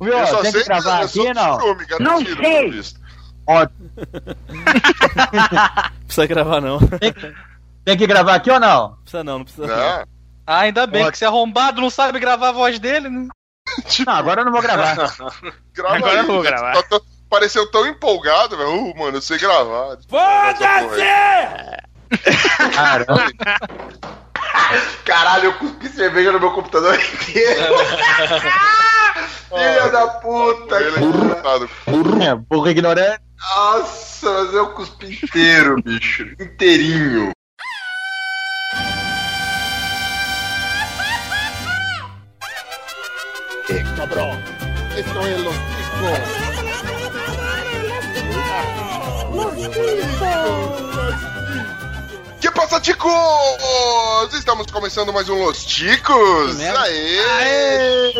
Viu? eu só Tem sei que que eu gravar sou aqui, de não? filme, Não garantido, sei. pelo visto. Ó, Precisa gravar não. tem, que, tem que gravar aqui ou não? Precisa não, não precisa. não. Não, Ah, ainda bem Ó. que você é arrombado, não sabe gravar a voz dele, né? Não, agora eu não vou gravar. grava Agora aí, eu vou cara. gravar. Tá tão- Pareceu tão empolgado, velho. Uh, mano, eu sei gravar. Caramba. Caralho, eu cuspi cerveja no meu computador inteiro. Filha da puta, Ele é cara. engraçado. É, burro ignorante. Nossa, mas eu cuspi inteiro, bicho. Inteirinho. Que passa, Ticos? Estamos começando mais um Los Ticos. Que merda. Aê!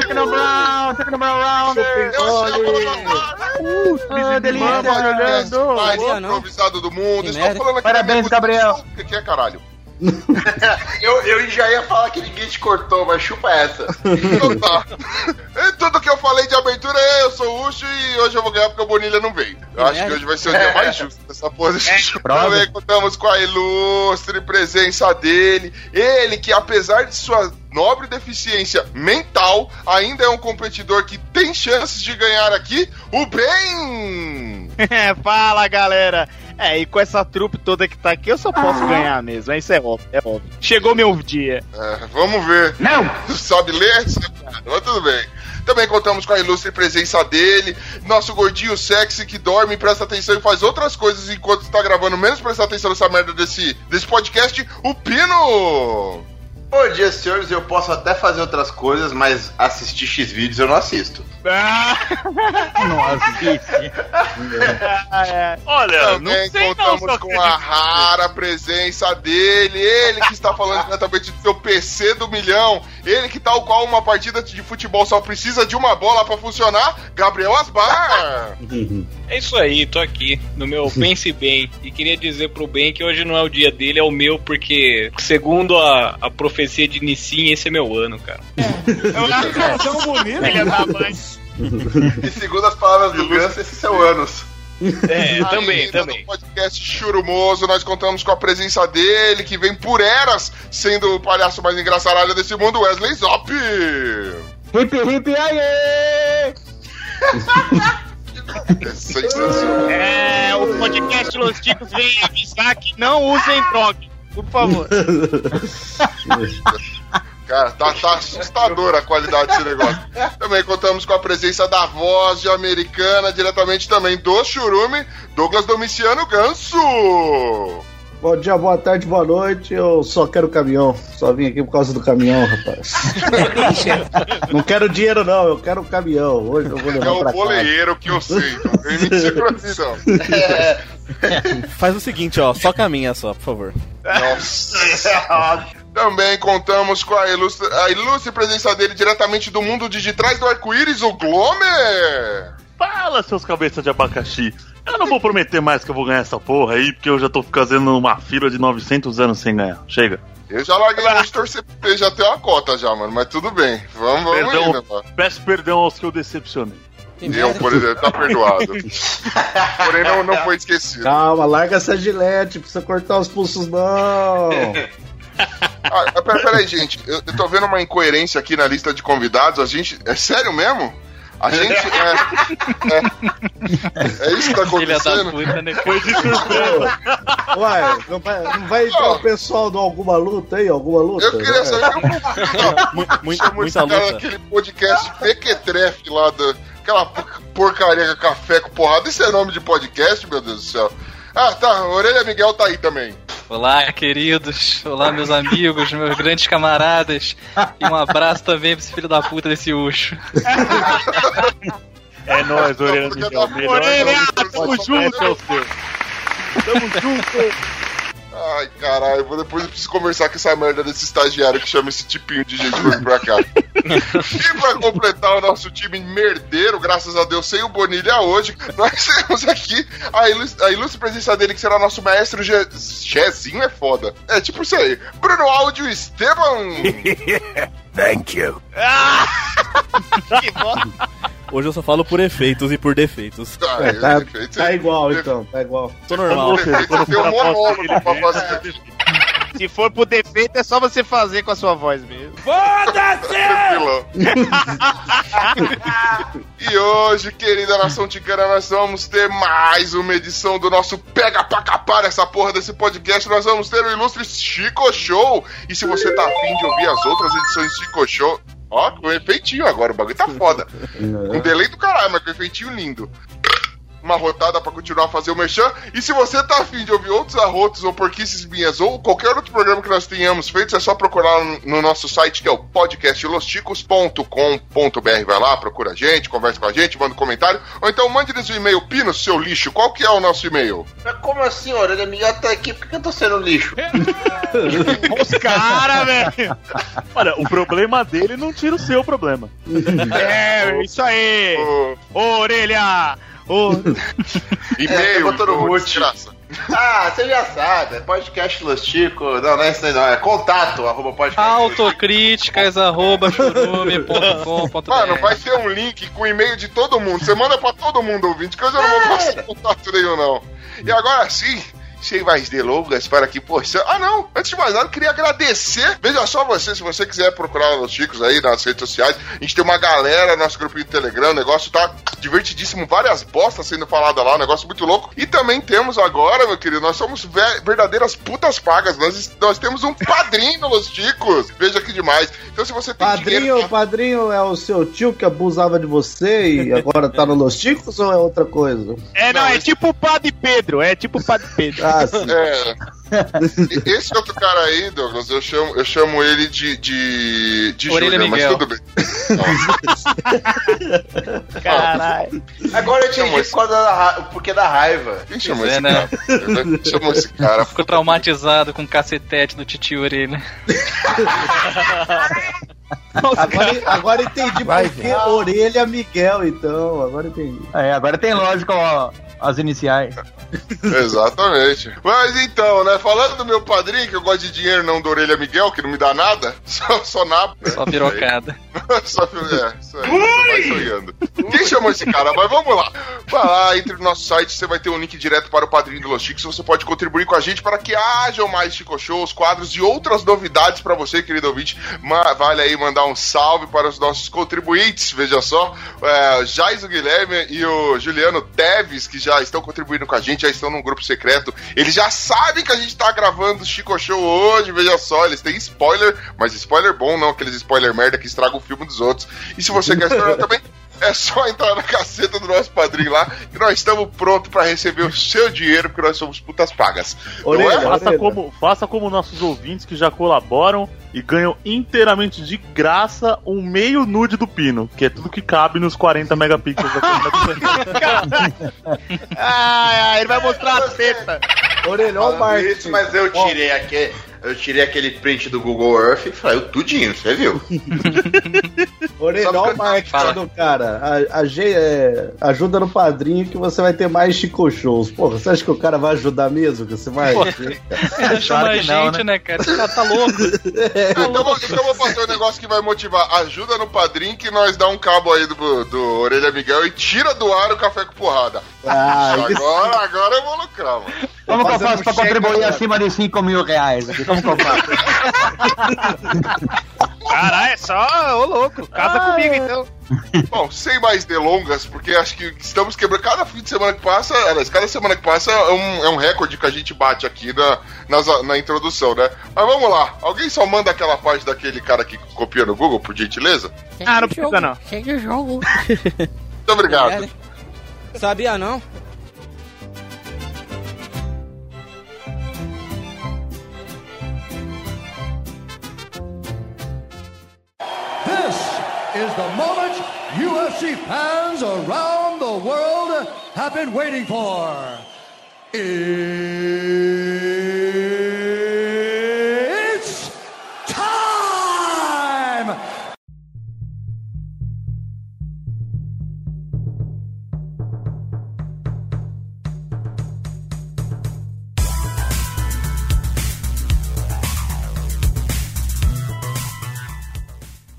Chicken Brown, Chicken Brown Rounder. Eu Ah, Mano, delícia. podcast mais Boa, não? improvisado do mundo. Que Estou merda. falando aqui Parabéns, da minha Gabriel. posição, Que é caralho. Eu, eu já ia falar que ninguém te cortou, mas chupa essa. Então tá. E tudo que eu falei de abertura é eu sou o Ucho e hoje eu vou ganhar porque o Bonilha não veio. Eu acho merda. que hoje vai ser o dia mais justo dessa posição. prova. Também Então, contamos com a ilustre presença dele. Ele que, apesar de sua nobre deficiência mental, ainda é um competidor que tem chances de ganhar aqui o bem. Fala, galera. É, e com essa trupe toda que tá aqui, eu só posso ganhar mesmo. É Isso é óbvio, é óbvio. Chegou meu dia. É, vamos ver. Não! Sabe ler? Sabe nada, Mas tudo bem. Também contamos com a ilustre presença dele, nosso gordinho sexy que dorme, presta atenção e faz outras coisas enquanto está gravando, menos prestar atenção nessa merda desse, desse podcast, o Pino! Bom dia, senhores. Eu posso até fazer outras coisas, mas assistir X vídeos eu não assisto. Ah, Nossa, bicho. é. Olha, não Também sei não, contamos só tá com a rara presença dele, ele que está falando diretamente do seu PC do milhão, ele que tal qual uma partida de futebol só precisa de uma bola para funcionar, Gabriel Asbar! É isso aí, tô aqui no meu Pense Bem. E queria dizer pro Ben que hoje não é o dia dele, é o meu, porque, segundo a, a profecia de Nissin, esse é meu ano, cara. É uma tão bonita, filha da mãe. E segundo as palavras do Ganso, esses são anos. É, também, Ainda também. No um podcast Churumoso, nós contamos com a presença dele, que vem por eras, sendo o palhaço mais engraçaralho desse mundo, Wesley Zop. Hip, hip, aê! É sensacional. É, o podcast Los Ticos vem avisar que não usem droga. Por favor. Cara, tá, tá assustadora a qualidade desse negócio. Também contamos com a presença da voz de americana, diretamente também do Churume, Douglas Domiciano Ganso. Bom dia, boa tarde, boa noite. Eu só quero caminhão. Só vim aqui por causa do caminhão, rapaz. não quero dinheiro, não. Eu quero caminhão. Hoje eu vou É levar o pra casa. boleiro que eu sei, não tem mentira, não. Faz o seguinte, ó, só caminha só, por favor. Nossa. Também contamos com a ilustre, a ilustre presença dele diretamente do mundo de trás do arco-íris, o Glomer! Fala, seus cabeças de abacaxi. Eu não vou prometer mais que eu vou ganhar essa porra aí, porque eu já tô fazendo uma fila de 900 anos sem ganhar. Chega. Eu já larguei os torcer, já tenho a cota já, mano, mas tudo bem. Vamos, vamos Perdão. indo, mano. Peço perdão aos que eu decepcionei. Que Eu, merda. por exemplo, tá perdoado. Porém, não, não foi Tá. esquecido. Calma, larga essa gilete. Precisa cortar os pulsos, não. Ah, ah, pera- peraí, gente, eu, eu tô vendo uma incoerência aqui na lista de convidados. A gente. É sério mesmo? A gente. É, é, é isso que tá Filha da acontecendo? puta, né? Foi de surpresa. Uai, não vai, não vai entrar o um pessoal do Alguma Luta aí? Alguma Luta? é? Eu queria saber como Mu- mu- Chamou esse muita cara luta. daquele podcast Pequetrefe lá, da, aquela por- porcaria com café com porrada. Isso é nome de podcast, meu Deus do céu. Ah, tá, Orelha Miguel tá aí também. Olá, queridos. Olá, meus amigos, meus grandes camaradas. E um abraço também pra esse filho da puta desse Ucho. É nóis, Orelha Porque Miguel. tá Melhor Orelha, tamo não junto. né? Esse é o seu. Ai, caralho, vou- depois eu preciso conversar com essa merda desse estagiário que chama esse tipinho de gente pra vir pra cá. e pra completar o nosso time merdeiro, graças a Deus, sem o Bonilha hoje, nós temos aqui a ilus- a ilustre, presença dele, que será nosso maestro Je Jezinho é foda. É tipo isso aí. Bruno Áudio Esteban! Ah! Que bosta. Hoje eu só falo por efeitos e por defeitos. Ah, É, esse tá, efeito- tá igual, então, tá igual. Tô Quando normal. você, quando Tem um o cara fala monólogo que ele né? pra pensa, fazer. Se for por defeito, é só você fazer com a sua voz mesmo. Tranquilão. e hoje, querida nação ticana, nós vamos ter mais uma edição do nosso Pega pra Capar essa porra desse podcast. Nós vamos ter o ilustre Chico Show. E se você tá afim de ouvir as outras edições do Chico Show. Ó, com efeitinho agora, o bagulho tá foda. Um delay do caralho, mas com efeitinho lindo. Uma rotada pra continuar a fazer o merchan. E se você tá afim de ouvir outros arrotos ou porquices minhas ou qualquer outro programa que nós tenhamos feito, é só procurar no- no nosso site que é o podcastlosticos.com.br. Vai lá, procura a gente, conversa com a gente, manda um comentário. Ou então mande-nos um e-mail, Pino, seu lixo. Qual que é o nosso e-mail? Mas como assim, orelha minha tá aqui? Por que eu tô sendo lixo? Os caras, velho. Olha, o problema dele não tira o seu problema. É, isso aí. O Ô, orelha. Ô, É, e-mail. botou no ô, mute. desgraça. Ah, você já sabe, é podcast Lostico. Não, não é isso aí não, é contato, arroba podcast. Autocríticas, arroba churume.com.br. Mano, vai ter um link com o e-mail de todo mundo. Você manda pra todo mundo, ouvinte, que eu já não vou passar contato nenhum, não. E agora sim, sem mais delongas, para que possa. Ah, não! Antes de mais nada, eu queria agradecer. Veja só você, se você quiser procurar os Chicos aí nas redes sociais, a gente tem uma galera, nosso grupinho do Telegram, o negócio tá divertidíssimo, várias bostas sendo faladas lá, um negócio muito louco. E também temos agora, meu querido, nós somos ve- verdadeiras putas pagas. Nós, nós temos um padrinho nos Chicos. Veja que demais. Então, se você tem dinheiro- Padrinho, padrinho é o seu tio que abusava de você e agora tá no Los Chicos ou é outra coisa? É, não, Não, é esse- tipo o Padre Pedro. É tipo o Padre Pedro. Ah, sim. É. E- É. Esse outro cara aí, Douglas, eu chamo, eu chamo ele de. de, de Orelha Júnior, mas Miguel. tudo bem. Não, Caralho. Agora eu Chamou entendi esse- por causa da ra... porque da raiva. quem chamou Pois é, esse né? cara? Né? Chamou esse cara. Ficou traumatizado com o cacetete do Titi Orelha. Agora, agora entendi Vai, porque orelha é Miguel, então. Agora entendi. É, agora tem lógica, ó, as iniciais. Exatamente. Mas então, né? Falando do meu padrinho, que eu gosto de dinheiro, não do Orelha Miguel, que não me dá nada, só, só nabo. Só pirocada. Só que, é, isso aí, você vai sonhando. Quem chamou esse cara? Mas vamos lá. Vai lá, entre no nosso site, você vai ter um link direto para o Padrinho do Los Chicos. Você pode contribuir com a gente para que hajam mais Chico Shows, quadros e outras novidades para você, querido ouvinte. Ma- vale aí mandar um salve para os nossos contribuintes, veja só. É, Jais, o Guilherme e o Juliano Teves, que já estão contribuindo com a gente, já estão num grupo secreto. Eles já sabem que a gente tá gravando o Chico Show hoje, veja só, eles têm spoiler, mas spoiler bom, não aqueles spoiler merda que estragam o filme dos outros. E se você quer spoiler também, é só entrar na caceta do nosso padrinho lá, que nós estamos prontos para receber o seu dinheiro, porque nós somos putas pagas. é? Orelha, Faça orelha. como, faça como nossos ouvintes que já colaboram e ganham inteiramente de graça um meio nude do Pino, que é tudo que cabe nos 40 megapixels da câmera do Pino. Ah, ele vai mostrar a teta. Orelha, olha É Falando o marketing. isso, mas eu tirei aquele. Eu tirei aquele print do Google Earth e saiu tudinho, você viu? Orelha, Só olha o marketing Fala. do cara. A, a G- é, ajuda no padrinho que você vai ter mais Chico Shows. Porra, você acha que o cara vai ajudar mesmo com esse marketing? É, Chama a que não, gente, né, cara? Esse cara tá louco. Então, eu vou- então eu vou fazer um negócio que vai motivar. Ajuda no padrinho que nós dá um cabo aí do, do Orelha Miguel e tira do ar o café com porrada. Ah, isso Agora, agora eu vou lucrar, mano. Como que eu Fazendo faço pra cheque, contribuir cara. acima de 5 mil reais? aqui? Como que eu faço? Caralho, é só. Ô, louco. Casa comigo, então. Bom, sem mais delongas, porque acho que estamos quebrando. Cada fim de semana que passa, aliás, cada semana que passa é um, é um recorde que a gente bate aqui na, nas- na introdução, né? Mas vamos lá. Alguém só manda aquela parte daquele cara que copia no Google, por gentileza? Ah, não precisa, não. Segue o jogo. Muito obrigado. Sabia não? This is the moment UFC fans around the world have been waiting for. It's time!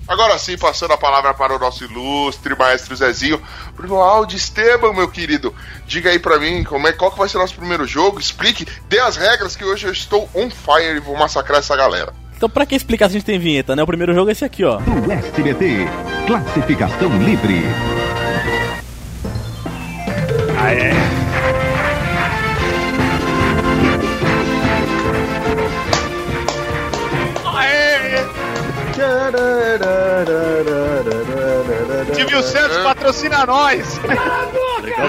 Agora sim, passando a palavra para o nosso ilustre maestro Zezinho. Bruno Esteban, meu querido, diga aí pra mim como é, qual que vai ser o nosso primeiro jogo, explique, dê as regras que hoje eu estou on fire e vou massacrar essa galera. Então, pra que explicar se a gente tem vinheta, né? O primeiro jogo é esse aqui, ó. O SBT, classificação livre. Silvio Santos patrocina nós! Legal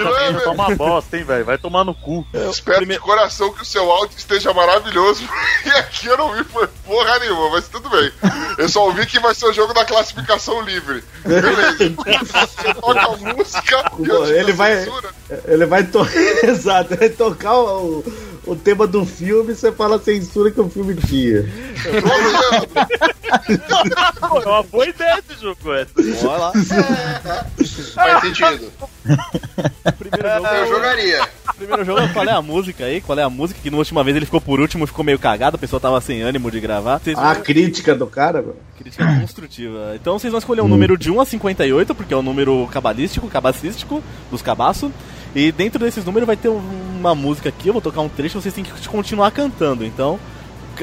também, já tá uma bosta, hein, velho? Vai tomar no cu. Espero de coração que o seu áudio esteja maravilhoso. E aqui eu não vi por- porra nenhuma, mas tudo bem. Eu só ouvi que vai ser o jogo da classificação livre. Beleza. Você toca a música e eu te Ele dou vai. censura. Ele vai to... Exato, ele vai tocar o, o tema do filme e você fala a censura que o filme tinha. Pô, é uma boa ideia esse jogo, é. Bora lá. Faz sentido. Primeiro É, jogo, Eu jogaria. primeiro jogo é qual é a música aí? Qual é a música? Que na última vez ele ficou por último, ficou meio cagado, a pessoa tava sem ânimo de gravar. Vocês A vão- crítica do cara, mano. Crítica construtiva. Então vocês vão escolher um número de 1 a 58, porque é um número cabalístico, cabacístico, dos cabaço. E dentro desses números vai ter um- uma música aqui, eu vou tocar um trecho, vocês têm que continuar cantando. Então,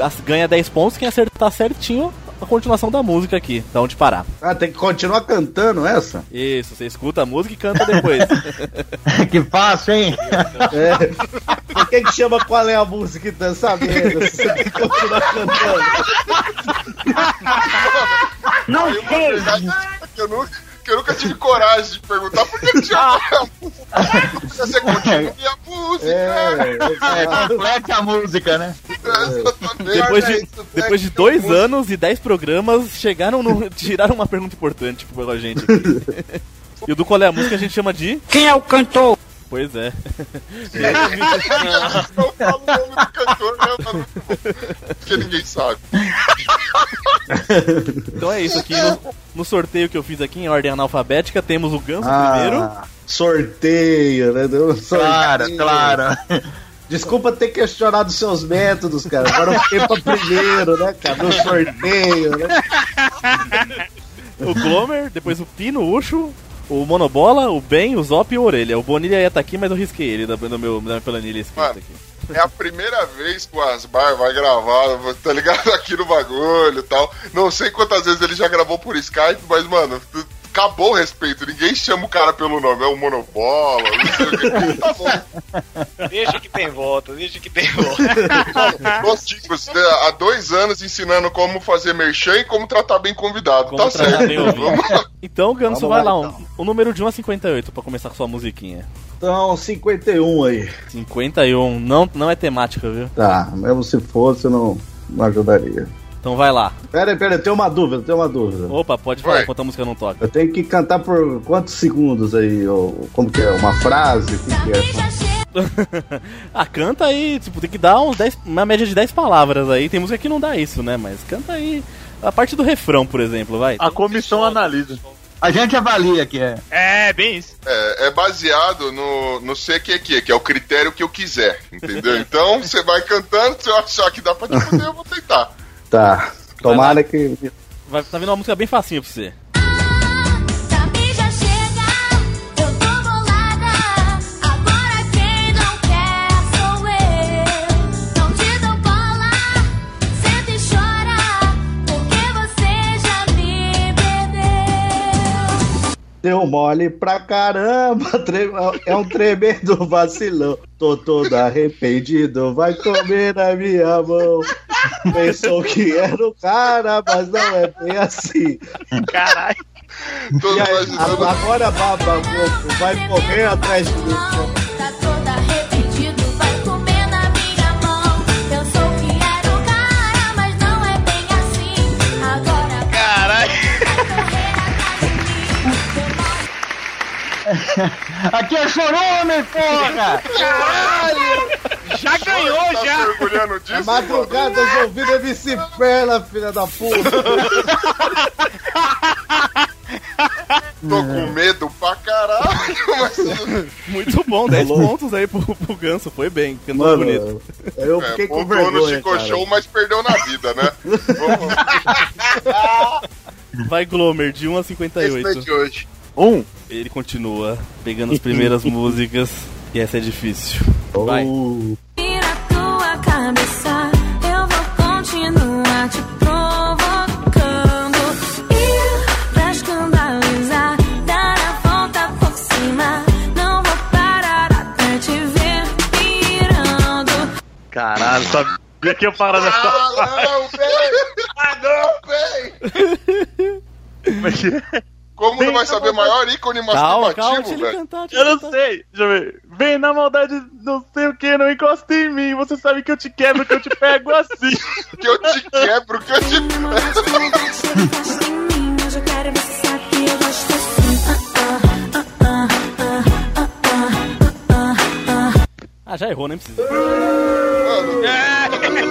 as- ganha 10 pontos, quem acertar certinho a continuação da música aqui, da onde parar. Ah, tem que continuar cantando essa? Isso, você escuta a música e canta depois. que fácil, hein? É. Por que que chama qual é a música então, essa merda? Se Você tem que continuar cantando. Não sei. Que eu, nunca, que eu nunca tive coragem de perguntar por que que tinha Você continua a música. É, complete a música, né? depois de, depois de dois anos e 10 programas, chegaram no. tiraram uma pergunta importante tipo, pra gente aqui. E o do qual é a música a gente chama de. Quem é o cantor? Pois é. Não falo o nome do cantor, né, mano? Porque ninguém sabe. Então é isso aqui. No, no sorteio que eu fiz aqui em ordem analfabética, temos o Ganso primeiro. Ah, sorteio, né? Deu um sorteio. Claro, claro. Desculpa ter questionado seus métodos, cara. Agora eu fiquei pra primeiro, né, cara? No sorteio, né? O Glomer, depois o Pino, o Ucho, o Monobola, o Ben, o Zop e o Orelha. O Bonilha ia estar aqui, mas eu risquei ele da, do meu, da minha planilha escrita aqui. É a primeira vez que o Asbar vai gravar, tá ligado? Aqui no bagulho e tal. Não sei quantas vezes ele já gravou por Skype, mas, mano, tu- acabou o respeito. Ninguém chama o cara pelo nome. É o Monobola, não sei o que. Tá bom. Deixa que tem volta, deixa que tem volta. Nós ficamos, né, há dois anos ensinando como fazer merchan e como tratar bem convidado. tá tratar certo. bem ouvinte. Vamos lá. Então, Ganso, Vamos vai lá, lá. um- O número de 1 a 58 pra começar com sua musiquinha. Então, 51 aí. 51. Não, não é temática, viu? Tá, mesmo se fosse, eu não, não ajudaria. Então vai lá. Pera aí, pera aí, eu tenho uma dúvida, eu tenho uma dúvida. Opa, pode falar enquanto a música não toca. Eu tenho que cantar por quantos segundos aí? Ou, como que é? Uma frase? O que que é? ah, canta aí, tipo, tem que dar uns 10, uma média de 10 palavras aí. Tem música que não dá isso, né? Mas canta aí. A parte do refrão, por exemplo, vai. A comissão analisa. A gente avalia aqui, é. É, bem isso. É, é baseado no, no CQQ, que é o critério que eu quiser, entendeu? Então, você vai cantando, se eu achar que dá pra te fuder, eu vou tentar. Tá. Tomara que. Vai, tá vindo uma música bem facinha pra você. Também já chega, eu tô bolada. Agora quem não quer sou eu. Não te dou bola, senta e chora, porque você já me perdeu. Deu mole pra caramba, tre- é um tremendo vacilão. Tô todo arrependido, vai comer a minha mão. Pensou que era o cara, mas não é bem assim. Caralho. Então, E aí, a- agora baba, bobo, vai correr atrás de mim. Tá todo arrependido, vai comer na minha mão. Eu sou que era o cara, mas não é bem assim. Agora Caralho. Aqui é chorume, porra! Já ganhou, já. mergulhando disso, A É madrugada de ouvido é bicipela, filha da puta. Tô com Uhum. medo pra caralho, mas tudo Muito bom, 10 pontos aí pro, pro Ganso. Foi bem, cantou Mano, bonito. Eu é, fiquei com pontuou no vergonha, Chico cara. Show, mas perdeu na vida, né? Vamos lá. é. Vai, Glomer, de 1 a 58. Esse é de hoje. Um. Ele continua pegando as primeiras músicas. E essa é difícil. Vai. Tá Tira tua cabeça, eu vou continuar te provocando. Ir pra escandalizar, dar a volta por cima. Não vou parar até te ver pirando. Caralho, sabia que eu parar nessa Ah, não, bem! Ah, não, bem! Como é que é? Como não vai saber maior ícone Calma, masturbativo, calma, velho? deixa ele Eu não sei, deixa eu ver. Vem na maldade, não sei o que, não encosta em mim. Você sabe que eu te quebro, que eu te pego assim. que eu te quebro, que eu te Hoje eu quero ver se sabe que eu gosto assim. Ah, ah, ah, ah, ah, ah, ah, ah, ah. Ah, já errou, nem precisa. É.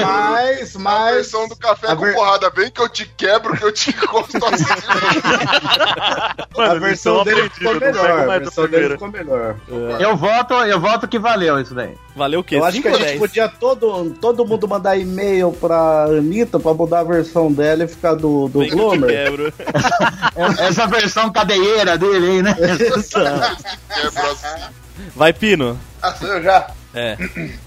Mas, mas. A versão do café é com porrada. Bem que eu te quebro, que eu te encosto assim. a versão dele ficou melhor. é A versão dele ficou melhor. Eu voto, eu voto que valeu isso daí. Valeu o quê? Eu acho que a gente podia todo, todo mundo mandar e-mail pra Anitta pra mudar a versão dela e ficar do, do Glomer. Essa versão cadeieira dele aí, né? assim. Vai, Pino. Ah, sou eu já? É.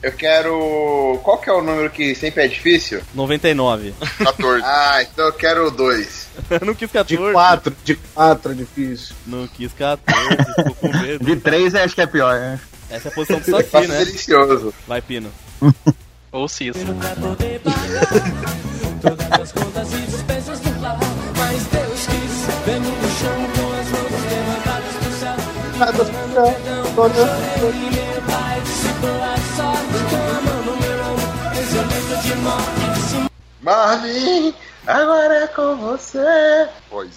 Eu quero. Qual que é o número que sempre é difícil? 99. 14. Ah, então eu quero o 2. não quis 14. De 4, de 4 Ah, tá difícil. Não quis 14, ficou com medo. De 3 acho que é pior, né? Essa é a posição do Faço Saci, né? delicioso. Vai, Pino. Ou Cícero. Todas as contas e despesas do lar, mas Deus quis. Vendo no chão com as mãos levantadas pro céu. Chorei, meu pai dissipou a sorte com a mão no meu ombro. Esse é o leito de morte que se Marvin, agora é com você.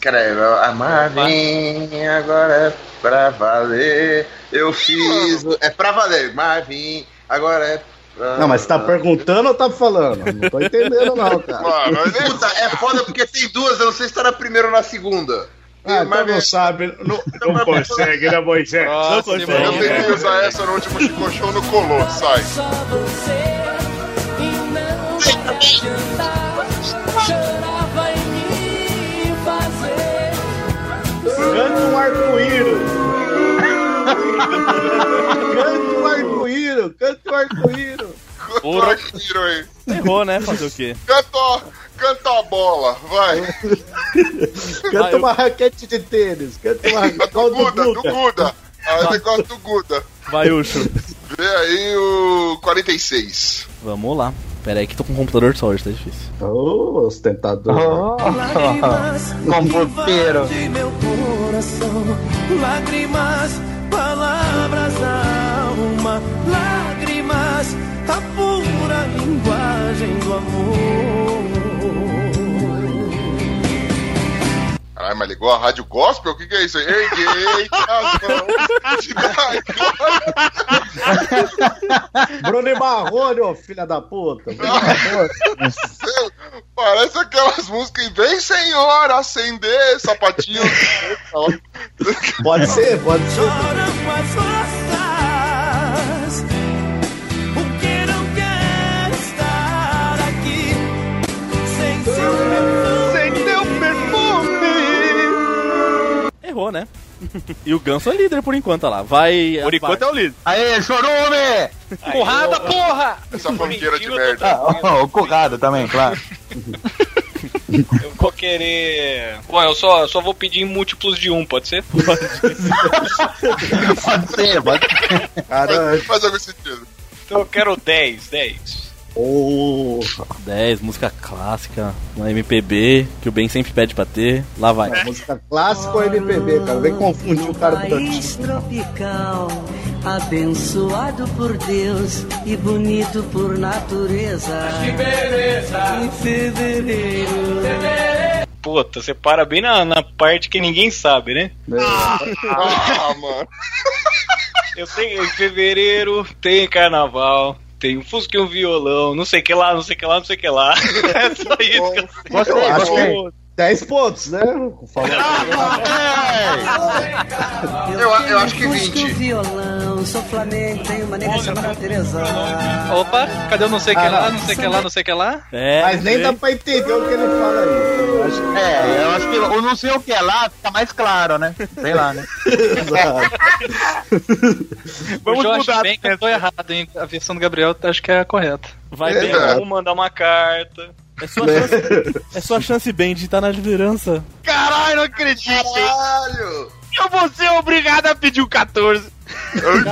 Cara, a Marvin, agora é pra valer. Eu fiz. É pra valer, Marvin, agora é pra. Não, mas você tá perguntando ou tá falando? Não tô entendendo, não, cara. Puta, é foda porque tem duas, eu não sei se tá na primeira ou na segunda. é- Ah, então não sabe. Não, Não consegue, né, Moisés? Não consegue. Eu tentei usar essa no último Chico Show no Colô, sai. Só você e não vai adiantar. Chorava em me fazer. Canta um arco-íris. Canta um arco-íris, canta um arco-íris. Porra, que tiro aí. Errou, né? Fazer o quê? Canta, canta a bola, vai. É Canta uma raquete de tênis, canta uma raquete Qual do Guda, do Guga? Guda. Ah, eu gosto do Guda. Vai, Ucho. Vê aí o 46. Vamos lá. Pera aí que tô com o computador só hoje, tá difícil. Ô, ostentador. Lágrimas Computeiro. invadem meu coração. Lágrimas, palavras da alma. Lágrimas, a pura linguagem do amor. Caralho, mas ligou a rádio gospel? O que, que é isso aí? Erguei as mãos. de Bruno e Marrone, ô filha da puta. Bruno e Marrone. Deus. Parece aquelas músicas. Vem, senhor, acender sapatinho. Pode ser, pode ser. Choram as rosas. O que não quer estar aqui sem seu perfume. Sem teu perfume. Errou, né? E o Ganso é líder por enquanto, olha lá. Vai. Por enquanto é o líder. Aê, chorume! Porrada, porra! Essa funkeira de Mentira, merda. Ah, ó, o Corrado também, claro. Eu vou querer. Bom, eu só, só vou pedir em múltiplos de um, pode ser? Pode ser, pode Faz, faz algum sentido. Então eu quero 10, 10. Porra. 10, música clássica, uma MPB, que o Ben sempre pede pra ter. Lá vai. Música clássica ou MPB, cara? Vem confundir o cara do Dantinho. País tropical, abençoado por Deus e bonito por natureza. Que beleza! Em fevereiro. Puta, você para bem na, na parte que ninguém sabe, né? Ah, mano. Eu tenho em fevereiro, tem carnaval, tem um fusca e um violão, não sei o que lá, não sei o que lá, não sei o que lá. É só isso que eu sei. Eu acho que é 10 pontos, né? Falou. ser. Eu, eu acho que é Fusca, 20. um violão, sou flamengo, tenho uma nega chamada Teresa. Opa, cadê o não sei o que Ah, lá, não. não sei o que lá, não sei o que lá? É. Mas nem dá pra entender o que ele fala aí. Eu acho que- É, eu acho que o não sei o que é lá fica mais claro, né? Sei lá, né? Vamos o Josh bem que eu tô errado, hein? A versão do Gabriel acho que é a correta. Vai bem, bem, cara. Vou mandar uma carta. É sua chance, é sua chance Band, de estar na liderança. Caralho, não acredito! Caralho! Eu vou ser obrigado a pedir o 14.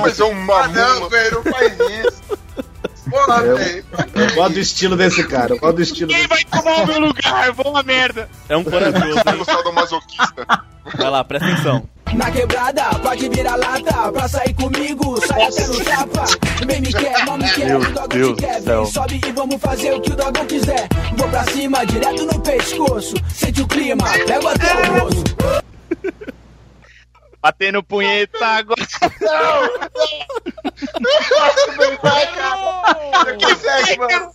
Mas é um mamão. Ah, É um Não, velho, não faz isso. Porra, Eu- velho. Eu gosto do estilo desse cara. Eu gosto do estilo desse Vai tomar o meu lugar, vou uma merda. É um corajoso, hein? masoquista. Vai lá, presta atenção. Na quebrada, pode virar lata, pra sair comigo, sai até no tapa. Vem me quer, mal me quer, Meu o dogão Deus te quer, do céu. vem, sobe e vamos fazer o que o dogão quiser. Vou pra cima, direto no pescoço, sente o clima, pega até o almoço. Batendo punheta agora. Não! Não vai, cara! Não consegue, mano!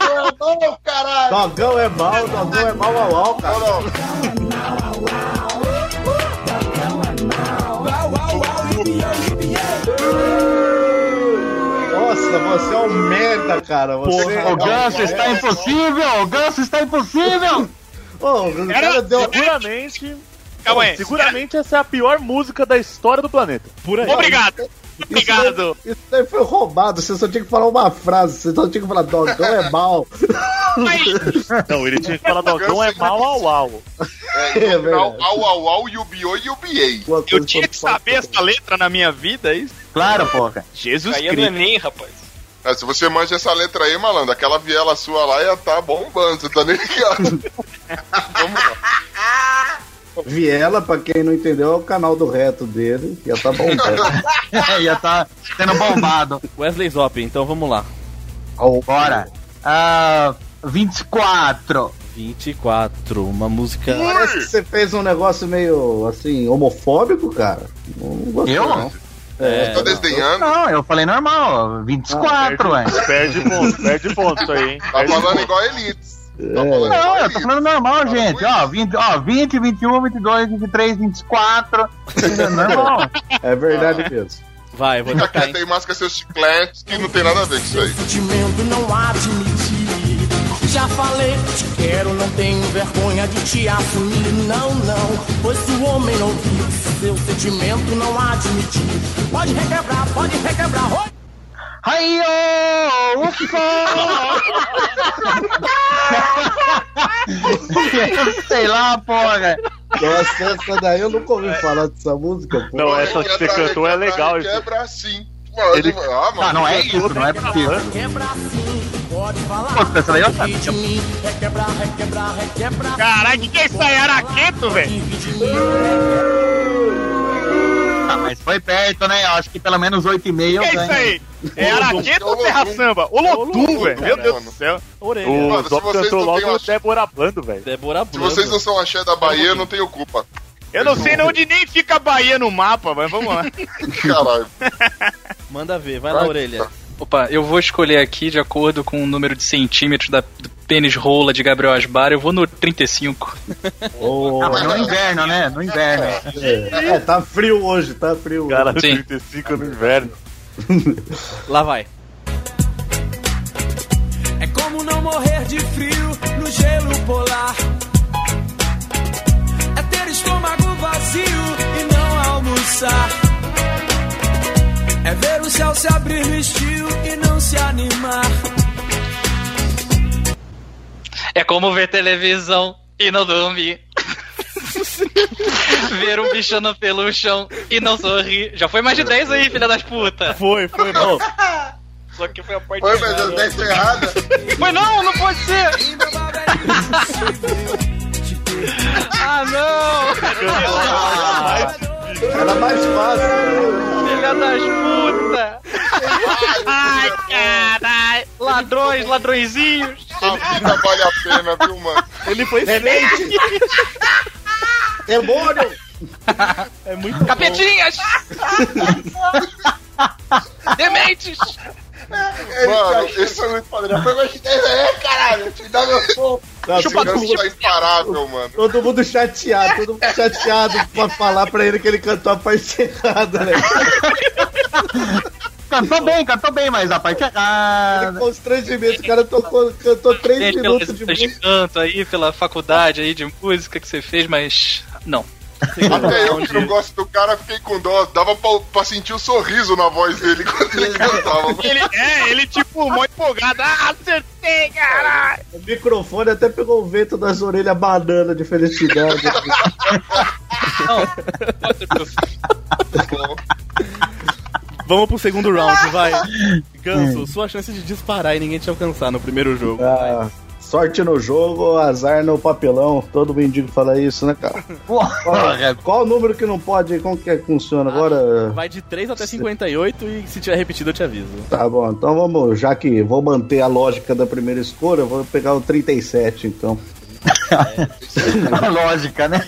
Dogão é bom, caralho! Dogão é mal, dogão é mal, mal, mal, cara. Não, Nossa, você é um merda, cara. Você Porra, é o Ganso é- está impossível! O Ganso está impossível! Ô, o cara deu Seguramente. Calma aí. Seguramente essa é a pior música da história do planeta. Por aí. Obrigado. Obrigado. Isso daí foi roubado. Você só tinha que falar uma frase. Você só tinha que falar dogão é mal. Não, ele tinha que falar dogão é mal ao au. É, e no final, au au au, yubiô e yubiei. Eu tinha que saber essa letra na minha vida, é isso? Claro, porra. Jesus Caía no Cristo. Enem, É, se você manja essa letra aí, malandro, aquela viela sua lá ia tá bombando, você tá nem ligado. Viela, pra quem não entendeu, é o canal do reto dele. Já tá bom. Ia tá sendo bombado. Wesley Zop, então vamos lá. Bora. Ah, 24. 24, uma música. Parece que você fez um negócio meio, assim, homofóbico, cara. Não gostei, Eu? não. É, Tô desdenhando. Não, eu falei normal, ó, 24, ué. Perde ponto, perde ponto aí, hein? É. Tá falando igual elites. Tá Não, eu tô falando normal, gente. Ó, 20, ó, 20, 21, 22, 23, 24. Normal. É verdade mesmo. Vai, vou Fica quieto aí, masca seus chicletes, que não tem nada a ver com isso aí. Sentimento não há de medir. Já falei, te quero, não tenho vergonha de te assumir. Não, não, pois se o homem não viu, seu sentimento não há de medir. Pode requebrar, pode requebrar. Oi! Aí, ô, Sei lá, porra. Nossa, essa daí eu nunca ouvi falar dessa música, pô. Não, essa que você cantou é legal. isso. Quebra sim. Mano, Ele- ah, mano. Ah, não é isso, não é tá possível. Quebra sim, pode falar. Pô, essa daí eu tá- sabia. de mim. Requebrar, requebrar, requebrar. Caralho, que que é isso aí? Araqueto, velho? Ah, mas foi perto, né? Eu acho que pelo menos 8,5 eu Que é ganho. isso aí? É Araqueto ou Terra Samba? É Olodum, Olodum, velho. Meu cara. Deus do céu. Orelha. O Mano, se Zop vocês cantou não têm logo uma- o Débora Blando, velho. Débora Se vocês não são axé da Bahia, eu não tenho culpa. Eu não sei de onde nem fica a Bahia no mapa, mas vamos lá. Caralho. Manda ver, vai lá, orelha. Opa, eu vou escolher aqui de acordo com o número de centímetros da, do pênis rola de Gabriel Asbar, eu vou no 35. Ah, mas no inverno, né? No inverno. É, é, tá frio hoje, tá frio. Cara, é hoje. 35 no inverno. Lá vai. É como não morrer de frio no gelo polar. É ter estômago vazio e não almoçar. É ver o céu se abrir no estio e não se animar. É como ver televisão e não dormir. ver um bicho no peluchão e não sorrir. Já foi mais de 10 aí, filha das puta. Foi, foi, bom. Só que foi a parte Foi, mas as 10 foi errada. Foi não, não pode ser. ah, não. Era mais fácil. né? Filha das puta! Ai, caralho! Ladrões, ladrõezinhos! A vida vale a pena, viu, mano? Ele foi Demente! Demônio! É muito bom. Capetinhas! Dementes! Ele Mano, tá achando esse- muito poderoso. Foi mais de 10 aí, caralho. Te dá meu ponto. Não, Esse todo ganso mundo- tá imparável, mano. Todo mundo chateado, todo mundo chateado pra falar pra ele que ele cantou a parte errada, né? Cantou bem, cantou bem, mas a parte errada. Constrangimento, o cara tocou, cantou três Gente, pelo minutos um de resultado música. de canto aí, pela faculdade aí de música que você fez, mas. Não. Até eu que não gosto do cara, fiquei com dó. Dava pra, pra sentir o sorriso na voz dele quando ele cantava. Ele, é, ele tipo, mó empolgado. Ah, acertei, caralho! O microfone até pegou o vento das orelhas banana de felicidade. Vamos pro segundo round, vai. Ganso, sua chance de disparar e ninguém te alcançar no primeiro jogo. Ah, sorte no jogo, azar no papelão. Todo mendigo fala isso, né, cara? Qual, qual o número que não pode? Como que é que funciona agora? Vai de 3 até 58 e se tiver repetido eu te aviso. Tá bom, então vamos, já que vou manter a lógica da primeira escolha, eu vou pegar o 37, então. A lógica, né?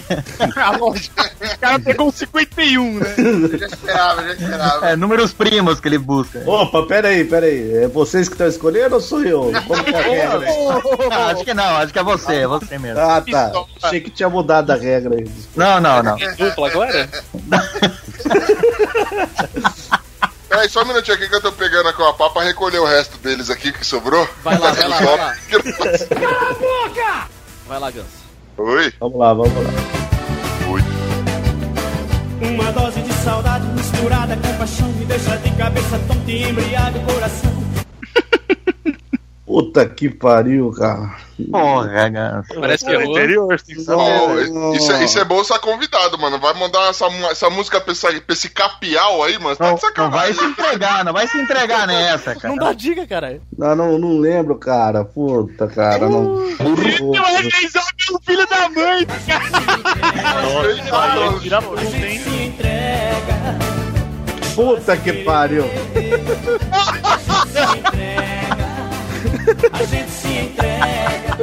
A lógica. O cara pegou um 51, né? já esperava, já esperava. É, números primos que ele busca. Opa, peraí, peraí. É vocês que estão escolhendo ou sou eu? Como que é a regra? Não, acho que não, acho que é você, é você mesmo. Ah, tá. Achei que tinha mudado a regra aí. Não, não, não. Dupla agora? Peraí, só um minutinho aqui que eu tô pegando aqui uma pá pra recolher o resto deles aqui que sobrou. Vai lá, vai lá, vai lá. Cala a boca! Vai lá, Ganso. Oi? Vamos lá, vamos lá. Uma dose de saudade misturada com paixão me deixa de cabeça tonta e embriaga o coração. Puta que pariu, cara. Porra, cara. Parece que errou. Ô, isso, é, isso é bolsa convidado, mano. Vai mandar essa, mu- essa música pra, essa- pra esse capial aí, mano. Você Tá de Não sacanagem. vai se entregar, não vai se entregar nessa, cara. Não dá dica, caralho. Não, não, não lembro, cara. Puta, cara, não. o filho da mãe, Puta que pariu. A gente se entrega.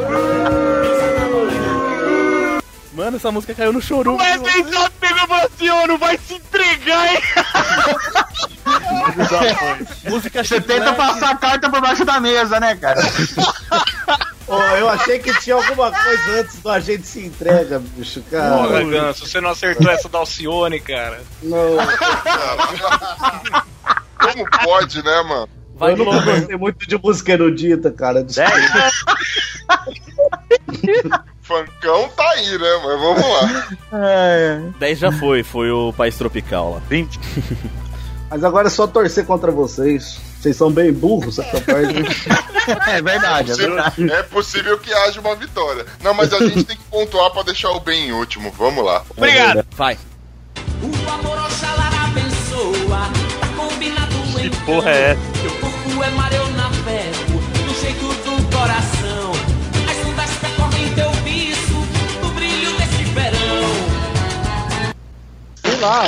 Mano, essa música caiu no chorume. Mas nem só pegou e falou assim, ô, não vai se entregar, hein? Música Você tenta passar a carta por baixo da mesa, né, cara? Ô, eu achei que tinha alguma coisa antes do a gente se entrega, bicho, um Porra, cara. Ganso, você não acertou essa da Alcione, cara. Não. Como pode, né, mano? eu nunca gostei muito de música erudita, cara. Desculpa. Fancão tá aí, né, mas vamos lá. É, 10 já foi, foi o País Tropical lá. 20. Mas agora é só torcer contra vocês. Vocês são bem burros, essa parte. É verdade, é Possível- verdade. É possível que haja uma vitória. Não, mas a gente tem que pontuar pra deixar o bem em último. Vamos lá. Obrigado. Vai. O amor Oxalá abençoa. Tá combinado em Porra, é. Meu corpo é mar, eu navego. Do jeito do coração. As ondas percorrem teu viço. No brilho desse verão. Sei lá.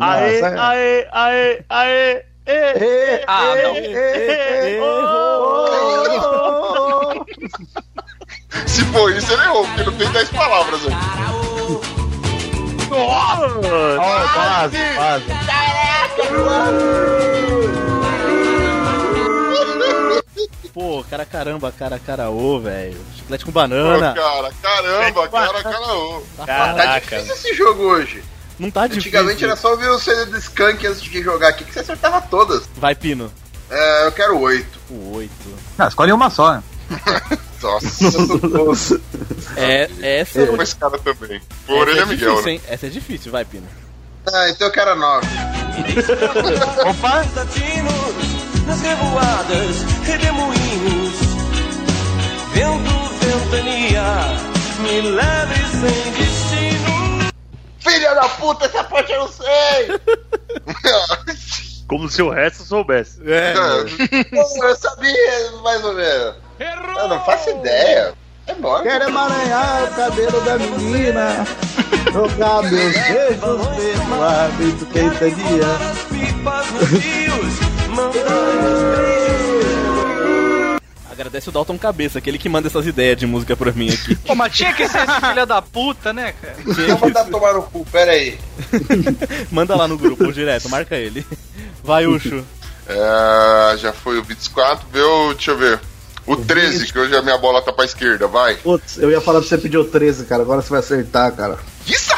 Aê, aê, aê, aê, aê. Ah, não. Se for isso, ele errou, porque não tem 10 palavras aí. quase, quase. Pô, cara caramba, cara caraô, velho. Chiclete com Ô, banana. cara, caramba, cara, cara. ô. Tá difícil esse jogo hoje. É Não tá difícil. Antigamente era só ver o CD do Skunk antes de jogar aqui, que você acertava todas. Vai, Pino. É, eu quero oito. O 8. Não, escolhe uma só. né? Nossa. É, essa Eu esse cara também. Por essa orelha é Miguel, difícil, né? É, hein? Essa é difícil, vai, Pino. Ah, então eu quero nove. Opa! Latinos, nas revoadas, redemoinhos. Vento, ventania, me leve sem destino. Filha da puta, essa parte eu não sei! Como se o resto soubesse. É. Pô, eu sabia, mais ou menos. Eu não faço ideia. É bom. Quero emaranhar o cabelo da menina. Jogar meus beijos pelo hábito quentania. Pipas nos rios, mandando Agradece o Dalton Cabeça, aquele que manda essas ideias de música pra mim aqui. Pô, mas tinha que ser esse filho da puta, né, cara? Vou mandar tomar no cu, pera aí. manda lá no grupo direto, marca ele. Vai, Ucho. É, já foi o 24, viu? Deixa eu ver. O 13, que hoje a minha bola tá pra esquerda, vai. Putz, eu ia falar pra você pedir o 13, cara. Agora você vai acertar, cara. Isso!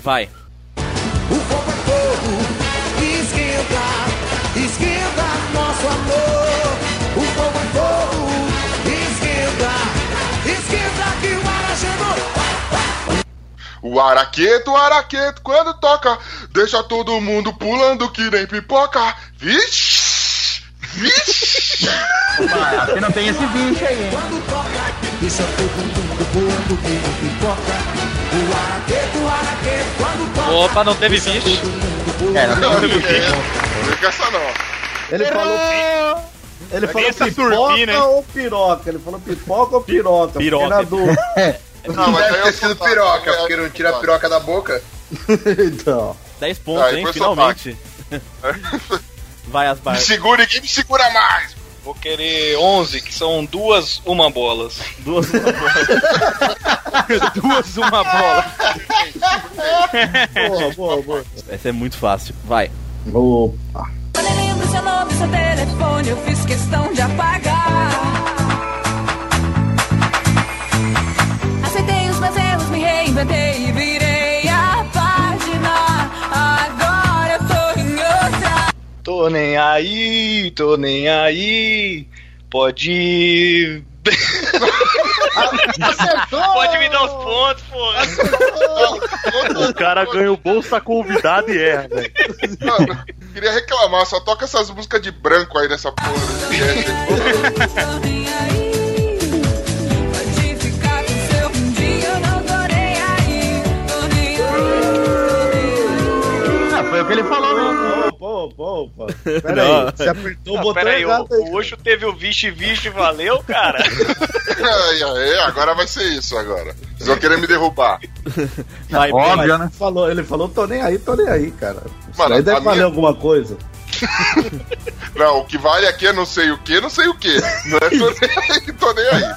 Vai. Esquenta, esquenta nosso amor. O fogo é fogo. Esquenta, esquenta que o ar chegou. O araqueto, o araqueto, quando toca, deixa todo mundo pulando que nem pipoca. Vixe! Vixe! Aqui não tem esse bicho aí, Quando toca, deixa todo mundo voando que não pipoca. O araqueto, o araqueto, quando toca. Opa, não teve bicho. É, não, não teve bicho. Não fica essa não. Ele falou. Ele falou essa pipoca turbina, hein? ou piroca? Ele falou pipoca ou piroca? Piroca. Porque na dúvida. Não, mas deve ter sido piroca, porque não tira a piroca da boca. então. 10 pontos, Aí hein? foi Finalmente. Vai, as Me barras. segura, ninguém me segura mais. Vou querer 11, que são duas uma bolas. Duas uma bolas. duas uma bola. Boa, boa, boa. Essa é muito fácil. Vai. Opa. Quando eu lembro seu nome, seu telefone, eu fiz questão de apagar. Aceitei os meus erros, me reinventei e virei a página. Agora eu tô em outra. Tô nem aí, tô nem aí. Pode ir. Pode me dar os pontos, porra. O cara ganha o bolsa convidado e erra, velho. Mano, queria reclamar, só toca essas músicas de branco aí nessa porra desse cast Tô nem aí. Pode ficar com o seu um dia, eu não tô nem aí. Tô nem aí. Ah, foi o que ele falou né? mesmo. Opa, opa, opa. Pera aí. Você apertou o Não, botão peraí, Ah, o, errado aí. o Ucho teve o vixe-vixe, valeu, cara. Ai, ai, agora vai ser isso agora. Vocês vão querer me derrubar. Vai, Óbvio, Breno. né? Falou, ele falou, tô nem aí, tô nem aí, cara. Isso Mano, aí deve a valer minha- alguma coisa. Não, o que vale aqui é não sei o que, não sei o que. Não é tô nem aí, tô nem aí.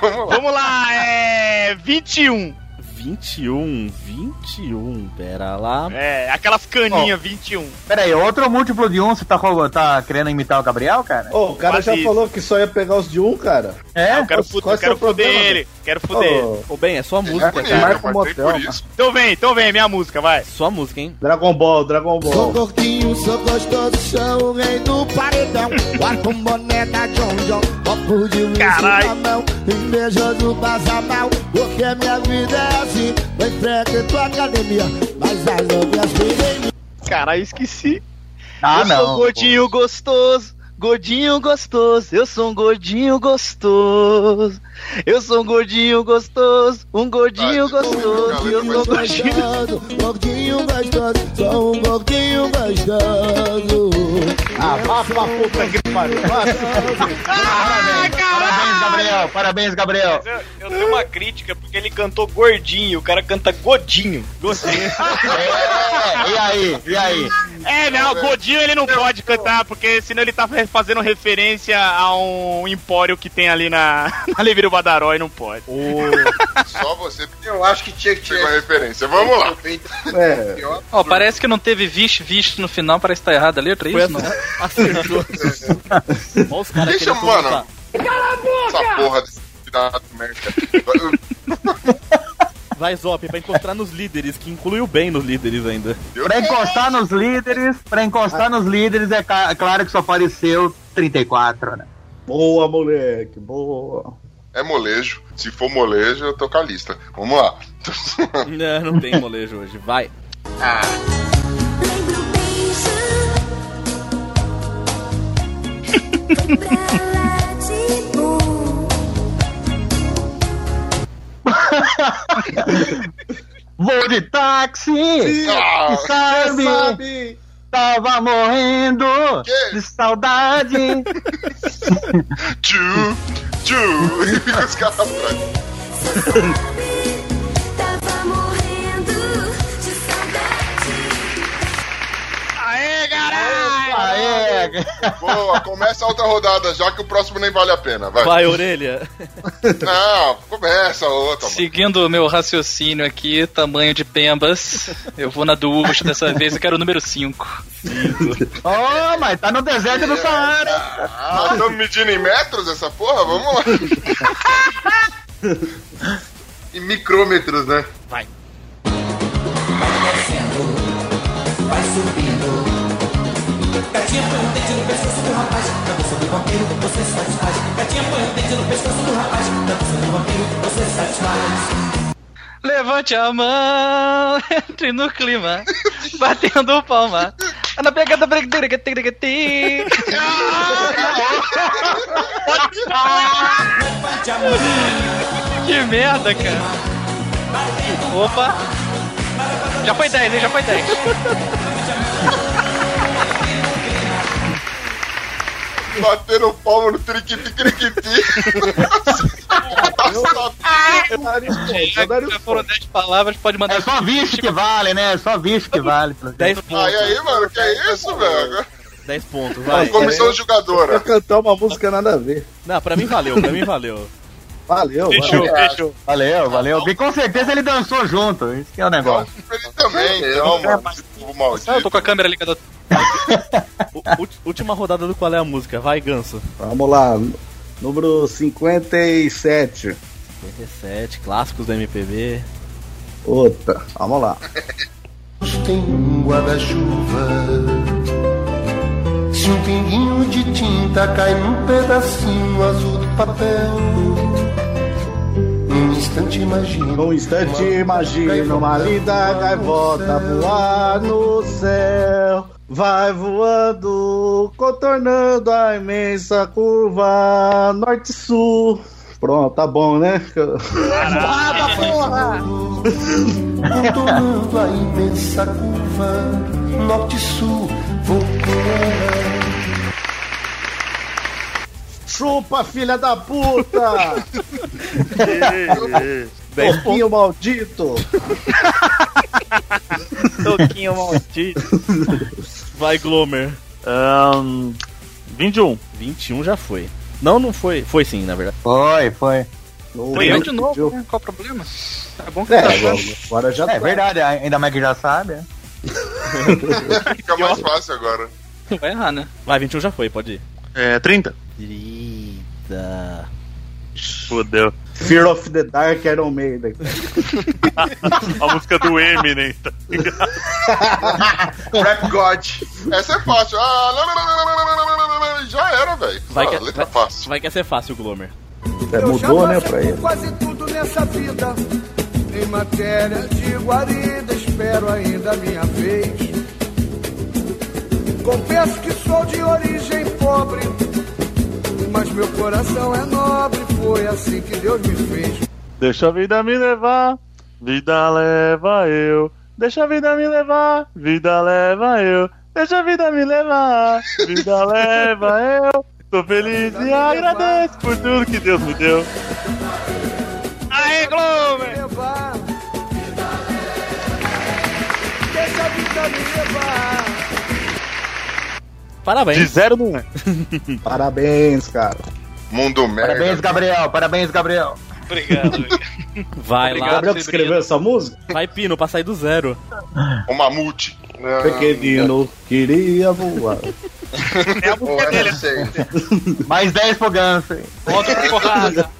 Vamos lá. Vamos lá, é. 21. 21, 21, pera lá. É, aquelas caninhas, 21. Pera aí, outro múltiplo de um, você tá, co- tá querendo imitar o Gabriel, cara? Ô, o cara Quase já isso. falou que só ia pegar os de um, cara. É? Eu quero, Qual- fu- qual eu é quero seu fuder problema? ele. Quero fuder ele. Ô, Ô, Ben, é sua música, é, cara. marca um motel. por isso. Então vem, então vem, minha música, vai. Sua música, hein? Dragon Ball, Dragon Sou Ball. gordinho, sou gostoso, sou o rei do paredão. Guardo com boné da John John, copo de uísque Carai. na mão. Invejoso, passa mal, porque minha vida é assim. Vou em frente tua academia, mas as novias vivem em mim. Caralho, esqueci. Ah, eu sou um não. gordinho gostoso, gordinho gostoso, eu sou um gordinho gostoso. Eu sou um gordinho gostoso, um gordinho Ah, gostoso, eu cara, mas sou um tá gordinho. Gostoso, gordinho um gostoso, sou um gordinho gostoso. Ah, vá pra puta que pariu. Vá se fuder. Parabéns, parabéns, Gabriel. Parabéns, Gabriel. Eu, eu tenho uma crítica porque ele cantou gordinho, o cara canta godinho. Gostei. É, e aí? E aí? É, não, Godinho ele não pode cantar, porque senão ele tá re- fazendo referência a um empório que tem ali na, na Leveiro Badaró e não pode. Só você que Eu acho que tinha que pegou a tirar. referência. Vamos lá. É, Ó, parece que não teve vixe, vixe no final, parece que tá errada a letra, é Foi isso, essa... mano? Acertou. Olha os caras Deixa, querendo mano. conversar. tá- Essa porra desse cuidado, merda. Vai, Zop, pra encostar nos líderes, que inclui o Ben nos líderes ainda. Pra encostar nos líderes, pra encostar nos líderes, é ca- claro que só apareceu 34, né? boa, moleque, boa. É molejo. Se for molejo, eu tô com a lista. Vamos lá. Não, não tem molejo hoje. Vai. Lembro beijo. Foi pra lá tipo, de bom. Vou de táxi, Ah, e sabe, Sabe? tava morrendo Que? de saudade. Tchu, tchu. E fica os caras atrás. Tava morrendo de saudade. Aê, caralho! Aê, Boa, começa a outra rodada já que o próximo nem vale a pena. Vai, Vai, orelha. Não, começa a outra. Seguindo o meu raciocínio aqui, tamanho de pembas, eu vou na do Hugo dessa vez, eu quero o número 5. Oh, mas tá no deserto do Saara. Nós estamos Ah, medindo em metros essa porra? Vamos lá. em micrômetros, né? Vai. Vai subindo. Gatinha põe o dente no pescoço do rapaz. Tá dançando o vampiro, você satisfaz. Gatinha põe o dente no pescoço do rapaz. Tá dançando o vampiro, você satisfaz. Levante a mão, entre no clima, batendo palma. Na pegada breguetegueteguetê. Que merda, cara. Opa. Já foi 10, hein? Já foi 10. Bateram palma no triquiti triquiti. É, Já foram 10 palavras, pode mandar. É um só visto tipo, que vale, né? É só visto que vale. 10 Aí, aí, mano, que é isso, velho? 10 pontos, vai. vai. Comissão jogadora. Vou é cantar uma música nada a ver. Não, pra mim valeu, pra mim valeu. Valeu, Fechou, valeu. fechou. Valeu, valeu. E com certeza ele dançou junto. Isso que é o negócio. Ele também, então, mano. esse povo maldito. Eu tô com a câmera ligada. U- ulti- Última rodada do qual é a música, vai, Ganso. Vamos lá. Número 57. 57, clássicos da MPB. Outra. Vamos lá. Tem um guarda-chuva. Se um pinguinho de tinta cai num pedacinho azul do papel. Um instante imagina. Um instante imagina uma linda gaivota voar no céu. Vai voando, contornando a imensa curva norte-sul. Pronto, tá bom, né? Nada, porra! Contornando a imensa curva, norte-sul, voltando. Chupa, filha da puta! Dez Porquinho maldito! Toquinho maldito. Vai, Glomer. 21. 21 já foi. Não, não foi. Foi sim, na verdade. um Foi, foi. Foi eu de novo, né? Qual o problema? Tá bom que É, tá agora, achando. agora já É verdade, ainda mais que já sabe. né? Fica mais fácil agora. Vai errar, né? Vai, 21 já foi, pode ir. É, 30? Eita. Fudeu. Fear of the Dark Iron Maiden. A música do Eminem. Tá ligado? Rap God. Essa é fácil. Ah, lá, lá, lá, lá, lá, lá, lá, lá, lá, já era, velho. Vai Ah, que, letra vai, fácil. vai que essa é fácil, Glomer. É, mudou, né, pra ele. Quase tudo nessa vida. Em matéria de guarida, espero ainda a minha vez. Confesso que sou de origem pobre, mas meu coração é nobre. Foi assim que Deus me fez. Deixa a vida me levar, vida leva eu. Deixa a vida me levar, vida leva eu. Deixa a vida me levar, vida leva eu. Tô feliz e agradeço por tudo que Deus me deu. Aê, Glomer! Levar. Deixa a vida me levar. De Parabéns. zero não é. Parabéns, cara. Mundo merda. Parabéns, Gabriel. Parabéns, Gabriel. Obrigado. Vai O lá. Gabriel que escreveu essa música? Vai, Pino, pra sair do zero. O mamute. Não, Pequenino queria voar. É a Pô, música eu dele. não sei. Mais 10 pro Ganso. hein? Volta pra porrada.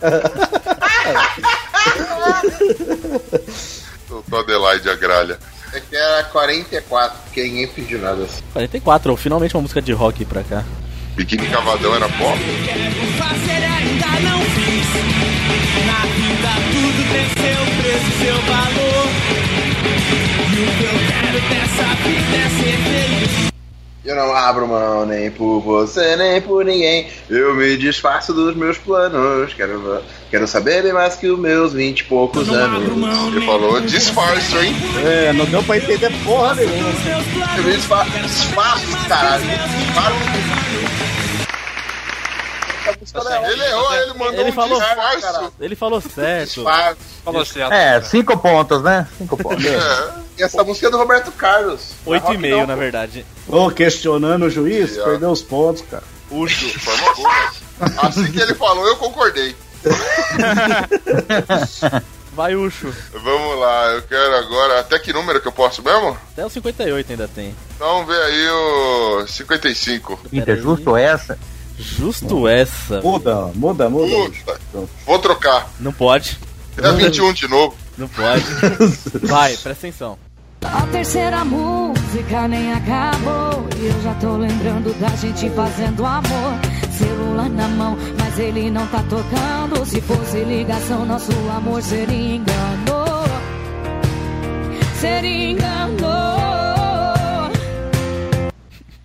Doutor Adelaide Agralha. É que era 44, porque ninguém pediu nada assim. 44, finalmente uma música de rock pra cá. Biquíni Cavadão era pop? Fazer ainda não fiz. Na vida tudo tem seu preço, seu valor. E o que eu quero dessa vida é ser feliz. Eu não abro mão nem por você, nem por ninguém. Eu me disfarço dos meus planos. Quero, quero saber bem mais que os meus vinte e poucos anos. Ele falou disfarce, hein? É, não deu pra entender porra nenhuma. Eu me disfar- disfarço, caralho. Me disfarço. Ele errou, ele mandou Ele um falou, disfarce. Ele falou certo. Disfarço. Falou certo. É, 5 pontos, né? 5 pontos. É, Essa música é do Roberto Carlos. Oito e meio, na verdade. Ô, questionando o juiz, perdeu os pontos, cara. Urso. Forma boa. Assim que ele falou, eu concordei. Vai, Ucho. Vamos lá, eu quero agora. Até que número que eu posso mesmo? Até o 58 ainda tem. Então vê aí o 55. Eita, justo essa? Justo essa. Muda, muda, muda. Puta, Vou trocar. Não pode. É 21 de novo. Não pode. Vai, presta atenção. A terceira música nem acabou. E eu já tô lembrando da gente fazendo amor. Celular na mão, mas ele não tá tocando. Se fosse ligação, nosso amor seria engano. Seria engano.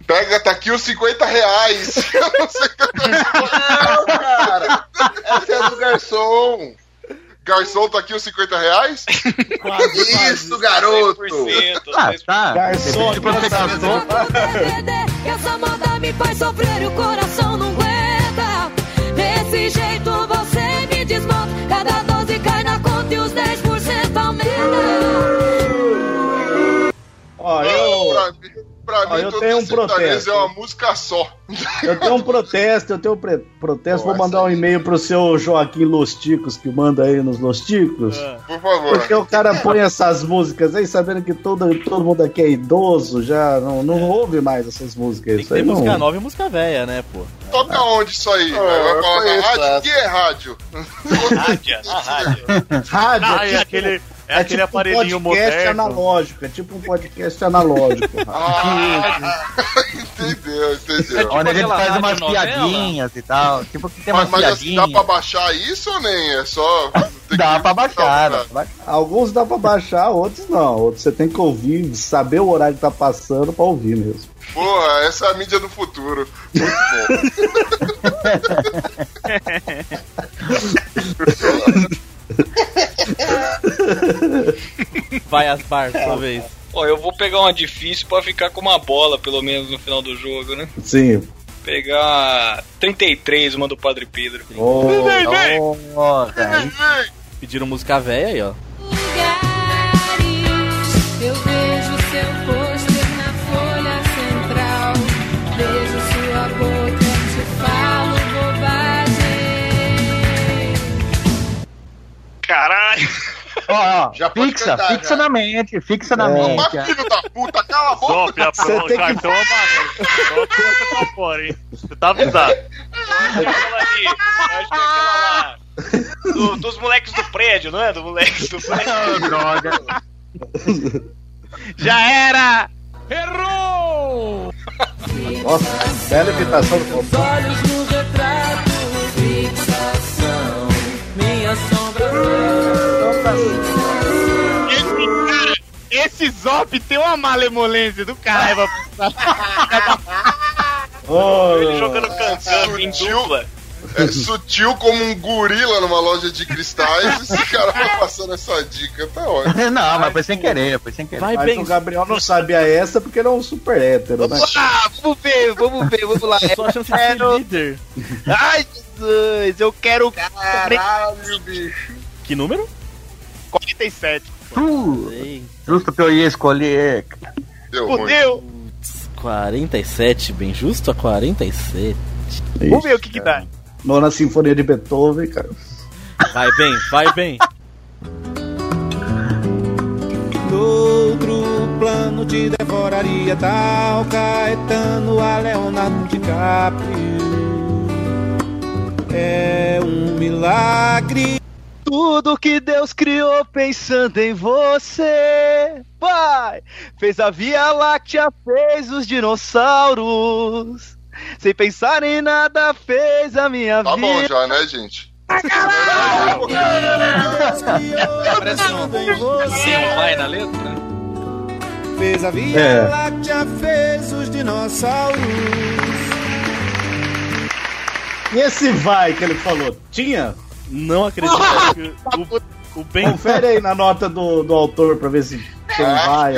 Pega, tá aqui os 50 reais. Eu não sei o que eu tô falando, cara. Essa é do garçom. Garçom, tá aqui os 50 reais? Isso, garoto! Ah, tá. Garçom, de proteção. perder. Que essa moda me faz sofrer e o coração não aguenta. Desse jeito você me desmonta. Cada 12 cai na conta e os 10% aumenta. Ó, eu, Pra mim, pra Ó, mim eu todo tenho um sertanejo protesto. é uma música só. eu tenho um protesto, eu tenho um pre- protesto. Vou mandar um e-mail pro seu Joaquim Losticos, que manda aí nos Losticos. Ah. Por favor. Porque o cara põe essas músicas aí, sabendo que todo, todo mundo aqui é idoso, já não, É. não ouve mais essas músicas. Isso Tem aí não. música nova e música velha, né, pô? Toca onde isso aí? velho? Vai Ah, eu falar na conheço rádio? essa. Que é rádio? Rádio, a rádio. Rádio, tipo Ah, é aquele, é aquele aparelhinho um podcast moderno. analógico, é tipo um podcast analógico. Ah, Entendeu, entendeu. Onde a gente faz umas piadinhas e tal. Tipo que tem umas Mas, mas assim, dá piadinhas. pra baixar isso ou nem? É só. Dá pra baixar. né? dá pra baixar. Alguns dá pra baixar, outros não. Outros você tem que ouvir, saber o horário que tá passando pra ouvir mesmo. Porra, essa é a mídia do futuro. Muito Vai, Aspar, sua vez. Ó, eu vou pegar uma difícil pra ficar com uma bola, pelo menos, no final do jogo, né? Sim. Pegar 33, uma do Padre Pedro. Ó, cara. Pediram música velha aí, ó. Eu vejo seu pôster na folha central. Vejo sua boca, te falo bobagem. Caralho! Ó, ó, pode fixa, cantar, É. fixa na mente, fixa na bom. Mas mente. ó. Ah, filho da puta, cala a boca! Sofre, aprova o cartão amarelo. Só que você tá fora, hein? Você tá avisado. Aquela ali, acho que é aquela lá. do- dos moleques do prédio, não é? Do moleques do prédio. droga. Já era! Errou! Nossa, bela imitação do Os olhos no retrato, fixação. Minha sombra Esse, esse Zop tem uma malemolência do caralho. Ele jogando cansando em dupla. É sutil como um gorila numa loja de cristais. Esse cara tá passando essa dica, tá ótimo. Não, mas foi sem querer, foi sem querer. Mas o Gabriel não sabia essa porque ele é um super hétero, né? Ah, vamos ver, vamos ver, vamos lá. Só a chance de ser quero... líder. Ai, Jesus, eu quero. Caralho, bicho. Que número? 47. Tu, justo que eu ia escolher. Deu ruim. Fudeu! 47, bem justo a 47. Vamos ver o que, que dá. Nona Sinfonia de Beethoven, cara. Vai bem, vai bem. Noutro plano te devoraria tal Caetano a Leonardo DiCaprio. É um milagre. Tudo que Deus criou pensando em você, Pai, fez a Via Láctea, fez os dinossauros. Sem pensar em nada, fez a minha Tá vida. bom já, né, gente? Parece Não vai na letra? Fez a Via É. Láctea, fez os dinossauros. E esse vai que ele falou? Tinha? Não acredito. Ah, o, Ben... Confere aí na nota do, do autor pra ver se tem É, vai aí.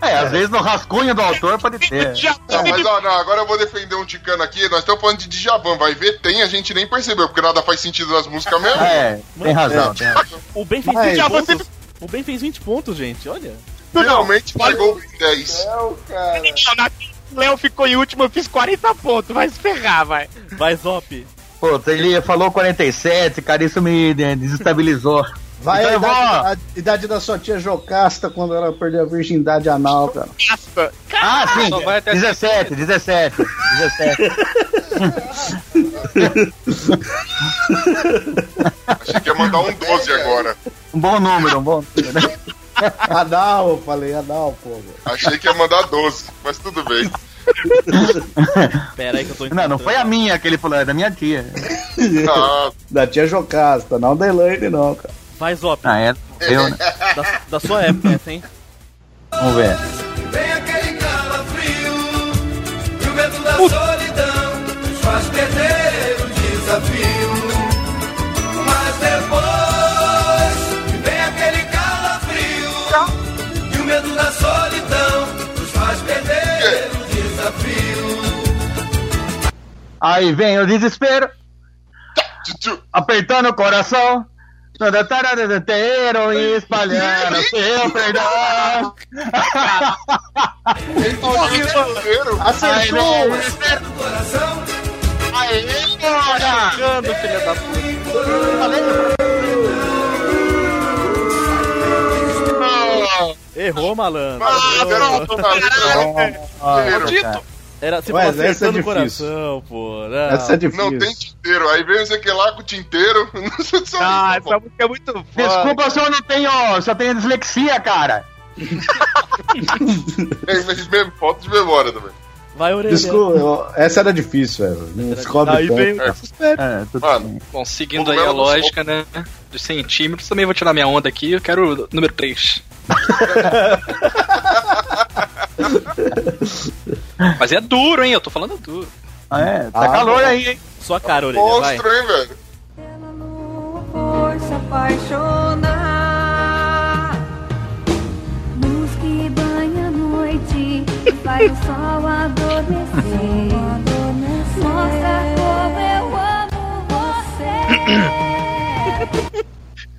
É, às vezes no rascunho do autor pode ter. Não, mas ó, não, agora eu vou defender um ticano aqui. Nós estamos falando de Djavan. Vai ver, tem, a gente nem percebeu, porque nada faz sentido nas músicas É, mesmo. É, tem razão, tem razão. O Ben fez Vai, 20 vou- pontos. O Ben fez 20 pontos, gente, olha. Finalmente pagou o 10. Não, na... Léo ficou em último, eu fiz 40 pontos, vai se ferrar, vai. Vai, Zop. Pô, ele falou 47, cara, isso me né, desestabilizou. Vai Então a eu vou- idade, a idade da sua tia Jocasta quando ela perdeu a virgindade anal, cara. Ah, sim, Só vai até 17, 17, 17. Achei que ia mandar um 12 agora. Um bom número, um bom número. Anal, eu falei, anal, pô. Achei que ia mandar 12, mas tudo bem. Pera aí que eu tô Não, não foi a minha que ele falou, é da minha tia. Ah, Da tia Jocasta, não da Elaine, não, cara. Vai, Zop. Ah, é? Eu, né? Da, da sua época, essa, hein? Vamos ver. Vem aquele calafrio E o medo da solidão Nos faz perder o desafio Mas depois Vem aquele calafrio E o medo da solidão Nos faz perder o desafio Aí vem o desespero. Apertando o coração. Tararanteiro e espalhando seu perdão. Ah, Acertou! Acertou o coração Aê, bora! Chegando, filha da Errou, malandro. garoto, Errou. Maldito. cara. Era, você Ué, ficou essa é acertando o difícil. coração, pô. Não. é Não tem tinteiro. Aí vem você que lá com o tinteiro. ah, essa música é muito foda. Desculpa se eu não tenho. Se eu tenho dislexia, cara. É, mas mesmo, falta de memória também. Vai, Orelha. Desculpa, eu- essa era difícil, velho. Não descobre Aí vem tanto. né? É, Mano, bom, seguindo aí a lógica, né? Dos centímetros, também vou tirar minha onda aqui. Eu quero o número 3. Mas é duro, hein? Eu tô falando duro. Ah, é? Tá Ah, calor bom. aí, hein? Sua cara, Orelha, vai. Monstro, hein, velho? foi se apaixonar. Luz que banha a noite, faz o sol adormecer. Mostra como eu amo você.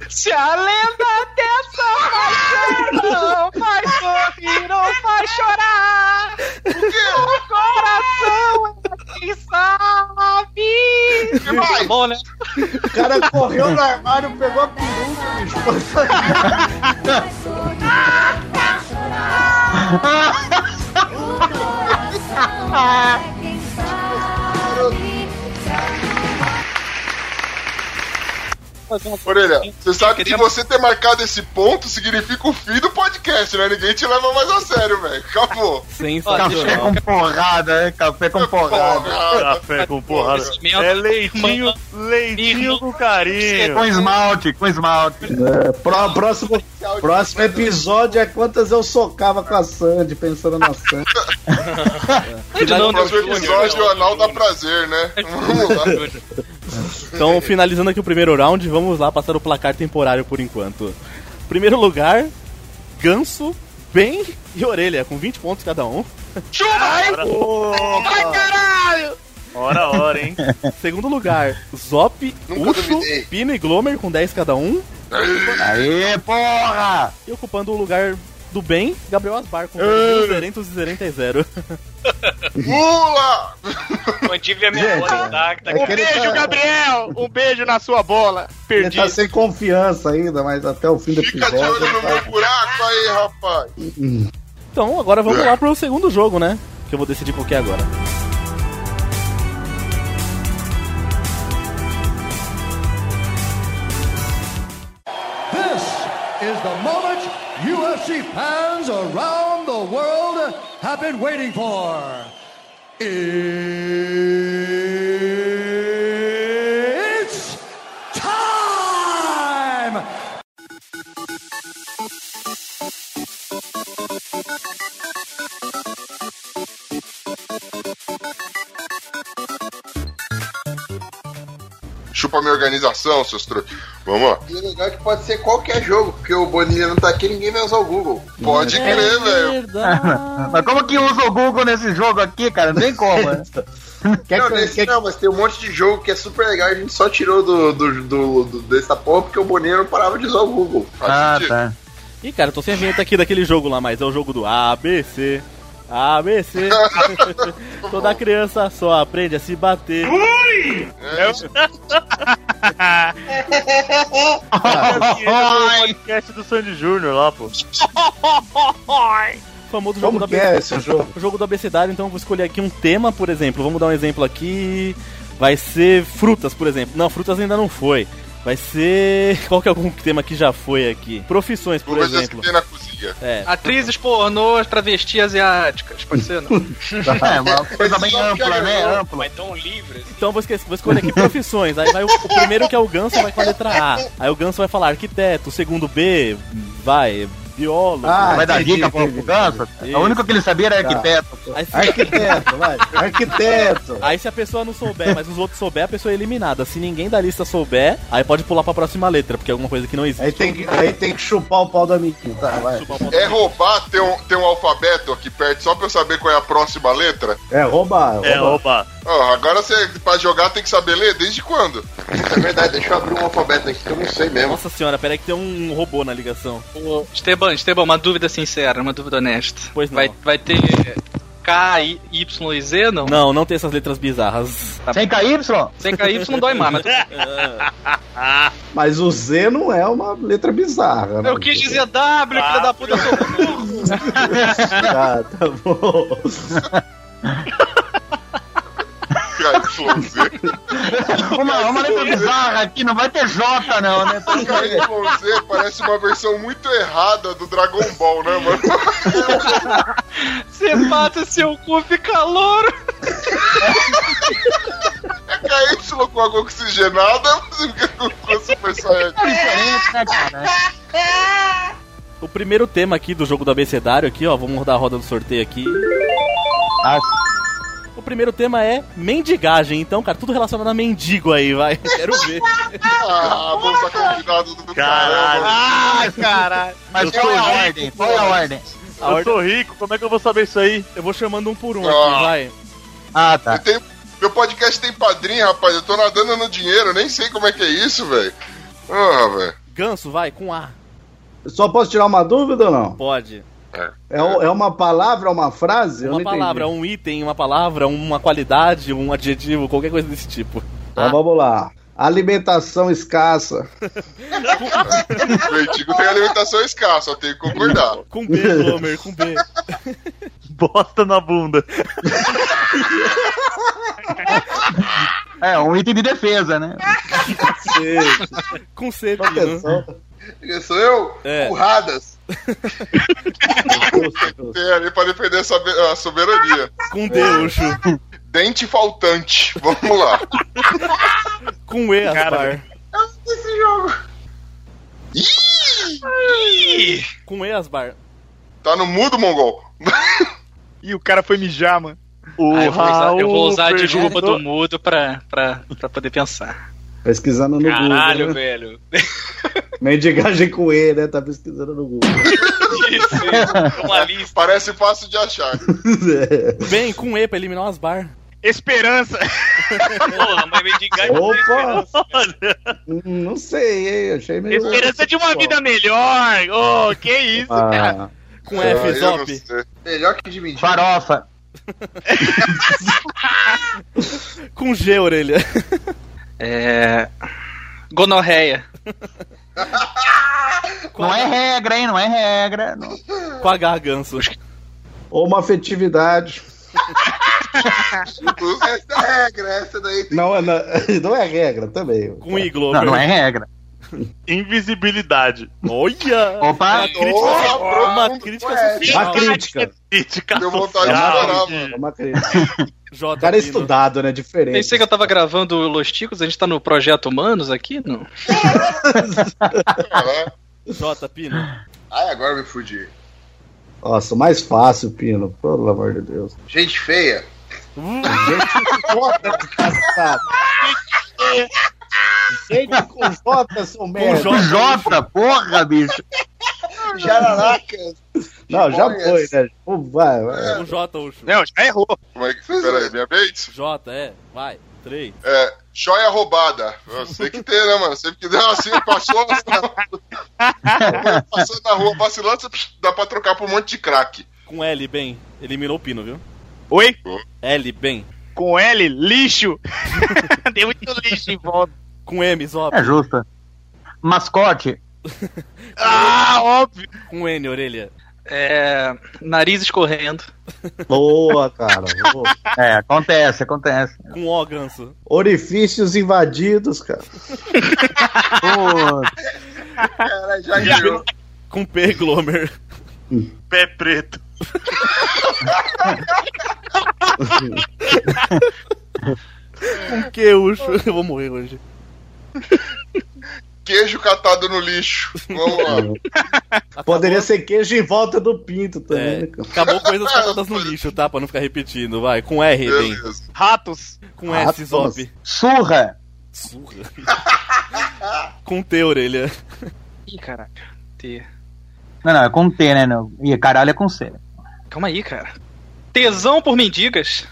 Se a lenda dessa paixão não faz sorrir ou faz chorar, o coração é quem sabe. Tá bom, né? O cara correu no armário, pegou a peruca, bicho. Orelha, você sabe que você ter marcado esse ponto significa o fim do podcast, né? Ninguém te leva mais a sério, velho. Acabou. Café com porrada, é? Café com porrada. Café Ah, com porrada. É leitinho, leitinho com carinho. Com esmalte, com esmalte. É, pró- próximo, próximo episódio é quantas eu socava com a Sandy, pensando na Sandy. é No né, próximo episódio, o anal dá prazer, né? Vamos lá. Então, finalizando aqui o primeiro round, vamos lá passar o placar temporário por enquanto. Primeiro lugar, Ganso, Ben e Orelha, com 20 pontos cada um. Ai, caralho! Hora, hora, hein? Segundo lugar, Zop, Ucho, Pino e Glomer, com 10 cada um. Aê, porra! E ocupando o lugar do Ben, Gabriel Asbar, com É. 200 e 0 e 0. Pula! Mantive a memória intacta. Um beijo, Gabriel! Um beijo na sua bola. tá, Ele Perdi. tá sem confiança ainda, mas até o fim do episódio. ele tá- Buraco aí, rapaz. Então, agora É. vamos lá pro segundo jogo, né? Que eu vou decidir qual que é agora. This is the moment UFC fans around the world have been waiting for. It's time! Chupa minha organização, seus trouxas. Vamos lá. E o legal é que pode ser qualquer jogo, porque o Bonilha não tá aqui, ninguém vai usar o Google. Pode É crer, velho. Mas como que usa o Google nesse jogo aqui, cara? Não tem como, né? não, nesse não, mas tem um monte de jogo que é super legal, a gente só tirou do, do, do- do- dessa porra porque o Bonilha não parava de usar o Google. Ah, tá. Ih, cara, eu tô sem a vinheta aqui daquele jogo lá, mas é o jogo do ABC. ABC. Toda criança só aprende a se bater. Ui! o podcast do Sandy Júnior lá, pô. famoso jogo Como da que é esse jogo? O jogo do abecedário, então eu vou escolher aqui um tema, por exemplo. Vamos dar um exemplo aqui. Vai ser frutas, por exemplo. Não, frutas ainda não foi. Vai ser. Qual que é algum tema que já foi aqui? Profissões, por Coisas exemplo. que tem na cozinha. É. Atrizes pornôs, travestis asiáticas. Pode ser, não? É, uma coisa bem ampla, né? Ampla. Mas tão livre. Então eu vou, esquecer, vou escolher aqui profissões. Aí vai o, o primeiro que é o Ganso vai com a letra A. Aí o Ganso vai falar arquiteto, o segundo B, vai, biólogo. Ah, Vai dar entendi, dica pro- entendi, pro Ganso? entendi. O único que ele sabia era Tá. arquiteto. Aí se- Arquiteto, vai. Arquiteto. Aí se a pessoa não souber, mas os outros souber, a pessoa é eliminada. Se ninguém da lista souber, aí pode pular pra próxima letra, porque é alguma coisa que não existe. Aí tem que, aí tem que chupar o pau da amiguinho, tá? Vai. É roubar ter um, ter um alfabeto aqui perto só pra eu saber qual é a próxima letra? É roubar. É, oba. Ó, agora você, pra jogar, tem que saber ler desde quando? É verdade, deixa eu abrir um alfabeto aqui que eu não sei mesmo. Nossa senhora, peraí que tem um robô na ligação. Esteban, Esteban, uma dúvida sincera, uma dúvida honesta. Pois não. Vai, vai ter K, I, Y e Z, não? Não, não tem essas letras bizarras. Tá Sem KY? Sem KY não dói mais, mas... Mas o Z não é uma letra bizarra, né? Eu quis dizer W, filha da puta, eu sou burro. Tá, tá bom. uma, uma letra bizarra aqui, não vai ter J, não, né? O KYZ parece uma versão muito errada do Dragon Ball, né, mano? Você mata seu cu, fica louro. É KY com água oxigenada, com super diferente, né, cara? O primeiro tema aqui do jogo do abecedário aqui, ó, vamos rodar a roda do sorteio aqui. Ah. O primeiro tema é mendigagem, então, cara, tudo relacionado a mendigo aí, vai. Quero ver. Ah, bolsa combinado do Caralho. Ah, caralho. Mas Eu qual é tô a rico, ordem? Qual é a ordem? Eu tô rico, como é que eu vou saber isso aí? Eu vou chamando um por um Ah. aqui, vai. Ah, tá. Tem- meu podcast tem padrinho, rapaz. Eu tô nadando no dinheiro, eu nem sei como é que é isso, velho. Ah, velho. Ganso, vai, com A. Só posso tirar uma dúvida ou não? Pode. É, o- é uma palavra, uma frase? Eu Uma não palavra, entendi. um item, uma palavra, uma qualidade, um adjetivo, qualquer coisa desse tipo. Então vamos lá. Alimentação escassa. O Antigo tem alimentação escassa, eu tenho que concordar. Com B, Homer, com B. Bosta na bunda. É, um item de defesa, né? Com C, Sou eu? É. Curradas. Tem ali pra defender a sobe- a soberania. Com Deus. Dente faltante. Vamos lá. Com E, Cara. Aspar. Esse jogo. Com E, Asbar. Tá no mudo, mongol. Ih, o cara foi mijar, mano. O Ah, eu vou usar, eu vou Raul usar a desculpa perguntou- do mudo pra, pra, pra poder pensar. Pesquisando no Caralho, Google. né? velho. Mendigagem com E, né? Tá pesquisando no Google. Parece fácil de achar. Bem, com E pra eliminar o Asbar. Esperança. Porra, mas mendigagem Opa! Hum, não sei, hein? Achei meio. é- Esperança de uma vida melhor. Ô, que isso, cara. Ah, Com Ah, eu F, não Zop. sei. Melhor que de mentira. Farofa. Com G, orelha. É. Gonorreia. Não é regra, hein? Não é regra. Não. Com H, Ganso. ou uma afetividade. Essa é a regra, essa daí. Não, é- não, não é regra também. Com I, Glover. Não, não é regra. Invisibilidade. Olha! Opa! Uma crítica, Opa, uma pronto, crítica é. social. Uma crítica. Crítica Deu vontade de social. chorar, É mano. uma crítica. J, O cara é Pino. estudado, né? Diferente. Pensei que eu tava gravando o Los Ticos, a gente tá no Projeto Humanos aqui, não? Caralho. J, Pino. Ai, agora eu me fudi. Nossa, mais fácil, Pino. Pelo amor de Deus. Gente feia. Gente, Jota, desgraçado. Gente com Jota, seu merda. Com J, porra, bicho. Jararacas. Não, já Olha foi, né? Pô, Vai, vai. Com J, Ucho. Não, já errou. um- Como é que. Pera aí, minha vez? J, é. Vai. 3. É. Joia roubada. Eu sei que tem, né, mano? Sempre que deu assim, passou. passou na rua vacilando, dá pra trocar por um monte de crack. Com L, bem. Eliminou o pino, viu? Oi? L, bem. Com L, lixo. Tem muito lixo em volta. Com M, só. É justa. Mascote. Ah, óbvio. Com N, orelha. É. Nariz escorrendo. Boa, cara. boa. É, acontece, acontece. Com O, ganso. Orifícios invadidos, cara. Cara, já ganhou. Com P, Glomer. Pé preto. Com Q, Ucho. Eu vou morrer hoje. Queijo catado no lixo. Vamos lá. Poderia ser queijo em volta do pinto também, É, né, cara? acabou coisas catadas no lixo, tá? Pra não ficar repetindo, vai. Com R, bem. Ratos. Com S, Zop. Surra. Surra. Com T, orelha. Ih, caraca. T. Não, não, é com T, né? Não. E caralho é com C. Calma aí, cara. Tesão por mendigas.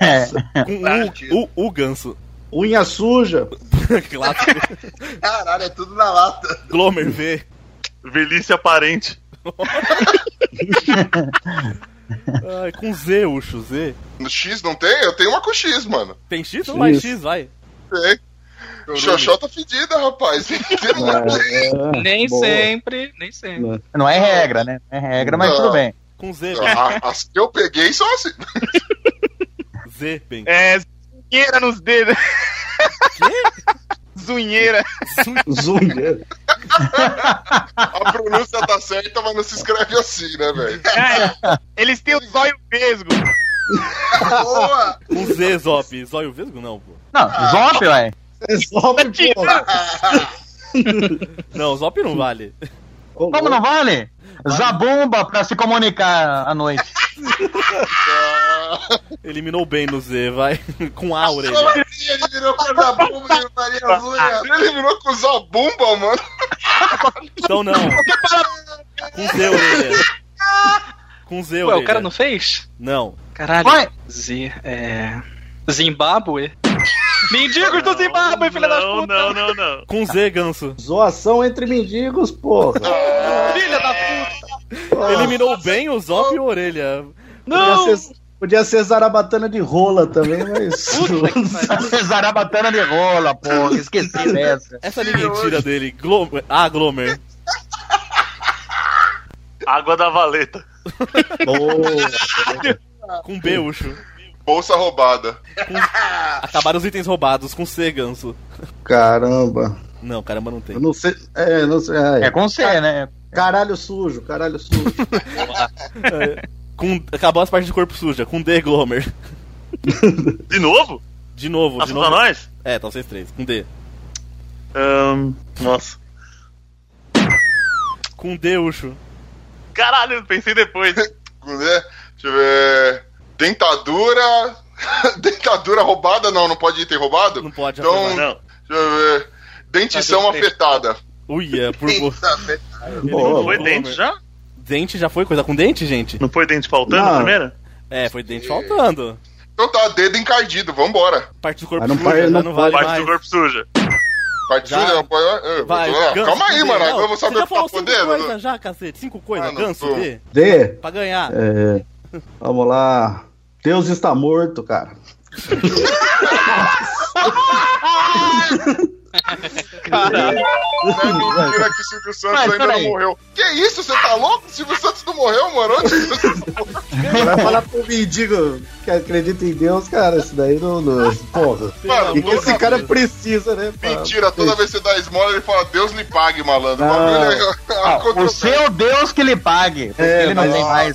É. Com U, U, U ganso. Unha suja. Clássico. Caralho, é tudo na lata. Glomer V. Velhice aparente. Ai, com Z, Ucho, Z. No X não tem? Eu tenho uma com X, mano. Tem X? Não vai, X, vai. Tem. Xoxota fedida, rapaz. Ah, nem sempre, nem sempre. Não é regra, né? Não é regra, mas Não. tudo bem. Com Z, A- As que eu peguei são assim. Z, bem. É, zunheira nos dedos. Zunheira. Zunha. A pronúncia tá certa, mas não se escreve assim, né, velho? É, eles têm o zóio vesgo. Boa! Com Z, Zop. Zóio Vesgo? Não, pô. Não, Zop, ué. É Zop, pô. Não, Zop não vale. Como não vale? Zabumba pra se comunicar à noite. Eliminou bem no Z, vai. Com A, orelha. assim Ele virou com a bomba e o Maria Azul. Ele virou com o bomba, mano. Então não. Com Z, orelha. Com Z, Ué, orelha. o cara não fez? Não. Caralho. Vai. Z, é. Zimbábue? Mendigos do Zimbábue, filha da Não, puta! não, não, não. Com Z, ganso. Zoação entre mendigos, porra. Filha da puta! Eliminou bem o Zop e o orelha. Podia ser, podia ser zarabatana de rola também, mas. Zarabatana de rola, porra. Esqueci dessa. Essa é ninguém tira dele. Glomer. Ah, Glomer. Água da valeta. Boa. Com B, Ucho. Bolsa roubada. Acabaram os itens roubados. Com C, ganso. Caramba. Não, caramba, não tem. Eu não sei. É, não sei. ai. É com C, né? Caralho sujo, caralho sujo. Com... Acabou as partes de corpo suja. Com D, Glomer. De novo? De novo, de Nossa, pra novo. nós? É, tá vocês três. Com D. Ahn, nossa. Com D, Ucho. Caralho, pensei depois. Né? Deixa eu ver. Dentadura. Dentadura roubada? Não, não pode ter roubado? Não pode. já Então- foi mais. Não. Deixa eu ver. Dentição afetada. Uia, por vo- Boa, Foi boa, dente mano. já? Dente já foi coisa com dente, gente? Não foi dente faltando Não. a primeira? É, foi dente faltando. Então tá, dedo encardido, vambora. Parte do corpo Ah, não suja, pare- já não não vale Parte mais. do corpo suja. Parte Já. suja, apoio- eh, Vai, ah, ganso, Calma aí, D. mano. Não, Agora eu vou você saber já pra falou cinco poder. coisas né? já, cacete. Cinco coisas, Ah, não ganso, tô. D. D. Pra ganhar. É, vamos lá. Deus está morto, cara. Não é mentira que o Silvio Santos Mas, ainda não peraí. morreu. Que isso? Você tá louco? O Silvio Santos não morreu, mano. Onde você tá? Vai falar pro mendigo que acredita em Deus, cara. Isso daí não. não porra. Mano, E que esse cara precisa, né? pra- Mentira, toda vez que você dá esmola, ele fala, Deus lhe pague, malandro. O Não. bagulho é- a Ah, o controvérsia. seu Deus que lhe pague. Porque É, ele não mas- tem mais.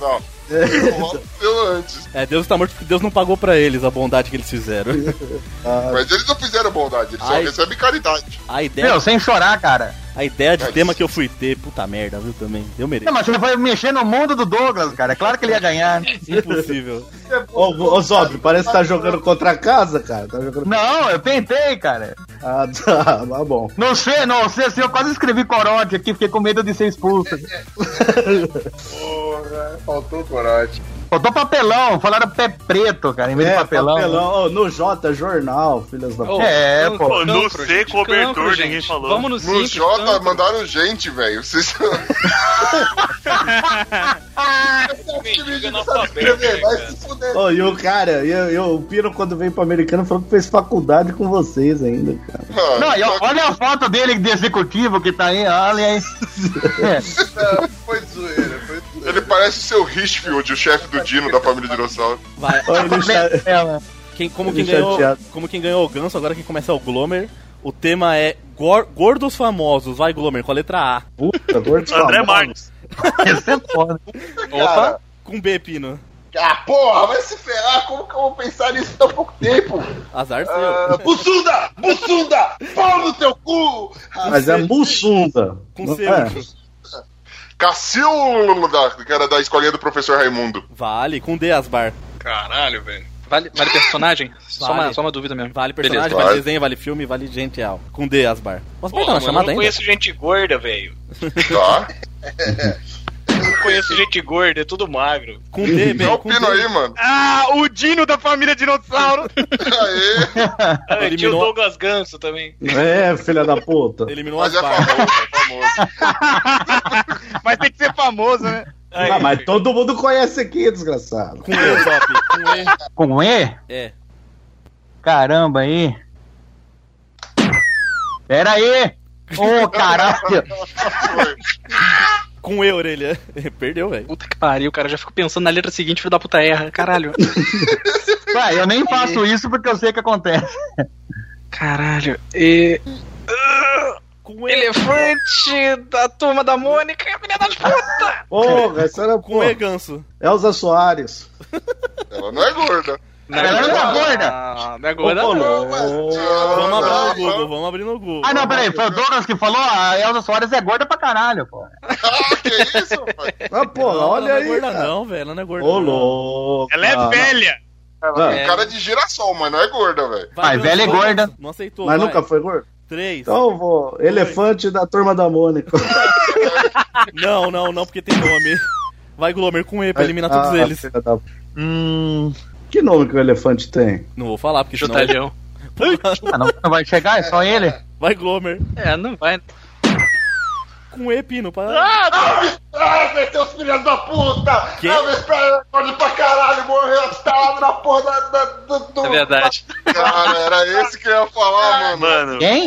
Não, Eu rosto seu antes. É, Deus tá morto porque Deus não pagou pra eles a bondade que eles fizeram. Mas eles não fizeram bondade, eles só Ai. recebem caridade. A ideia, Meu, sem chorar, cara. a ideia de Ai. tema que eu fui ter, puta merda, viu, também. Eu mereço. Não, mas você foi mexer no mundo do Douglas, cara. É claro que ele ia ganhar. Impossível. Ô, ô Zob, parece que tá né? jogando contra a casa, cara. Tá jogando. Não, eu tentei, cara. Ah, tá. Mas bom. Não sei, não sei, assim, eu quase escrevi corote aqui, fiquei com medo de ser expulso. Porra, faltou o corote. Faltou papelão, falaram pé preto, cara, em vez de papelão. É, né? Ô, no J Jornal, filhas da Oh, Ô, É, pô. Pô, no Cancro, C, gente, cobertor, cancro, ninguém gente. falou. Vamos no no simples, J, cancro. mandaram gente, velho. Vocês... é Ô, e o cara, eu, eu o Piro quando veio pro americano falou que fez faculdade com vocês ainda, cara. Não, e ó, olha a foto dele de executivo que tá aí, olha aí. É. Ele parece o seu Richfield, o chefe do Dino da família Dinossauro. Vai. é, Quem, como, Ele é quem ganhou, chateado. como quem ganhou o ganso, agora quem começa é o Glomer. O tema é gor- gordos famosos. Vai, Glomer, com a letra A. Puta, gordos André Marques. Esse é foda. Opa, com B, Pino. Ah, porra, vai se ferrar, como que eu vou pensar nisso tão pouco tempo? Azar seu. Ah, Bussunda! Bussunda! Pau no teu cu! Mas é Mussunda. não é? Cacil, da, que era da escolinha do professor Raimundo. Vale, com D, Asbar. Caralho, velho. Vale, vale personagem? Só, Vale. uma, só uma dúvida mesmo. Vale personagem, Beleza. vale, Vale. desenho, vale filme, vale gente real. Com D, Asbar. Nossa, Pô, pode tá na mano, eu chamada não ainda? conheço gente gorda, velho. Tá. Eu não conheço gente gorda, é tudo magro. Com D, um velho. com D. mano. Ah, o Dino da família dinossauro. Ah, e tinha o Eliminou- Douglas Ganso também. É, filha da puta. Eliminou é Mas é Asbar. Mas tem que ser famoso, né? Ah, mas todo mundo conhece aqui, desgraçado. Com E, Zop. Com E. Com E? É. Caramba aí. Pera aí. Ô, caralho. Com E, orelha. Perdeu, velho. Puta que pariu, cara. Já fico pensando na letra seguinte, filho da puta erra. Caralho. Ué, eu nem faço isso porque eu sei o que acontece. Caralho. E... Com elefante da turma da Mônica, menina da puta! Porra, essa era Com porra. E, ganso. Elza Soares. Ela não é gorda. Ela não é gorda. Ah, Tá não é gorda, Ô, não, louco. Vamos abrir no Google, vamos abrir no Google. Ah, não, peraí, foi o Douglas que falou, a Elza Soares é gorda pra caralho, pô. Ah, porra, Não, olha ela aí. Não é gorda, cara. não, velho. Ela não é gorda. Ô, não. louco. Ah, Ela tem É. cara de girassol, mas não é gorda, velho. Vai, Mas velha e Douglas, gorda. Não aceitou. é Mas vai. nunca foi gordo? Três. Então eu vou. Elefante da turma da Mônica. Não, não, não, porque tem nome. Vai, Glomer, com E pra eliminar todos Ah, eles. filha da- Hum. Que nome que o elefante tem? Não vou falar, porque senão... Jotalhão. Ah, não, não vai chegar, é só ele. Vai, Glomer. É, não vai. Com E, Pino. Pra... Ah, meus seus filhos da puta! Que? Ah, meus pra, gordo pra caralho, morreu atado na porra da, da, do, do... É verdade. Cara, era esse que eu ia falar, mano. Mano, Quem?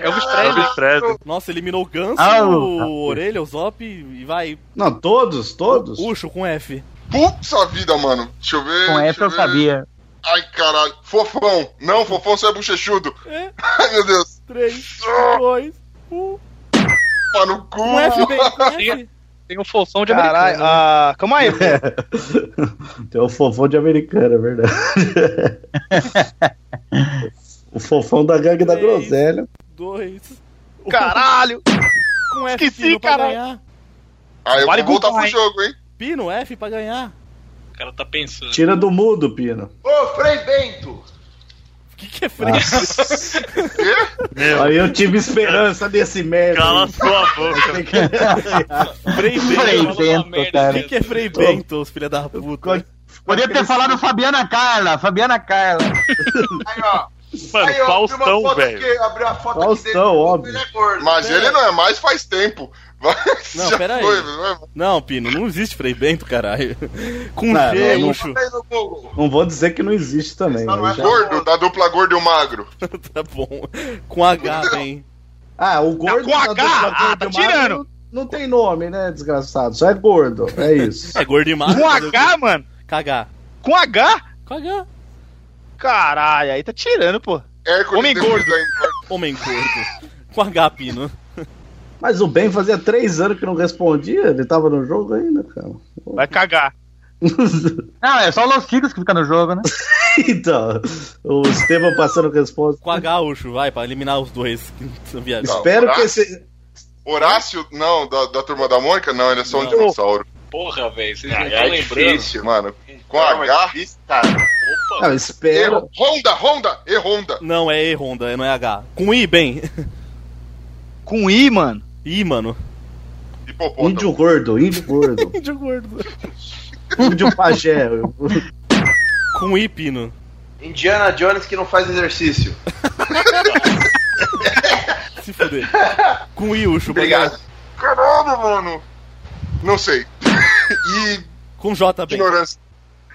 É o Elvis Presley. Nossa, eliminou o Ganso, Ah, o o- Orelha, o Zop e vai. Não, todos, todos. Ucho com F. Puxa vida, mano. Deixa eu ver. Com deixa F eu ver. sabia. Ai, caralho. Fofão. Não, fofão, você é bochechudo. É, Ai, meu Deus. três, dois, um. Pá no cu. Com F, bem, com F. Tem um fofão de Caralho, americano. ah, calma aí. pô. Tem o fofão de americana, é verdade. o fofão da gangue da groselha. Dois. Caralho! Com F, Esqueci, Pino, pra caralho. ganhar. Aí eu Vale vou voltar Google, pro hein? jogo, hein? Pino, F pra ganhar. O cara tá pensando. Tira do mudo, Pino. Ô, Frei Bento! O que, que é fresco? Meu, Aí eu tive esperança nesse merda. cala aí. sua boca. Tem que- Frei Frei Bento. Bento, O cara. que, que é Frei Bento, filha da puta? Podia ter falado Fabiana Carla, Fabiana Carla. Aí, ó. Mano, Aí, ó, abriu uma Faustão, foto velho. aqui, Abriu a foto aqui Faustão, óbvio. Ele é gordo. Mas ele não é mais faz tempo. Vai, Não, já pera aí. foi, não é? Não, Pino, não existe Frei Bento, caralho. Com Não, É, G, não, não. Ucho. Aí no Google. Não vou dizer que não existe também. Só não né? é Já- Gordo, da dupla gordo e o magro. Tá bom. Com H, bem. Ah, o gordo com H, dupla ah, gordo tá e magro tirando. não- Não tem nome, né, desgraçado? Só é gordo. É isso. É gordo e magro. Com fazer o quê? H, mano? Cagar. Com H? Com H. Caralho, aí tá tirando, pô. Hércules Homem defende gordo. a- Homem gordo. Com H, Pino. Mas o Ben fazia três anos que não respondia. Ele tava no jogo ainda, cara. Vai cagar. Não, é só Los Tigres que fica no jogo, né? Então, o Estevam passando resposta. Com H, Ucho, vai, pra eliminar os dois. Viagem. Espero Não, que esse. Horácio, não, da, da turma da Mônica, não, ele é só um Não. dinossauro. Porra, velho, Ah, vocês não Ai, estão é lembrando. difícil, mano. Com H. Opa, Não, espero. Erro. Honda, Honda, e Honda. Não, é E, Honda, não é H. Com I, bem. Com I, mano? I, mano. Hipopótamo. né? Índio gordo, índio gordo. Índio gordo. Índio pajé. Com I, Pino. Indiana Jones que não faz exercício. Se fuder. Com I, Ucho. Obrigado. Caralho, mano. Não sei. E. Com J, bem.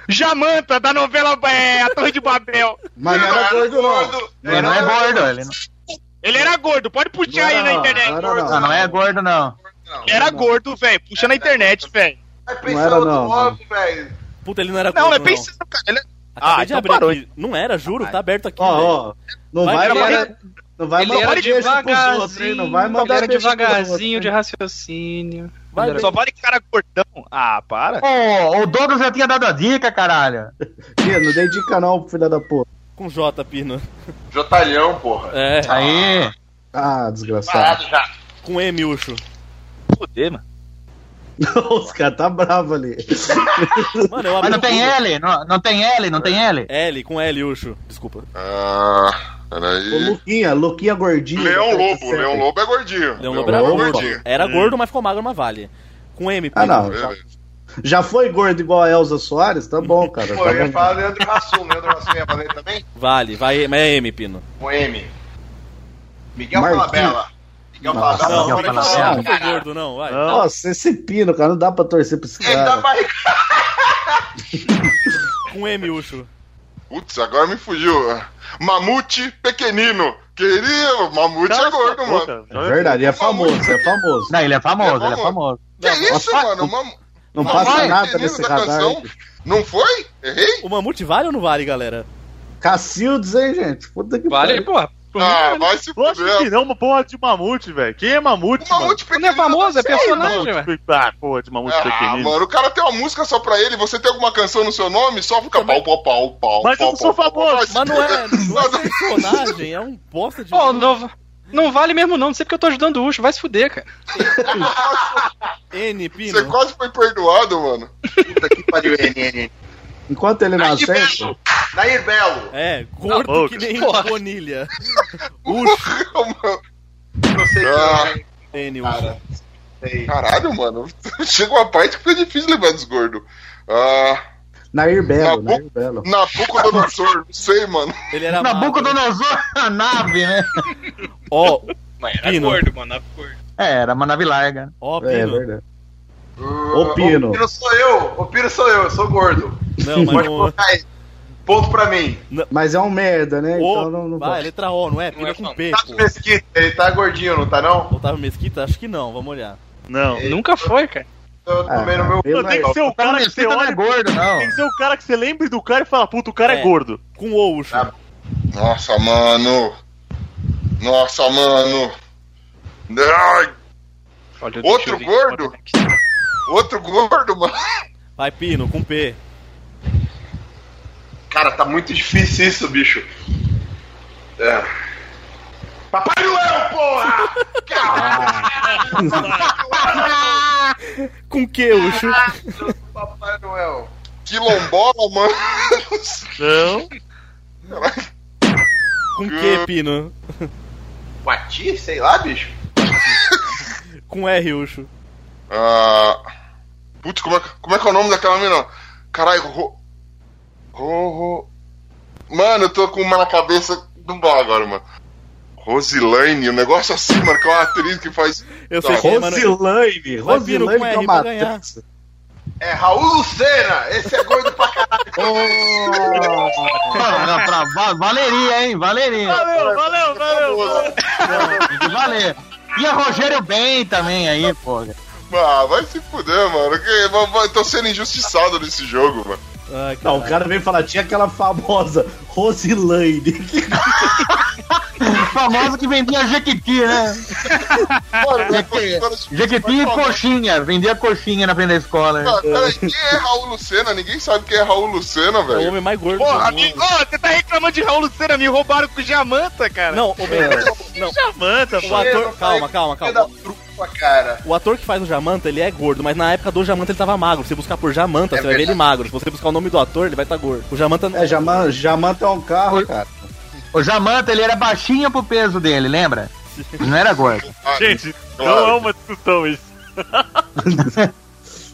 Jamanta, da novela é, A Torre de Babel. Mas não era gordo, não. Ele não é gordo, ele não. Ele era gordo, pode puxar aí na internet. Não, não é gordo, não. Ele era gordo, velho. Puxa na internet, velho. Não era, não. velho. Puta, ele não era Não, gordo, não é pensando, cara. Ele é- Acabei Ah, de então abrir parou. aqui. Não era, juro, tá aberto aqui. Ó, ó. Não vai, Ele mandar. era- Não vai ele mandar era beijo pros devagarzinho, outros, hein? Não vai Ele mandar era beijo pros devagarzinho outros. de raciocínio. Vai, Ele só era- Olha que cara gordão. Ah, para. Ô, o Douglas já tinha dado a dica, caralho. Pino, não dei dica não, filha da porra. Com J, Pino. Jotalhão, porra. É. Aí. Ah, desgraçado. já. Com M, Ucho. Fuder, mano. Os caras tá bravo ali. Mano, eu abri Mas não o tem Google. L? Não, não tem L? Não tem L? L, com L, Ucho. Desculpa. Ah, Ô, peraí. Luquinha, Luquinha gordinho. Leão Tá Lobo. certo. Leão Lobo é gordinho. Leão Lobo era gordo. gordinho. Era gordo, mas ficou magro, mas vale. Com M, Pino. Ah, não. Já, já foi gordo igual a Elza Soares? Tá bom, cara. Pô, eu ia Tá falar Leandro Rassum. Leandro Rassum ia valer também? Vale, vai, mas é M, Pino. Com M. Miguel Marquinhos. Falabella. Miguel Nossa, Falabella. Miguel pode Falabella. Ah, falar, Não, assim, Não é cara. gordo, não, vai. bom. Nossa, esse Pino, cara, não dá pra torcer pra esse Ele tá cara. barrigado. Com M, Ucho. Putz, agora me fugiu. Mamute pequenino. Queria. Mamute é gordo, mano. É verdade, é famoso, é famoso. Não, ele é famoso, ele é famoso. famoso. Que isso, Nossa, mano? Mam... Não Mamute passa pequenino nada nesse da radar. canção? hein? Não foi? Errei? O Mamute vale ou não vale, galera? Cacildes, hein, gente? Puta que Vale, porra. Por mim, Ah, vale. vai se Lógico que fuder. não, uma porra de mamute, velho. Quem é mamute, O Mamute Não é pequenino. famoso, é da canção, personagem, mano. velho. mano? Ah, porra de mamute Ah, pequenino. mano, o cara tem uma música só pra ele, você tem alguma canção no seu nome, só fica pau, pau, pau, pau. Mas eu pau, não sou pau, pau, pau. famoso. Mas não é, não é personagem, é um bosta de. Pô, Oh, não, não vale mesmo não, não sei porque eu tô ajudando o Ucho, vai se fuder, cara. N, Pino. Você quase foi perdoado, mano. Puta que pariu, NN. Enquanto ele não Nair acerta, Belo. Nair Belo. É, gordo boca. que nem Porra. bonilha. Ucho, Ah, Mano, Não sei Ah. quem N, Ucho. Cara. Sei. Caralho, mano. Chega uma parte que foi difícil lembrar dos gordos. Ah, Nair Belo, Nabuc- Nair Belo. Nabucodonosor, não sei, mano. Ele era magro. Nabucodonosor na nave, né? Ó, Mas era Pino. gordo, mano. Era gordo. É, era uma nave larga. ó, É, Pino. verdade. Ô, Pino. O Pino sou eu. O Pino sou eu. Eu sou gordo. Não, mas Pode não. colocar aí. Ponto pra mim. Mas é um merda, né? O, Então não, não vai, vale. letra O, não é? Pino é com fã. P, Tá Tato pô. Mesquita, ele tá gordinho, não tá não? Otávio Mesquita? Acho que não, vamos olhar. Não. Nunca foi, cara. Tô comendo meu... eu Tem que ser o cara que você Mesquita não é olha. gordo, não. Tem que ser o cara que você lembre do cara e fala, puta, o cara é, É. gordo. Com O, Ucho. Ah. Nossa, mano. Nossa, mano. Ai, Outro Olha, deixa eu ver. é gordo? outro gordo, mano. Vai, Pino, com P. Cara, tá muito difícil isso, bicho. É. Papai Noel, porra! Com Q, Ucho. Papai Noel. Quilombola, mano. Não. Com Q, Pino. Quati? Sei lá, bicho. Com R, Ucho. Ah, putz, como é, que- como é que é o nome daquela mina? Caralho, ro, ro, ro- Mano, eu tô com uma na cabeça. Não dá agora, mano. Rosilaine, um negócio assim, mano, que é uma atriz que faz. Eu sei Tá. quem é, mano. Rosilaine, Vai, Pino, Rosilaine com que é R uma pra ganhar. dança. É Raul Lucena! Esse é gordo pra Pra- pra- va- Valeria, hein? Valeria. Valeu, valeu, valeu. valeu. Tem que valer. E a Rogério Bem também aí, pô. Ah, vai se fuder, mano. Que, vai- vai- tô sendo injustiçado nesse jogo, mano. Ai, cara. Não, o cara vem falar, tinha aquela famosa Rosilaine. Famosa que vendia Jequiti, né? Mano, eu tô Jequiti- ficando- Jequiti e Mas, coxinha. Vendia coxinha na frente da escola. né? Cara, peraí, quem é Raul Lucena? Ninguém sabe quem é Raul Lucena, É o velho. homem mais gordo Porra, do me- mundo. Ô, você tá reclamando de Raul Lucena, me roubaram com Jamanta, cara. Não, o melhor. Não, Jamanta, o mano. ator. Calma, calma, caralho da calma. trupa, cara. O ator que faz o Jamanta, ele é gordo, mas na época do Jamanta ele tava magro. Se você buscar por Jamanta, você vai ver ele magro. Se você buscar o nome do ator, ele vai estar gordo. O Jamanta não É, Jaman, Jamanta é um carro, cara. O Jamanta, ele era baixinho pro peso dele, lembra? Não era gordo. Ah, Gente, é Claro. não é uma discussão isso.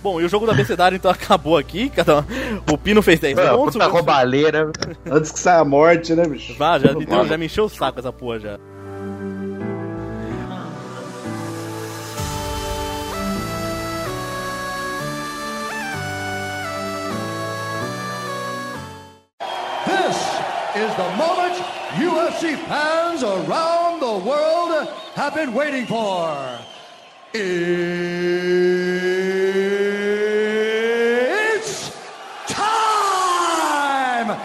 Bom, e o jogo do abecedário então acabou aqui. Cada... O Pino fez 10 Mano, pontos. puta roubalheira. Antes que saia a morte, né, bicho? Vá, já, me deu- já me encheu o saco essa porra já. This is the moment UFC fans around the world have been waiting for. It's time!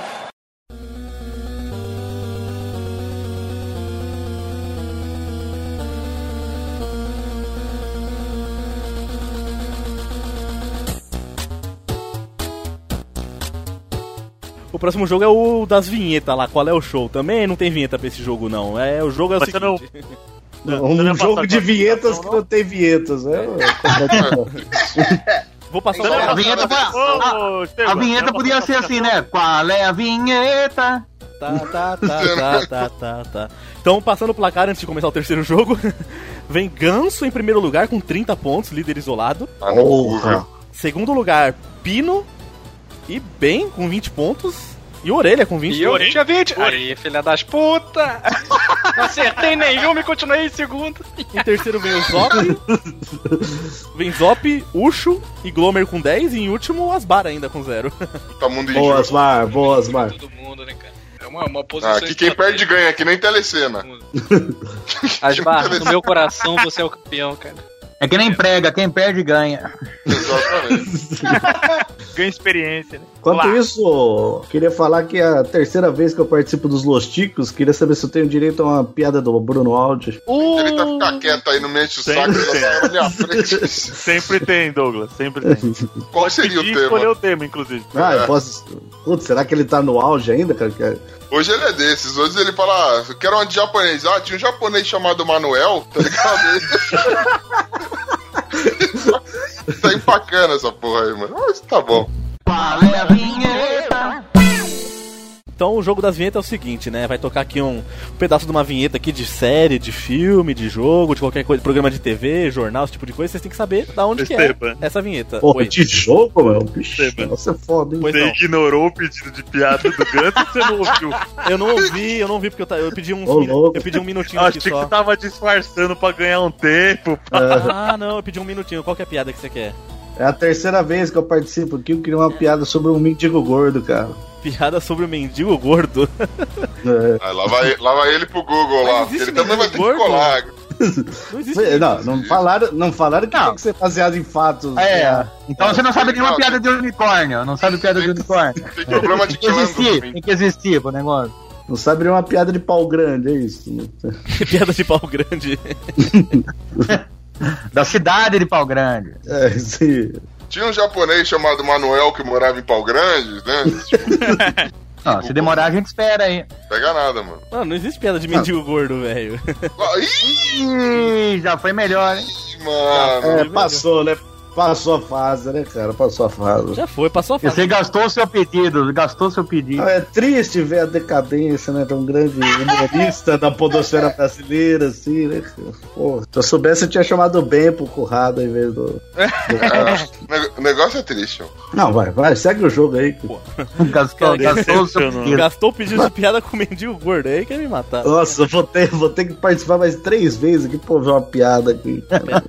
O próximo jogo é o das vinhetas lá. Qual é o show? Também não tem vinheta pra esse jogo, não. É, o jogo é o Mas você não- seguinte. Um jogo de vinhetas que não tem vinhetas, né? Vou passar Então é Você não a passou vinheta, nada. pra- a- a, vinheta podia ser assim, né? Qual é a vinheta? Tá, tá, tá, tá, tá, tá, tá. Então, passando o placar antes de começar o terceiro jogo, vem Ganso em primeiro lugar com 30 pontos, líder isolado. Porra. Segundo lugar, Pino e Ben com 20 pontos. E Orelha com 20 E eu pontos. tinha 20. Aí, filha das puta. Não acertei nenhuma e continuei em segundo. Em terceiro veio o Zop. Vem Zop, Ucho e Glomer com 10. E em último, o Asbar ainda com 0. um Tá mundo Boa, Asmar, boa, Asmar. É uma, uma posição. Ah, aqui quem perde ganha, aqui nem telecena. Asmar, Ah, no meu coração você é o campeão, cara. É que nem prega, quem perde ganha. Ganha experiência, né? Enquanto isso, queria falar que é a terceira vez que eu participo dos Losticos. Queria saber se eu tenho direito a uma piada do Bruno Aldi. Ele tá ficar quieto aí, não me enche o saco, Sempre já tá na minha frente. Sempre tem, Douglas, sempre tem. Qual seria o Pedir e tema? escolher o tema, inclusive. Ah, eu posso. Putz, será que ele tá no auge ainda, cara? Que- Hoje ele é desses, hoje ele fala, ah, eu quero uma de japonês. Ah, tinha um japonês chamado Manuel, tá ligado? tá empacando essa porra aí, mano. Mas tá bom. é Então o jogo das vinhetas é o seguinte, né? Vai tocar aqui um, um pedaço de uma vinheta aqui de série, de filme, de jogo, de qualquer coisa, programa de TV, jornal, esse tipo de coisa, vocês têm que saber da onde que é Esteban. essa vinheta. Porra, Oi. de jogo, meu? Bicho, nossa, é foda, hein? Pois Você não. ignorou o pedido de piada do Ganso ou você não ouviu? Ah, Eu não ouvi, eu não ouvi porque eu, ta- eu pedi uns Ô, minu- louco. eu pedi um minutinho Eu aqui achei que só. você tava disfarçando pra ganhar um tempo. Ah, não, eu pedi um minutinho. Qual que é a piada que você quer? É a terceira vez que eu participo aqui. Eu queria uma piada sobre um mendigo gordo, cara. Piada sobre o mendigo gordo. É. Aí lá vai, lá vai ele pro Google lá. porque Ele também vai ter que colar. Não, não falaram, não falaram que tem que ser baseado em fatos. É. né? Então você não sabe nenhuma piada de unicórnio. Não sabe piada de unicórnio. Tem problema de que existir, tem que existir pro negócio. Não sabe nenhuma piada de pau grande, é isso. piada de pau grande. Da cidade de pau grande. É, sim. Tinha um japonês chamado Manuel que morava em Pau Grande, né? Não, se demorar a gente espera aí. Pega nada, mano. Mano, não existe piada de mendigo gordo, velho. Ih, já foi melhor, hein? É, passou, né? Passou a fase, né, cara? Passou a fase. Já foi, passou a fase. Você gastou o seu pedido, gastou o seu pedido. É triste ver a decadência, né? De um grande humorista da podosfera brasileira, assim, né? cara? Pô, se eu soubesse, eu tinha chamado bem pro Currado em vez do. É, o negócio é triste, ó. Não, vai, vai, segue o jogo aí. Pô. Gastou, gastou, gastou o pedido de piada com o mendigo gordo é aí, quer me matar. Nossa, eu vou ter, vou ter que participar mais três vezes aqui pra ouvir uma piada aqui. cara.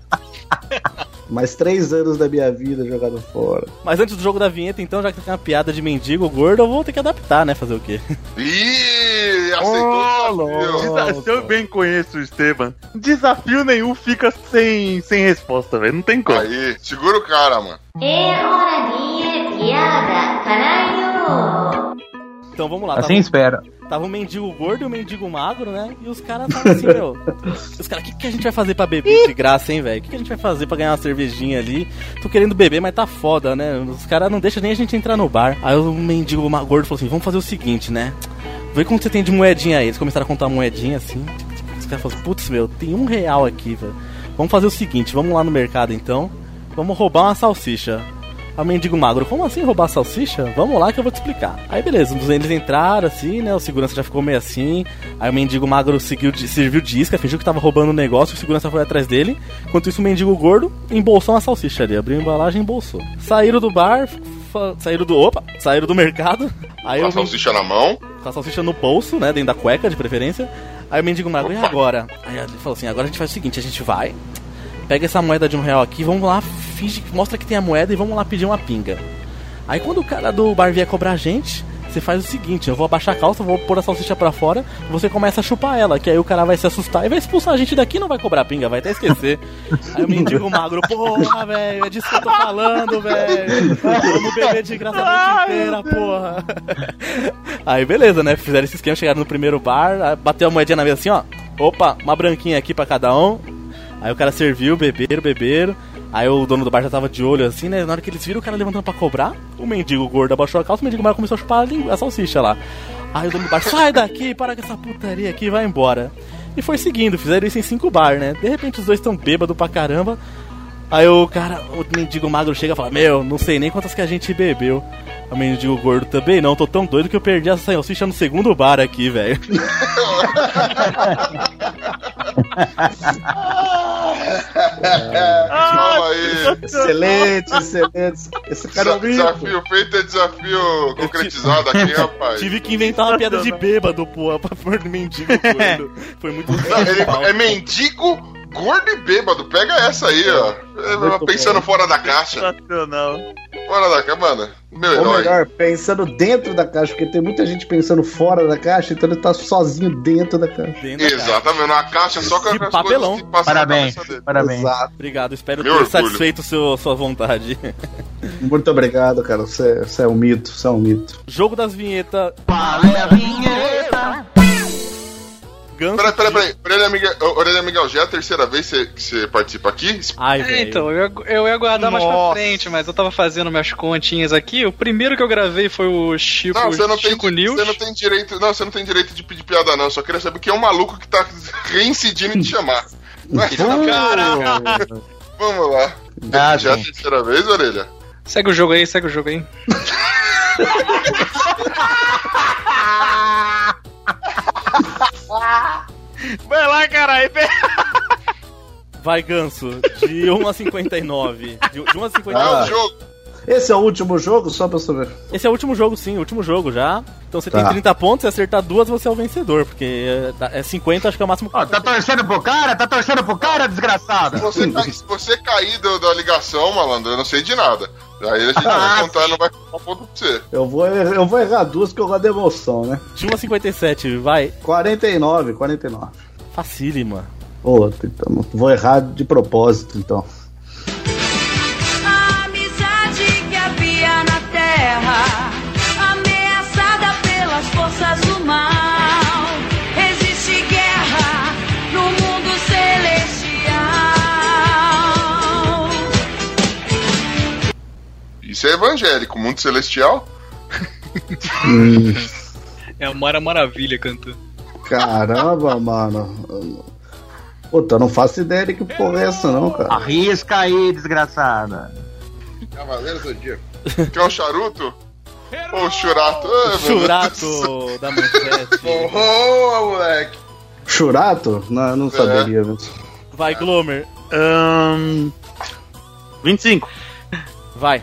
mais três anos da minha vida jogado fora. Mas antes do jogo da vinheta, então, já que tem uma piada de mendigo gordo, eu vou ter que adaptar, né? Fazer o quê? Ih, aceitou Desa- Se eu bem conheço o Esteban, desafio nenhum fica sem, sem resposta, velho. Não tem como. Aí, segura o cara, mano. Então vamos lá. Assim espera. Tava um mendigo gordo e um mendigo magro, né? E os caras estavam assim, meu. Os caras, o que, que a gente vai fazer pra beber de graça, hein, velho? O que, que a gente vai fazer pra ganhar uma cervejinha ali? Tô querendo beber, mas tá foda, né? Os caras não deixam nem a gente entrar no bar. Aí o mendigo ma- gordo falou assim: vamos fazer o seguinte, né? Vê quanto você tem de moedinha aí. Eles começaram a contar moedinha assim. Os caras falaram: putz, meu, tem um real aqui, velho. Vamos fazer o seguinte: vamos lá no mercado então. Vamos roubar uma salsicha. A mendigo magro, como assim roubar a salsicha? Vamos lá que eu vou te explicar. Aí beleza, um eles entraram assim, né? O segurança já ficou meio assim. Aí o mendigo magro seguiu, de- serviu de isca, fingiu que tava roubando o negócio, o segurança foi atrás dele. Enquanto isso, o mendigo gordo embolsou uma salsicha ali, abriu a embalagem e embolsou. Saíram do bar, fa- saíram do. Opa! Saíram do mercado. Aí Com a o men- salsicha na mão. com a salsicha no bolso, né? Dentro da cueca, de preferência. Aí o mendigo magro, e agora? Aí ele falou assim, agora a gente faz o seguinte, a gente vai, pega essa moeda de um real aqui, vamos lá, finge, que- mostra que tem a moeda e vamos lá pedir uma pinga. Aí quando o cara do bar vier cobrar a gente, você faz o seguinte, eu vou abaixar a calça, vou pôr a salsicha pra fora, você começa a chupar ela, que aí o cara vai se assustar e vai expulsar a gente daqui e não vai cobrar pinga, vai até esquecer. aí o mendigo magro, porra, velho, é disso que eu tô falando, velho. Vamos beber de graça a noite inteira, porra. Aí beleza, né? Fizeram esse esquema, chegaram no primeiro bar, aí bateu a moedinha na mesa assim, ó. Opa, uma branquinha aqui pra cada um. Aí o cara serviu, beberam, beberam. Aí o dono do bar já tava de olho assim, né? Na hora que eles viram o cara levantando pra cobrar, o mendigo gordo abaixou a calça, o mendigo maior começou a chupar a, lin- a salsicha lá. Aí o dono do bar, sai daqui, para com essa putaria aqui e vai embora. E foi seguindo, fizeram isso em cinco bar, né? De repente os dois estão bêbados pra caramba. Aí o cara, o mendigo magro chega e fala: Meu, não sei nem quantas que a gente bebeu. O mendigo gordo também não, tô tão doido que eu perdi essa salsicha no segundo bar aqui, velho. Calma aí. Excelente, excelente. Esse cara é um Desa- mito. desafio feito é desafio concretizado aqui, rapaz. Tive que inventar uma piada de bêbado, pô, pra pôr no mendigo gordo. Foi muito Não, ele é mendigo, gordo e bêbado. Pega essa aí, ó. Muito Pensando bom. fora da caixa. Fora da caixa, mano. Meu Ou herói. melhor, pensando dentro da caixa, porque tem muita gente pensando fora da caixa, então ele tá sozinho dentro da caixa. né, Exatamente, uma caixa só com as papelão. coisas que passam na Parabéns, cabeça dele. parabéns. Obrigado, espero Meu ter orgulho. satisfeito seu, sua vontade. Muito obrigado, cara. Você, você é um mito, você é um mito. Jogo das vinhetas. é Peraí, peraí, peraí. Orelha Miguel, ô, Orelha Miguel, já é a terceira vez que você- que você participa aqui? Ai, É, então, eu, ia- eu ia guardar mais pra Nossa. frente, mas eu tava fazendo minhas continhas aqui. O primeiro que eu gravei foi o Chico, Não, você não, tem, Chico News. você não tem direito. Não, você não tem direito de pedir piada, não. Eu Só queria saber quem é um maluco que tá reincidindo em te chamar. Mas, Então, Caralho. Vamos lá. já é a terceira vez, orelha? Segue o jogo aí, segue o jogo aí. Vai lá, caralho. Vai, Ganso, de 1 a 59. De, de 1 a 59. Tá. Ah. Esse é o último jogo, só pra eu saber. Esse é o último jogo, sim, o último jogo já. Então você Tá. tem 30 pontos, se acertar duas, você é o vencedor, porque é é 50, acho que é o máximo. Ah, Ó, tá torcendo pro cara? Tá torcendo pro cara, desgraçado? Se você, ca- se você cair do- da ligação, malandro, eu não sei de nada. Aí a gente vai contar e não vai contar um ponto pra você. Eu vou, eu vou errar duas que eu gosto de emoção, né? De 1 a 57, vai. 49, 49. Facílima. Ô, então, vou errar de propósito, então. A amizade que havia na terra, ameaçada pelas forças do mal. Existe guerra no mundo celestial. Isso é evangélico, mundo celestial. Hum, É a Mara Maravilha cantando. Caramba, mano. Puta, eu não faço ideia de que porra é essa, não, cara. Arrisca aí, desgraçada. Cavaleiro Zodíaco. Quer um charuto? Ou um churato? Churato da manchete. Boa, moleque. Churato? Não, eu não saberia mesmo. Vai, Glomer. 25. Vai.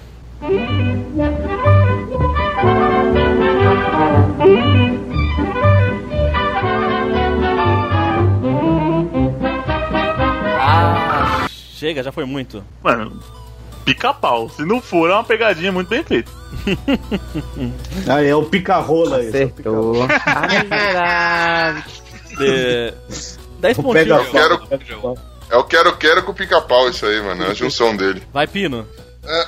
Ah, chega, já foi muito. Mano, pica-pau. Se não for, é uma pegadinha muito bem feita. Aí é o pica-rola aí. Acertou. De... 10 Eu pontinhos. quero, é o quero, quero com o pica-pau, isso aí, mano. É a junção dele. Vai, Pino.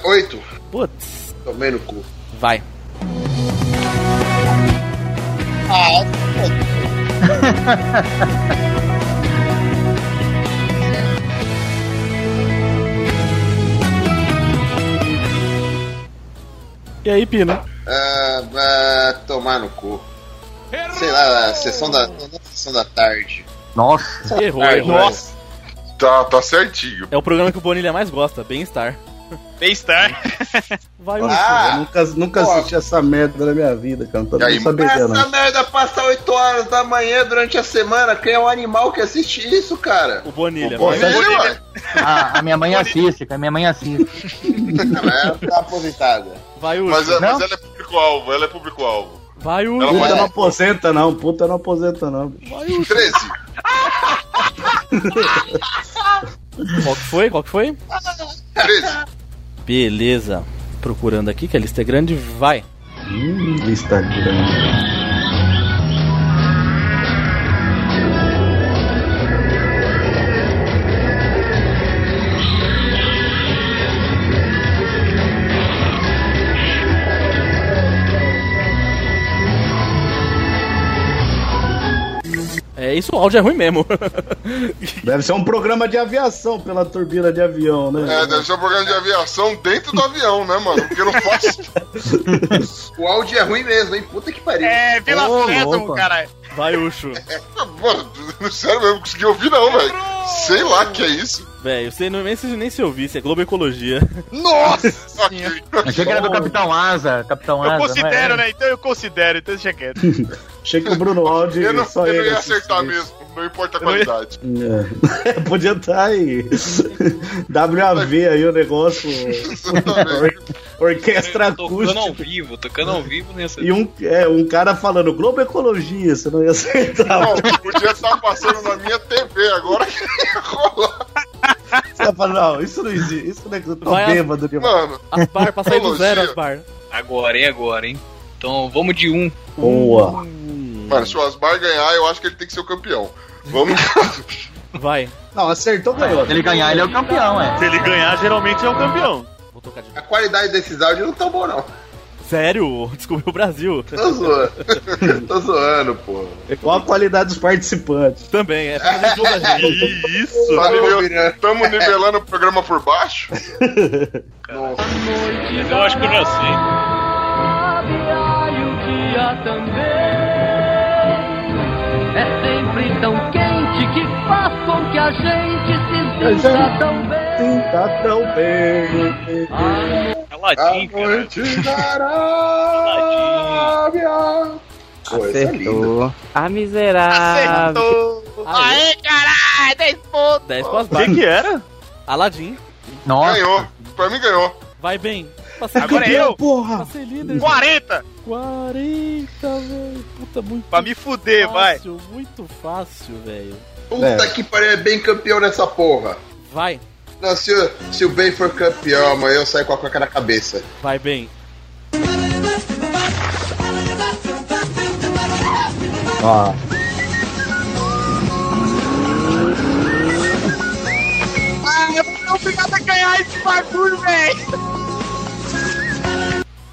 oito. Putz. Tomei no cu. Vai. E aí, Pino? Ah, ah, tomar no cu. Sei lá, sessão da, não, sessão da tarde. Nossa. Errou, Ah, errou. nossa. Tá, tá certinho. É o programa que o Bonilha mais gosta, Bem-Estar. Baystar. Vai Ah! Eu nunca, nunca Pô. assisti essa merda na minha vida, cara. Não tô nem sabendo, Essa não. merda passa 8 horas da manhã durante a semana. Quem é um animal que assiste isso, cara? O Bonilha. O Bonilha, é ué. A, a minha mãe assiste, cara. Minha mãe assiste. Ela tá aposentada. Vai, Mas, é- Não? mas ela é público-alvo, ela é público-alvo. Vai, o Ela Puta vai- não aposenta, não. Puta não aposenta, não. 13. Qual que foi? Qual que foi? 13. Beleza. Procurando aqui, que a lista é grande, vai. Hum, lista grande. É, isso o áudio é ruim mesmo. Deve ser um programa de aviação pela turbina de avião, né? É, deve ser um programa de aviação dentro do avião, né, mano? Porque eu não posso. O áudio é ruim mesmo, hein? Puta que pariu. É, Vila Ô, Sésamo, louco. caralho. Vai, Ucho. Ah, Mano, sério, eu não consegui ouvir, não, velho. Sei lá o que é isso. Velho, você não, nem, se- nem se ouvir, isso é Globo Ecologia. Nossa! ok. Achei que era do Capitão Asa. Capitão Eu Asa. considero, não é? né? Então eu considero, então deixa quieto. Achei que o Bruno Aldi Eu não, só eu não ele ia assiste acertar isso. mesmo, não importa a qualidade. É. Podia estar aí. WAV aí o negócio. Or- Orquestra Tocando ao acústica. vivo, tocando ao vivo nessa. E um, é, um cara falando Globo Ecologia, você não ia acertar. Não, podia estar passando na minha TV agora que ia rolar. Você ia falar, não, isso não existe. Isso não é que eu tô Vai, bêbado demais. Mano. Asbar, passa aí do zero, Ecologia. Asbar. Agora, é agora, hein? Então vamos de um. Boa. Mano, se o Asmar ganhar, eu acho que ele tem que ser o campeão. Vamos. Vai. Não, acertou, ganhou. né? Se ele ganhar, ele é o campeão, é. Se ele ganhar, geralmente é o campeão. A qualidade desses áudios não tão boa, não. Sério? Descobriu o Brasil. Tô zoando. Tô zoando, pô. Qual a qualidade dos participantes? Também, é. tudo junto da gente. Isso! Estamos Tá nivelando o programa por baixo? Mas eu acho que eu já sei. É sempre tão quente que faz com que a gente se sinta tão bem. Tá tão bem. Ah, Aladim, Arábia. é Acertou. A miserável. Acertou! Aê, caralho! 10 pontos! 10 pras O que, que era? Aladim. Nossa. Ganhou. Pra mim ganhou. Vai bem. Passei Agora é eu! Porra! Passei líder. 40! 40, velho. Puta, muito Pra me fuder, vai! fácil, muito fácil, velho. Puta que pariu, é bem campeão nessa porra. Vai, Não, se, o- se o Ben for campeão, amanhã eu saio com a coca na cabeça. vai bem. Ó. Ah, eu tô obrigado a ganhar esse bagulho, velho!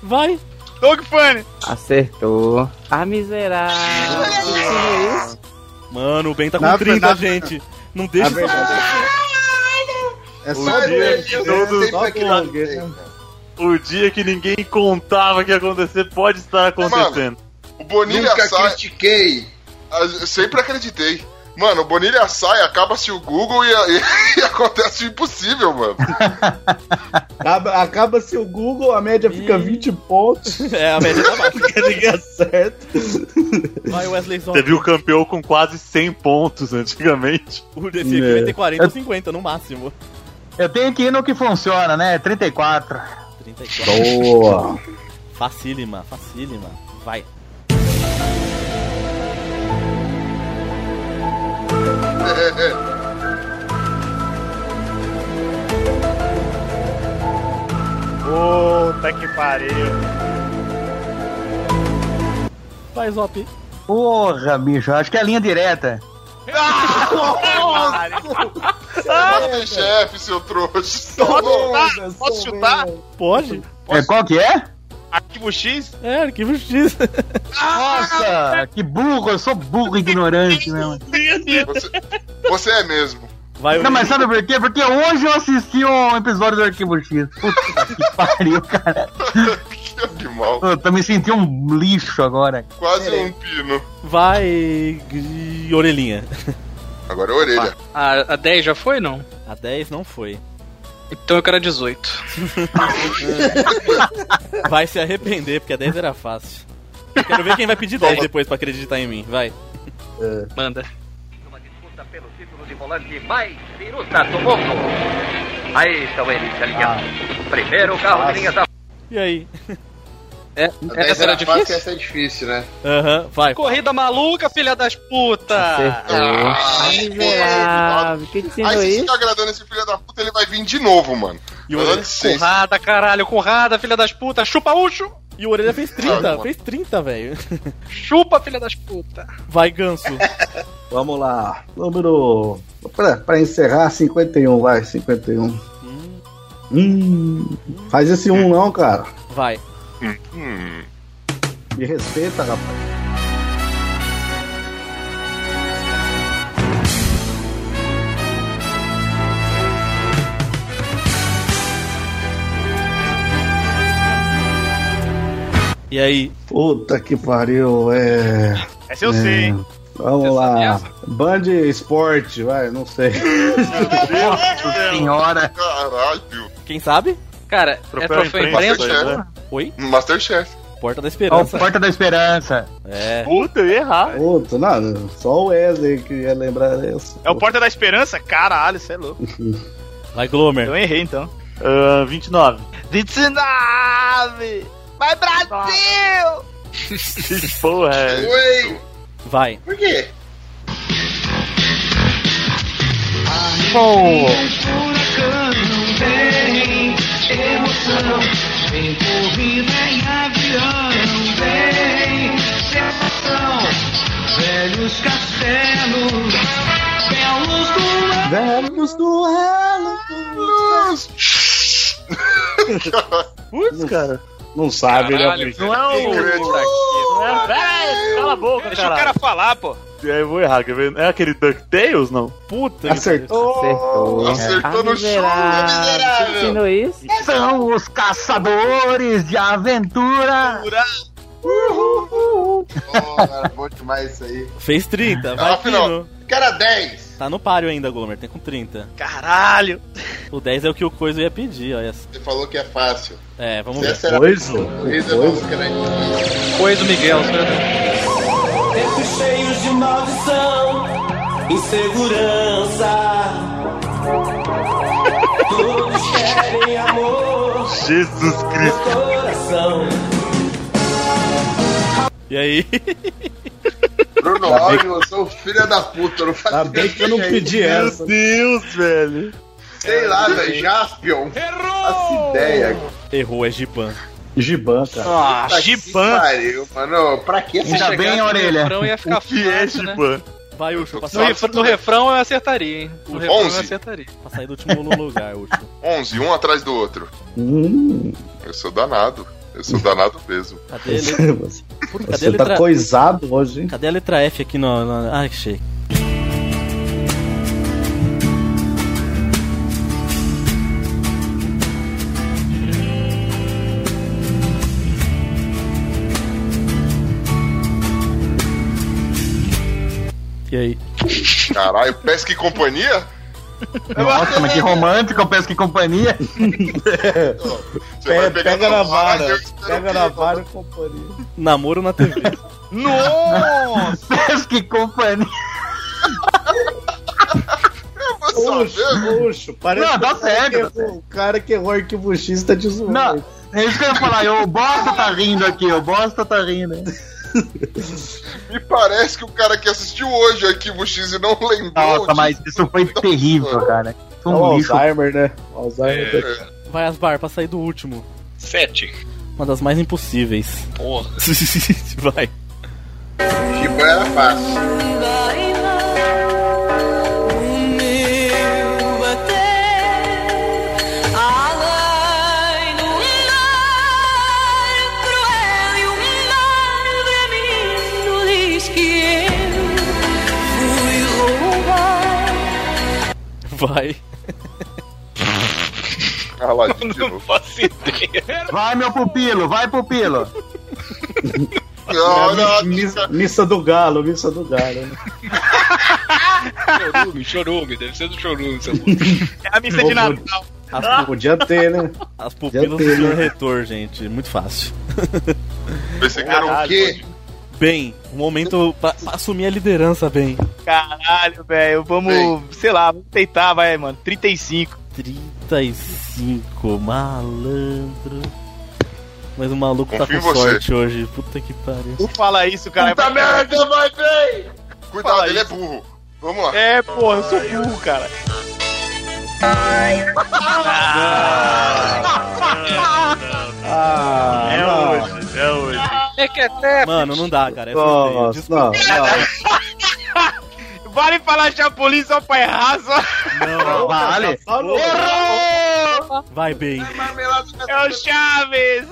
Vai. Dog Funny! Acertou. A miserável. Mano, o Ben tá com Na 30, verdade- gente. Não deixa Na isso acontecer. É só O dia, Deus. que todos- Só aqui Deus. o dia que ninguém contava que ia acontecer pode estar acontecendo. O Bonilha Nunca sai. critiquei. Ah, eu Sempre acreditei. Mano, o Bonilha sai, acaba-se o Google e, e- e acontece o impossível, mano. Acaba- Acaba-se o Google, a média fica 20 pontos. É, a média tá baixa. Porque ninguém acerta. Vai, Wesley Zone. Teve o campeão com quase 100 pontos antigamente. O desse aqui vai ter 40 ou 50 no máximo. Eu tenho que ir no que funciona, né? 34. 34. Boa. Facílima, facílima. Vai. Puta que pariu! Vai, Zop. Porra, bicho. Acho que é linha direta. Matem chefe, seu trouxa. Posso chutar? Posso chutar? Pode? É, qual que é? Arquivo X? É, arquivo X. Ah, Nossa, que burro. Eu sou burro ignorante mesmo. Você, você é mesmo. Vai, Não, Will. mas sabe por quê? Porque hoje eu assisti um episódio do Arquivo X. Puta que pariu, cara. Que mal. Eu tô me sentindo um lixo agora. Quase um pino. Vai, gri- orelhinha. Agora é a orelha. A, a 10 já foi, não? A 10 não foi. Então eu quero a 18. Vai se arrepender, porque a 10 era fácil. Eu quero ver quem vai pedir 10 depois pra acreditar em mim. Vai. Manda. Pelo título de volante mais viruta do mundo. Aí estão eles se alinhando. Primeiro carro de linha da. E aí? É, Essa era fácil e essa é difícil, né? Aham, vai. Corrida maluca, filha das Ah, putas! é Ah, miserável, que Aí se você ficar agradando esse filho da puta, ele vai vir de novo, mano. E Dá licença. Corrada, caralho, corrada, filha das putas, chupa ucho! E o Orelha fez 30, mano. fez 30, velho. Chupa, filha das putas! Vai, Ganso. Vamos lá. Número. Pra, pra encerrar, 51, vai, 51. Hum, faz esse um não, cara. Vai. Me respeita, rapaz. E aí? Puta que pariu, é. Essa eu sei, hein? Vamos lá. Band Esporte, vai, não sei. Nossa Tipo, senhora. Caralho. Quem sabe? Cara, Troféu é troféu imprensa, imprensa? né? Masterchef. Oi? Masterchef. Porta da Ó, Porta da Esperança. É. Puta, eu ia Ah? errar. Puta, não, só o Wesley que ia lembrar dessa. É o Porta da Esperança? Caralho, você é louco. Vai, Glomer. Eu errei então. Ah, 29. 29! Vai, Brasil! Que porra é? Oi! Vai. Por quê? Bom. Velhos castelos, belos Velhos duelos. Putz, cara. Não sabe, né, bicho? Não é o. Não é- Véi, Cala a boca, Deixa o cara falar, pô. É, eu vou errar, quer ver? É aquele DuckTales, não? Puta Acertou! Acertou! Acertou no chão, né, miserável. isso? São os caçadores de aventura. Pô, cara, bom demais isso aí. Fez 30, vai, Pino. Cara, 10. Tá no páreo ainda, Glomer, tem com 30. Caralho! O 10 é o que o Coiso ia pedir, olha. Você falou que é fácil. É, vamos Se ver. essa era Coisa, é eu não acredito. Coisa do Miguel, Tempos cheios de maldição, insegurança. Todos querem amor Jesus no coração. E aí? Bruno Alves, eu sou filha da puta, eu não faço Tá bem que eu não pedi é essa. Meu Deus, velho. Sei lá, velho, Jaspion. Errou! ideia. Errou, é Giban. Giban, cara. Ah, Giban. Pariu, mano. Pra que essa chegasse no refrão, ia ficar O que é fácil, né? Giban? Vai, Ucho, pra No, sair, refrão- no refrão eu acertaria, hein? No refrão eu 11. acertaria. pra sair do último lugar, Ucho. 11, um atrás do outro. Hum, Eu sou danado. Eu sou danado mesmo. Cadê ele? Puta, cadê a Você tá letra- coisado hoje, hein? Cadê a letra F aqui no. no... Ah, achei. E aí? Caralho, pesca e companhia? Nossa, mas que romântico, eu peço que companhia. vai pegar pega na no vara, vara. eu Pega na vara e companhia. Namoro na TV. Nossa! peço que companhia. Tá né? Puxo, puxo. Parece Não, dá o cara certo, que dá errou- O cara que errou arquivo X tá te zoando. Não, é isso que eu ia falar. Eu, o Bosta tá rindo aqui, o Bosta tá rindo. Me parece que o cara que assistiu hoje aqui o X e não lembrou. Nossa, mas isso foi terrível, cara. Foi É o um lixo. Alzheimer, né? O Alzheimer É. tá- Vai, Asbar, pra sair do último. 7. Uma das mais impossíveis. Porra. Vai. Giban era fácil. Vai. Aladim de novo. Faço ideia. Vai, meu pupilo, vai, pupilo. É a mi- missa, missa do galo, missa do galo. né? Chorume, chorume, deve ser do chorume, essa música. É a missa Ô, de Bruno, Natal. As, podia ter, né? As pupilas do Podia ter, senhor né? retor, gente. Muito fácil. Pensei que era um o quê? Bem, o momento pra, pra assumir a liderança, bem. Caralho, velho. Vamos, sei lá, vamos tentar, vai, mano. 35. 35, malandro. Mas o maluco Confio tá em com você. sorte hoje. Puta que pariu. Não fala isso, cara. Puta merda, vai bem! Cuidado, ele é burro. Vamos lá. É, porra, eu sou burro, cara. Ah, É não. hoje, é hoje. É que até. Mano, não dá, cara. É Nossa, sorteio. Desculpa. Vale falar Chapolin só pra errar, só. Não, vale. Errou! Vai bem. É o Chaves!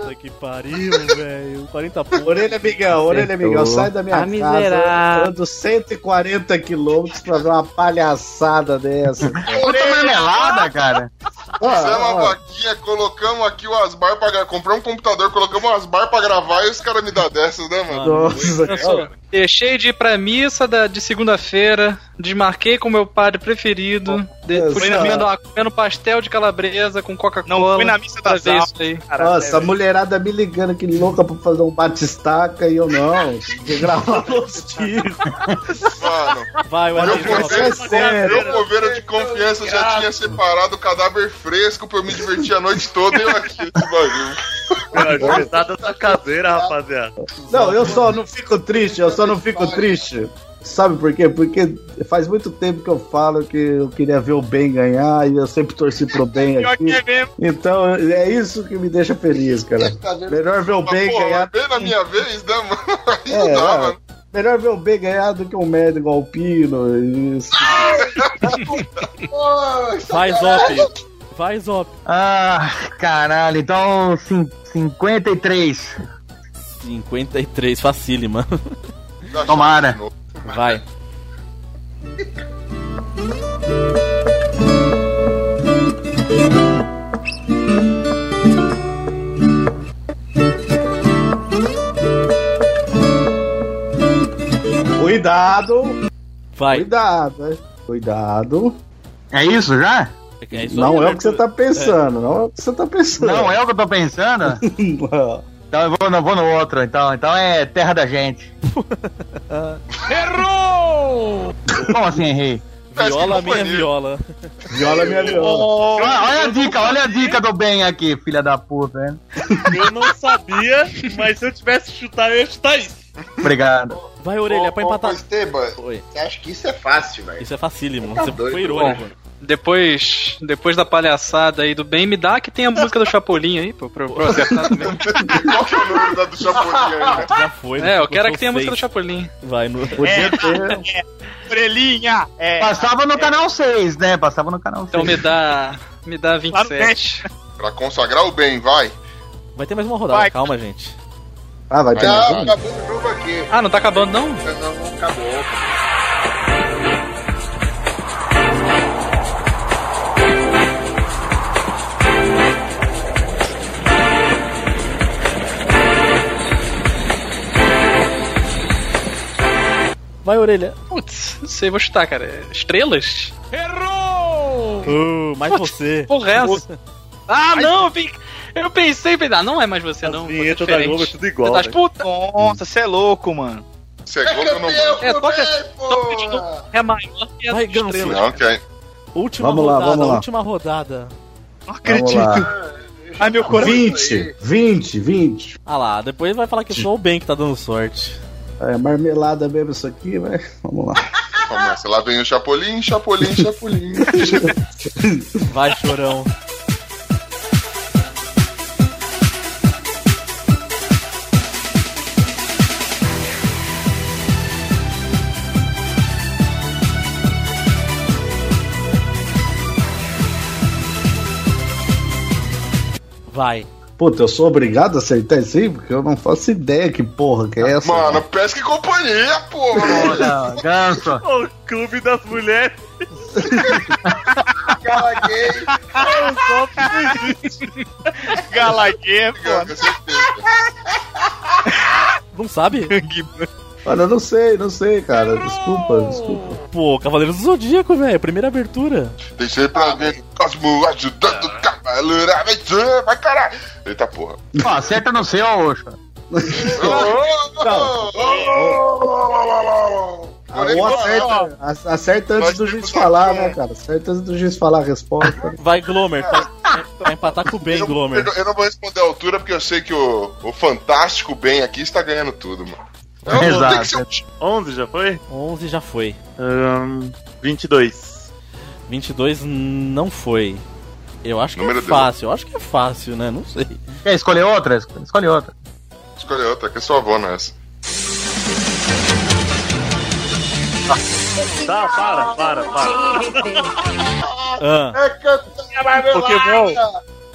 Puta que pariu, velho. 40 pontos. Orelha, amigão, orelha, amigão, sai da minha Ah, casa. miserável. Eu ando 140 quilômetros pra ver uma palhaçada dessa. Outra marmelada, cara. é Fizemos Ah, uma vaquinha, colocamos aqui o Asbar pra gravar. Compramos um computador, colocamos o Asbar pra gravar e os caras me dão dessas, né, mano? Olha só, Deixei de ir pra missa da- de segunda-feira, desmarquei com meu padre preferido, de, Deus, fui cara. comendo, uma- comendo pastel de calabresa com Coca-Cola. Não fui na missa pra das ver almas, isso aí. É, Nossa, a mulherada me ligando que louca pra fazer um batistaca e eu não. De gravar meus tiros. Mano, Vai, Mas meu eu coveiro, vou ser meu coveiro de confiança já tinha separado o cadáver fresco pra eu me divertir a noite toda e eu aqui nesse bagulho. Coitada da cadeira, rapaziada. Não, eu só não fico triste, eu só não fico triste. Sabe por quê? Porque faz muito tempo que eu falo que eu queria ver o bem ganhar e eu sempre torci pro bem Pior aqui. que é mesmo. Então é isso que me deixa feliz, cara. Melhor ver o Mas, bem pô, é ganhar. bem na minha vez, né, mano? Aí É, não dá, né? é. mano. Melhor ver o B ganhar do que um merda igual o Pino. Isso. Vai, Zop. Vai, Zop. Ah, caralho. Então, cin- 53. 53, facílima. Tomara. Vai. Cuidado! Vai. Cuidado, né? Cuidado. É isso já? não né? é o que você tá pensando, não é o que você tá pensando. Não é o que eu tô pensando? então eu vou, no- vou no outro, então. Então é terra da gente. Errou! Como assim errei? Viola minha viola. Viola minha Olha, olha a dica, olha a dica do bem aqui, filha da puta, hein? Eu não sabia, mas se eu tivesse chutado, eu ia chutar isso. Obrigado. Vai, é orelha, pra empatar. Esteban, você acha que isso é fácil, velho? Isso é facílimo. Tá Você doido, foi irônico. Bom, Depois, depois da palhaçada aí do bem, me dá que tem a música do Chapolin aí, pô, pra, pra eu acertar também. Qual que é o número da do Chapolin aí, né? Já foi. É, eu quero é que tenha tenha a música do Chapolin. Vai, no... Podia É, orelhinha! É. Passava no canal 6, né? Passava no canal 6. Então me dá. Me dá 27. Pra consagrar o bem, vai. Vai ter mais uma rodada, Vai. calma, gente. Ah, vai ter mais Ah, uma? acabou o jogo aqui. Ah, não tá acabando não? Não, não acabou. Vai, orelha. Putz, não sei, vou chutar, cara. Estrelas? Errou! Uh, mais você. Porra, é essa? Ah, não! eu pe- Eu pensei, pensei, ah, não é mais você, não. Você é vinhetas da diferente. Globo é tudo igual, Você tá de né? puta. Nossa, você é louco, mano. Você é louco, eu não vou. É, toca. toca de novo. É maior que a Vai, Ganso. estrela. Não, ok. Última Vamos lá, rodada, vamos lá. última rodada. Não Vamos lá. Ai, meu coração. 20, 20, 20. Ah lá, depois vai falar que só o Ben que tá dando sorte. É marmelada mesmo isso aqui, mas vamos lá. Começa, lá vem o Chapolin, Chapolin, Chapolin. Vai, chorão. Vai. Puta, eu sou obrigado a acertar isso aí? Porque eu não faço ideia que porra que é essa. Mano, pesca e companhia, porra. Olha, ganso. O clube das mulheres. Gala gay. Eu só fiz Galaguê, pô. Com certeza. Não sabe? Mano, eu não sei, não sei, cara. Desculpa, desculpa. Pô, Cavaleiros do Zodíaco, velho. Primeira abertura. Deixei pra ver Cosmo ajudando o Cavaleiro Aventura, vai caralho. Eita porra. Ó, acerta no seu, Oxa. Ou acerta, a- acerta antes do juiz falar, né, cara? Acerta antes do juiz falar a resposta. Vai, Glomer. Tá, vai empatar com o Ben, Glomer. Eu, não- eu não vou responder a altura porque eu sei que o, o fantástico bem aqui está ganhando tudo, mano. Não, não tem que ser um 11 já foi? 11 já foi. 22. 22 não foi. Eu acho que Número é dele. fácil. Eu acho que é fácil, né? Não sei. Quer escolher outra? Escolhe outra. Escolhe outra, que é sua avó nessa. Tá, para, para, Ah. É cantar Pokémon.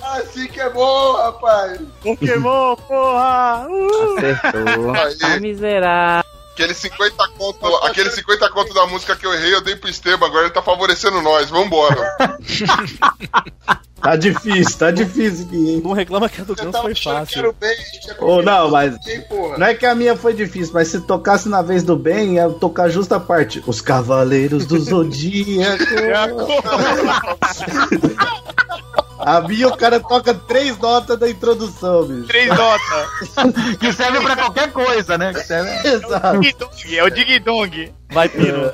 Assim que é bom, rapaz. Pokémon, porra! Acertou. miserável. Aquele 50 conto, aquele 50 conto da música que eu errei, eu dei pro Esteban, agora ele tá favorecendo nós, vambora. Tá difícil, tá difícil aqui, hein? Não reclama que a do Gans foi fácil. Ou não, mas. Ih, porra. Não é que a minha foi difícil, mas se tocasse na vez do bem, ia tocar justa a parte. Os Cavaleiros do Zodíaco. a minha, o cara toca três notas da introdução, bicho. Três notas. que serve pra qualquer coisa, né? Que serve... Exato. É o Dig Dong. Vai, Pino.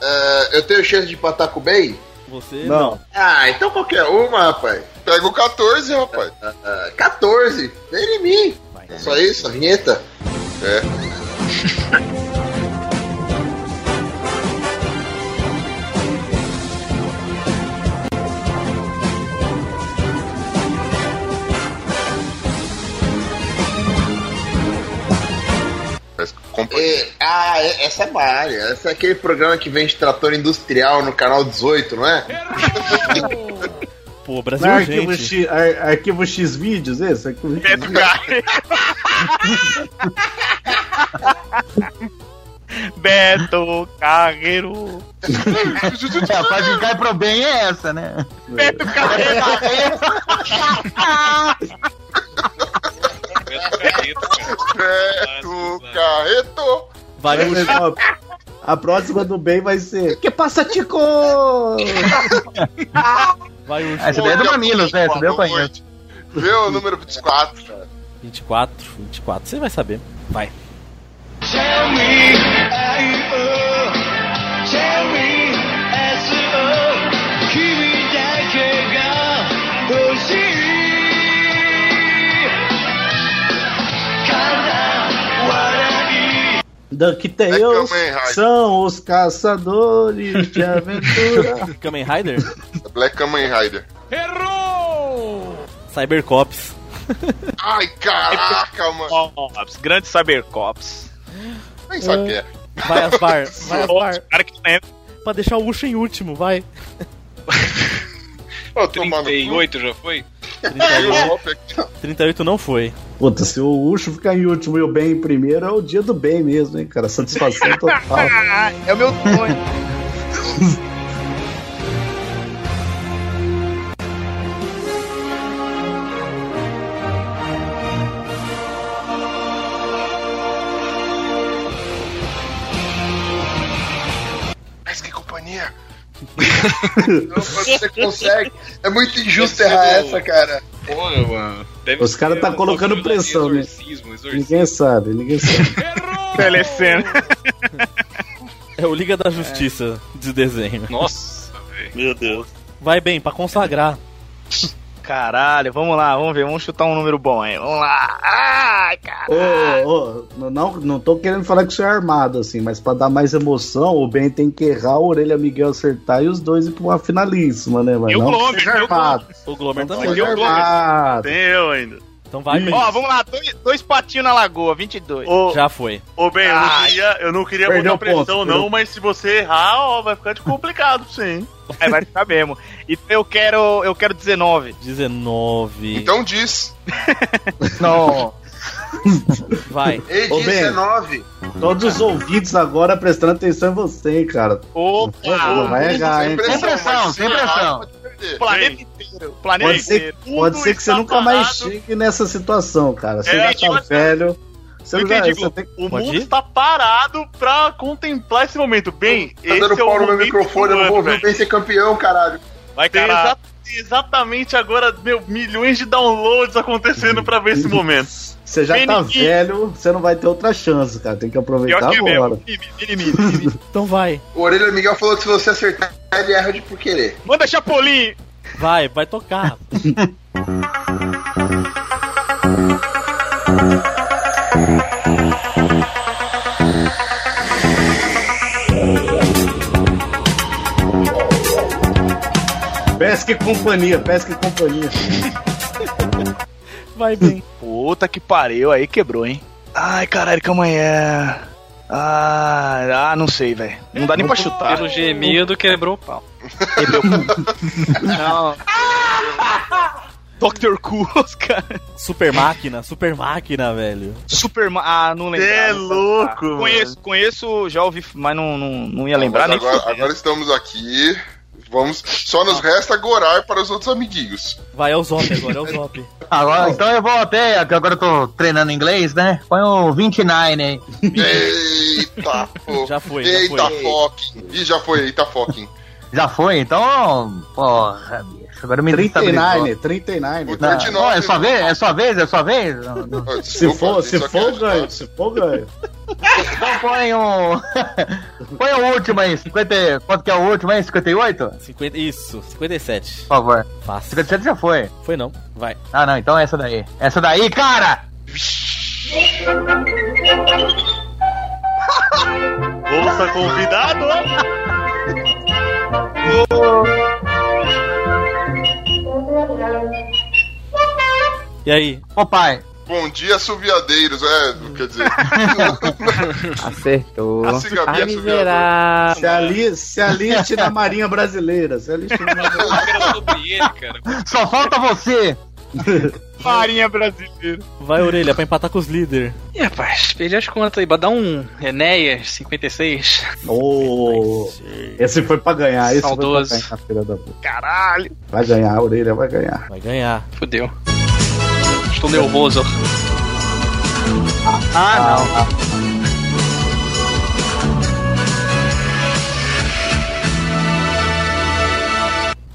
É, eu tenho chance de empatar com o bem? Você Ah, então qualquer uma, rapaz. Ah, Pega o 14, rapaz. 14. Vem em mim. É só isso, a vinheta. É. É, ah, é- essa é Mário. Essa é aquele programa que vende trator industrial no canal 18, não é? Pô, Não é arquivo, X, ar- arquivo X vídeos, esse? Arquivo X Beto Carreiro. É, a parte que cai pro bem é essa, né? É, Beto Carreiro. Beto Carreto. Vai, ó, A próxima do bem vai ser. Que passa, Tico? Vai, Urso. Ah, essa daí é do Mamilos, né? Essa daí eu conheço. Vê o número 24, cara. 24, 24. Você vai saber. Vai. Tell me, I-O. Tell me, S-O. 君だけが欲しい。から笑い。 DuckTales É Kamen Rider. são os caçadores de aventura. Kamen Rider? Black Kamen Rider. Cybercops. Ai, caraca, mano. Cops, grande Cybercops. Nem sabe quem é. Vai, Aspar. Vai, Aspar. Cara que lembra. Pra deixar o Urso em último, vai. 38 já foi? 38 não foi. Puta, se o Ucho ficar em último e o bem em primeiro, é o dia do bem mesmo, hein, cara? Satisfação total. é o meu sonho. Mas que companhia. Você consegue. É muito injusto errar é essa, cara. Porra, mano. Deve um Os caras tá colocando pressão, né? Ninguém sabe, ninguém sabe. Telecena. É o Liga da Justiça de desenho. Nossa, velho. Meu Deus. Vai bem, pra consagrar. Caralho, vamos lá, vamos ver, vamos chutar um número bom aí. Vamos lá. Ai, cara. Ô, ô, não- não, não tô querendo falar que isso é armado, assim, mas pra dar mais emoção, o Ben tem que errar, a orelha Miguel acertar e os dois ir pra uma finalíssima, né? Mas E o não Glomer, que seja e o armado. O Glomer Então Não também. seja armado. Tem eu ainda. Então vai, Ben. Ó, vamos lá, dois, dois patinhos na lagoa, 22. Já foi. Ô, Ben, eu não Ah, queria, eu não queria perdeu botar o ponto, pressão, não, perdeu. mas se você errar, ó, vai ficar de complicado pra você, hein? É, vai ficar mesmo. Então eu quero, eu quero 19. 19. Então diz. Não. Então- Vai. Ei, é Ô, Ben. 19. Todos os ouvintes agora prestando atenção em você, hein, cara. Opa! Não vai errar, hein? Ah, Sem pressão, sem pressão. Planeta inteiro. Planeta Pode ser, inteiro. pode ser que você nunca mais chegue nessa situação, cara. Você É, já tá tipo- velho, Você Porque, não- digo, você tem- o Pode mundo ir? está parado pra contemplar esse momento. Bem, Tá esse dando é o pau no meu momento microfone, do eu não ano, vou ouvir o velho. Ben ser campeão, caralho. Vai, cara. exatamente agora, meu, milhões de downloads acontecendo pra ver esse momento. Você já tá Benigni. velho, você não vai ter outra chance, cara. Tem que Pior aproveitar que é agora. mesmo. Então vai. O Orelha Miguel falou que se você acertar, ele erra de por querer. Manda Chapolin! Vai, vai tocar. Pesca e companhia, pesca e companhia. Vai bem. Puta que pariu, aí quebrou, hein? Ai, caralho, que amanhã. Ah, ah, não sei, velho. Não dá nem pra chutar. Pelo gemido quebrou o pau. Não. Dr. Cus, cara. Super máquina, super máquina, velho. Superman. Ah, não lembro. Cê é louco, mano. Conheço, conheço, já ouvi, mas não, não, não ia lembrar Mas nem. agora, agora estamos aqui. Vamos. Só nos resta gorar para os outros amiguinhos. Vai, é o Zop agora, é o Zop. Agora, então eu vou até, que agora eu tô treinando inglês, né? Põe o 29 aí. Eita, pô. Já foi, já Eita, foi. fucking. Ih, já foi, eita, fucking. Já foi, então. Porra, bicho, agora me tá irritabilizou. 39, 39. Não, não, é sua vez, é sua vez, é sua vez. Não, não. Ah, Se for, se for, é é ganho. Se for, ganho. Então põe um. põe o último aí, 50. e- Quanto que é o último aí? 58? 50, isso, 57. Por favor. Fácil. 57 já foi. Foi não, vai. Ah, não, então é essa daí. Essa daí, cara! Ouça convidado! E aí? Ô pai. Bom dia, suviadeiros. É, quer dizer. Ah, Acertou. A cigarrinha Ai, subiu miserável. Se ali, se ali na Marinha Brasileira. Se ali na Marinha Só falta você! Farinha brasileira. Vai, orelha, pra empatar com os líder. Ih, rapaz, perdi as contas aí. Dá um Enéas 56. Oh, esse foi pra ganhar. Esse Saudoso. foi pra ganhar, filha da puta. Caralho. Vai ganhar, a orelha vai ganhar. Vai ganhar. Fudeu. Estou nervoso. Ah,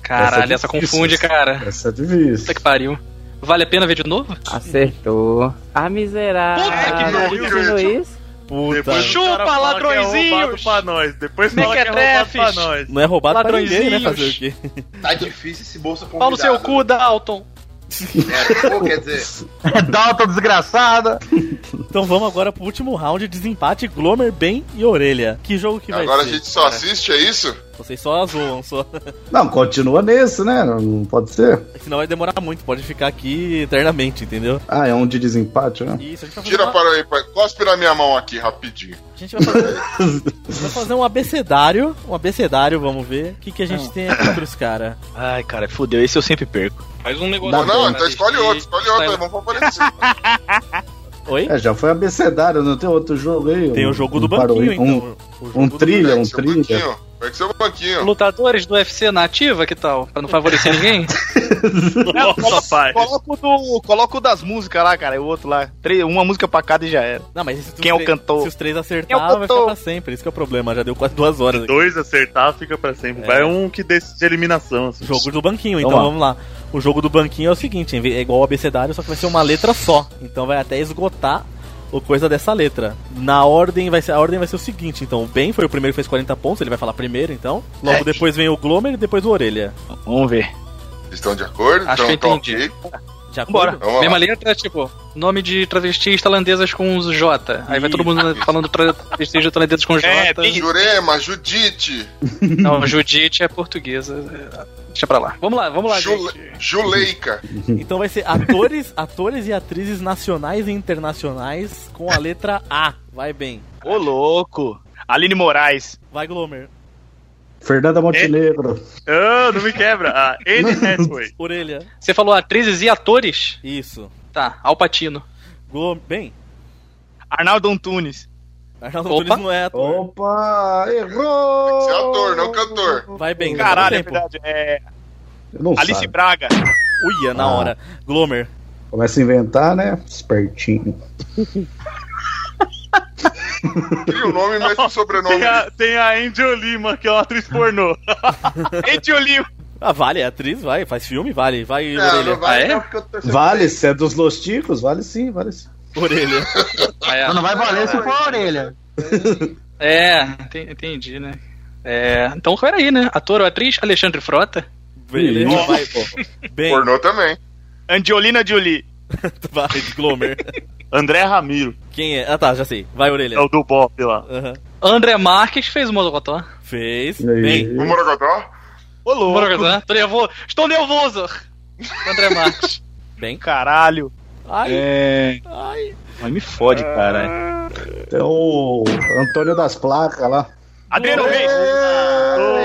Caralho, Essa é essa difícil, confunde, essa- cara. Essa é difícil. Puta que pariu. Vale a pena ver de novo? Acertou. Ah, miserável. pariu, Dizendo isso? Puta. Chupa, ladrõezinhos! é pra nós. Depois fala que é roubado pra nós. Não é roubado pra ninguém, né? Fazer o Ladrõezinhos. quê? Tá difícil esse bolsa convidado. Fala no seu cu, Dalton. É, pô, quer dizer, É Dalton desgraçada. Então vamos agora pro último round de desempate, Glomer, Ben e Orelha. Que jogo que vai Agora a ser? gente só assiste, é isso? Vocês só zoam, só. Não, continua nesse, né? Não- Não pode ser. Senão vai demorar muito, pode ficar aqui eternamente, entendeu? Ah, é um de desempate, né? Isso, a gente vai fazer, Tira uma, para aí, pai. Cospe na minha mão aqui, rapidinho. a gente vai fazer, vai fazer um abecedário. Um abecedário, vamos ver. O que, que a gente tem aqui pros caras? Ai, cara, fudeu. Esse eu sempre perco. Faz um negócio. Tá Não, não, então escolhe outro, escolhe outro, aí, vamos favorecer. Oi? É, já foi abecedário, não tem outro jogo aí? Tem Um- o jogo um do barulho, banquinho, então. Um, um trilha, um trilha. Pega seu banquinho. Lutadores do UFC nativa, que tal? Pra não favorecer ninguém? É Nossa, pai. Coloca o, do, coloca o das músicas lá, cara. E o outro lá. Três- Uma música pra cada e já era. Não, mas se Quem é o cantor? Se os três Quem é o acertar, vai ficar cantor? pra sempre. Isso que é o problema, já deu quase duas horas aqui. Dois acertar, fica pra sempre. É. Vai um que desce de eliminação. assim. Jogo do banquinho, então Vamos vamos lá. O jogo do banquinho é o seguinte, é igual o abecedário, só que vai ser uma letra só. Então vai até esgotar o coisa dessa letra. Na ordem vai ser a ordem vai ser o seguinte, então o Ben foi o primeiro que fez 40 pontos, ele vai falar primeiro, então. Logo É. depois vem o Glomer e depois o Orelha. Vamos ver. Estão de acordo? Acho que Então, eu tá entendi. ok. Já Bora. Vamos lá. Mesma letra, tipo, nome de travestis tailandesas com os J. Aí vai todo mundo falando tra- travestis tailandesas com J. Jurema, Judite, Não, Judite é portuguesa. Deixa pra lá. Vamos lá, vamos lá, Jule- Juleica. Então vai ser atores, atores e atrizes nacionais e internacionais com a letra A. Vai bem. Ô, louco. Aline Moraes. Vai Glomer. Fernanda Montenegro. É. Ah, não me quebra. Ah, Anne Hathaway. Orelha. Você falou atrizes e atores? Isso. Tá, Alpatino. Glomer, bem. Arnaldo Antunes. Arnaldo Opa. Nunes não é ator. Opa, errou! Você é ator, não cantor. Vai bem. Caralho, é tempo. verdade. É. Eu não Alice sabe. Braga. Uia, na Ah. hora. Glomer. Começa a inventar, né? Espertinho. Cria o nome e mexe o sobrenome. Tem a, tem a Angel Lima, que é uma atriz pornô. Angel Lima. Ah, vale, é atriz, vai, faz filme, vale, É, vai, Não, orelha. não Ah, é? vale, não, porque Vale, se é dos Losticos, vale sim, vale sim. Orelha. Não vai valer se for a orelha. É, enten- entendi, né? É, então peraí, né? Ator ou atriz, Alexandre Frota. Beleza, Ó. vai, pô. Bem. Pornô também. Andiolina Jolie. vai, Glomer. André Ramiro. Quem é? Ah tá, já sei. Vai, orelha. É o do Bop lá. Aham. André Marques fez o Molocotó. Fez. Bem. O Morogotó? Ô, louco. Molocotó. né? Tô nervoso. Estou nervoso. André Marques. Bem. Caralho. Ai. É. Ai. Mas me fode, cara. Tem o Antônio das Placas lá. Adriano Reis.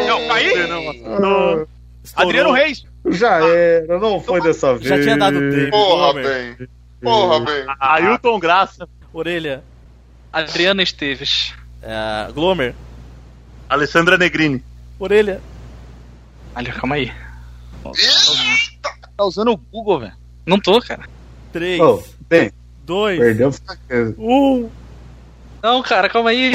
Não, Ah, aí? Adriano Reis. Já era, não foi dessa vez. Já tinha dado tempo. Porra, Glomer. bem. Porra, bem. Ailton Graça. Orelha. Adriana Esteves. Ah, Glomer. Alessandra Negrini. Orelha. Olha, calma aí. Tá usando o Google, velho. Não tô, cara. 3, Oh, bem, 2, perdeu. 1. Não, cara, calma aí.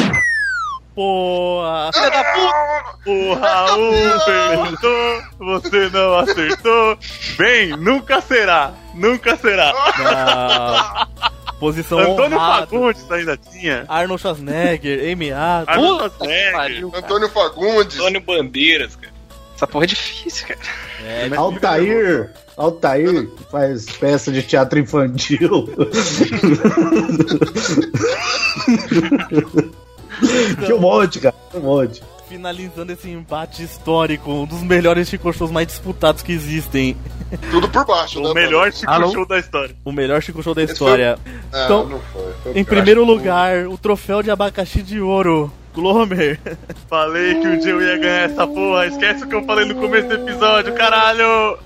Porra. Filha da puta! O Raul perguntou, você não acertou. Bem, nunca será, nunca será. Ah, posição Antônio honrada. Fagundes ainda tinha. Arnold Schwarzenegger, Amy Adams. Arnold Pariu, cara. Antônio Fagundes. Antônio Bandeiras, cara. Essa porra é difícil, cara. É, Altair, Altair faz peça de teatro infantil. Tinha um monte, cara, tinha um monte. Finalizando esse embate histórico, um dos melhores Chico Shows mais disputados que existem. Tudo por baixo, né? O melhor mano? Chico Alô? Show da história. O melhor Chico Show da Esse foi o- história. Ah, Então, não foi. Foi o em pior. primeiro lugar, o troféu de abacaxi de ouro. Glomer. Falei que um dia eu ia ganhar essa porra. Esquece o que eu falei no começo do episódio, caralho.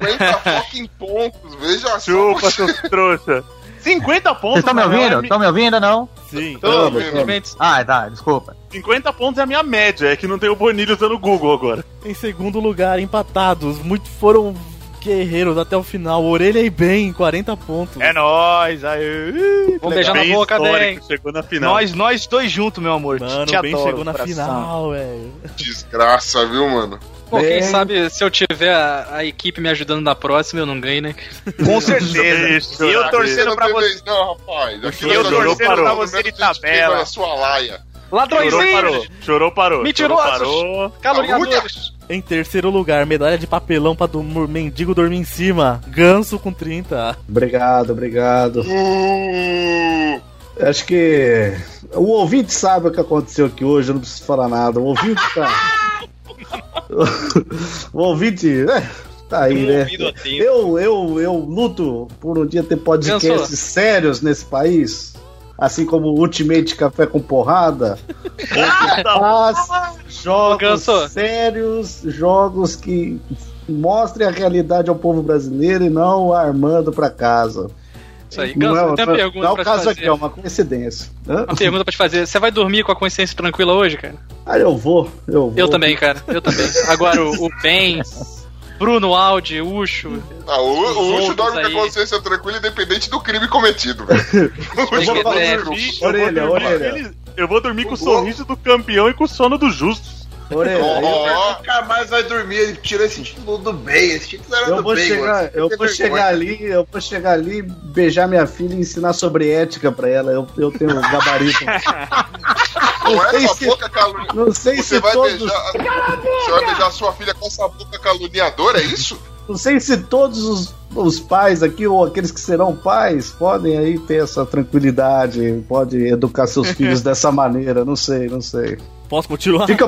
50 fucking pontos, veja só. Chupa, seus trouxa. 50 Vocês pontos. estão me cara, é ouvindo? a mi- Estão me ouvindo ou não? Sim. Tô, Toma, meu. toma. Ah, tá, desculpa. 50 pontos é a minha média. É que não tem o Bonilho usando o Google agora. Em segundo lugar, empatados. Muito foram guerreiros até o final. Orelha e bem, 40 pontos. É nóis, aí. Vamos beijar na Bem boca, histórico, bem. Chegou na final. Nós, nós dois juntos, meu amor. Mano, te bem adoro, chegou na coração. final, velho. Desgraça, viu, mano? Pô, quem Bem. sabe se eu tiver a, a equipe me ajudando na próxima, eu não ganho, né? Com certeza. Isso, E eu cara. torcendo Não pra tem você. vez Não, rapaz. Aqui Eu nós torcendo olhamos pra pelo você menos em a gente tabela. queima a é sua laia. Chorou, Ladrõezinhos, parou. Chorou, parou. Mentirosos. Chorou, parou. caloriadores. Em terceiro lugar, medalha de papelão pra do mendigo dormir em cima. Ganso com 30. Obrigado, obrigado. Uh, Acho que o ouvinte sabe o que aconteceu aqui hoje, eu não preciso falar nada. O ouvinte tá. o ouvinte. é, tá aí, né? Ouvido atento. Eu, eu, eu luto por um dia ter podcasts Pensou? sérios nesse país. Assim como Ultimate Café com Porrada. Ah, Mas jogos Ganso. sérios, jogos que mostrem a realidade ao povo brasileiro e não o armando pra casa. Isso aí. Não Ganso, é, eu tenho uma não é pergunta o pra te caso aqui, fazer. é uma coincidência. Hã? Uma pergunta pra te fazer. Você vai dormir com a consciência tranquila hoje, cara? Ah, eu vou, eu vou. Eu também, cara. Eu também. Agora o, o Ben, Bruno Aldi, Ucho. ah, o, o Ucho Outros dorme com a aí. consciência tranquila independente do crime cometido, velho. O Ucho dorme vou fazer com- Bicho, Orelha, eu vou dormir orelha. feliz. Eu vou dormir com o sorriso do campeão e com o sono do justo. Orelha, eu- Ó, Nunca mais vai dormir. Ele tira esse título do bem. Esse título era Eu do vou, bem. chegar, eu vou chegar ali, eu vou chegar ali, beijar minha filha e ensinar sobre ética pra ela. Eu, eu tenho um gabarito. com não essa sei se, é boca caluniadora. não sei Você se vai todos, beijar. Você vai beijar sua filha com essa boca caluniadora, é isso? não sei se todos os, os pais aqui ou aqueles que serão pais podem aí ter essa tranquilidade, podem educar seus filhos dessa maneira. Não sei, não sei. Posso continuar? Fica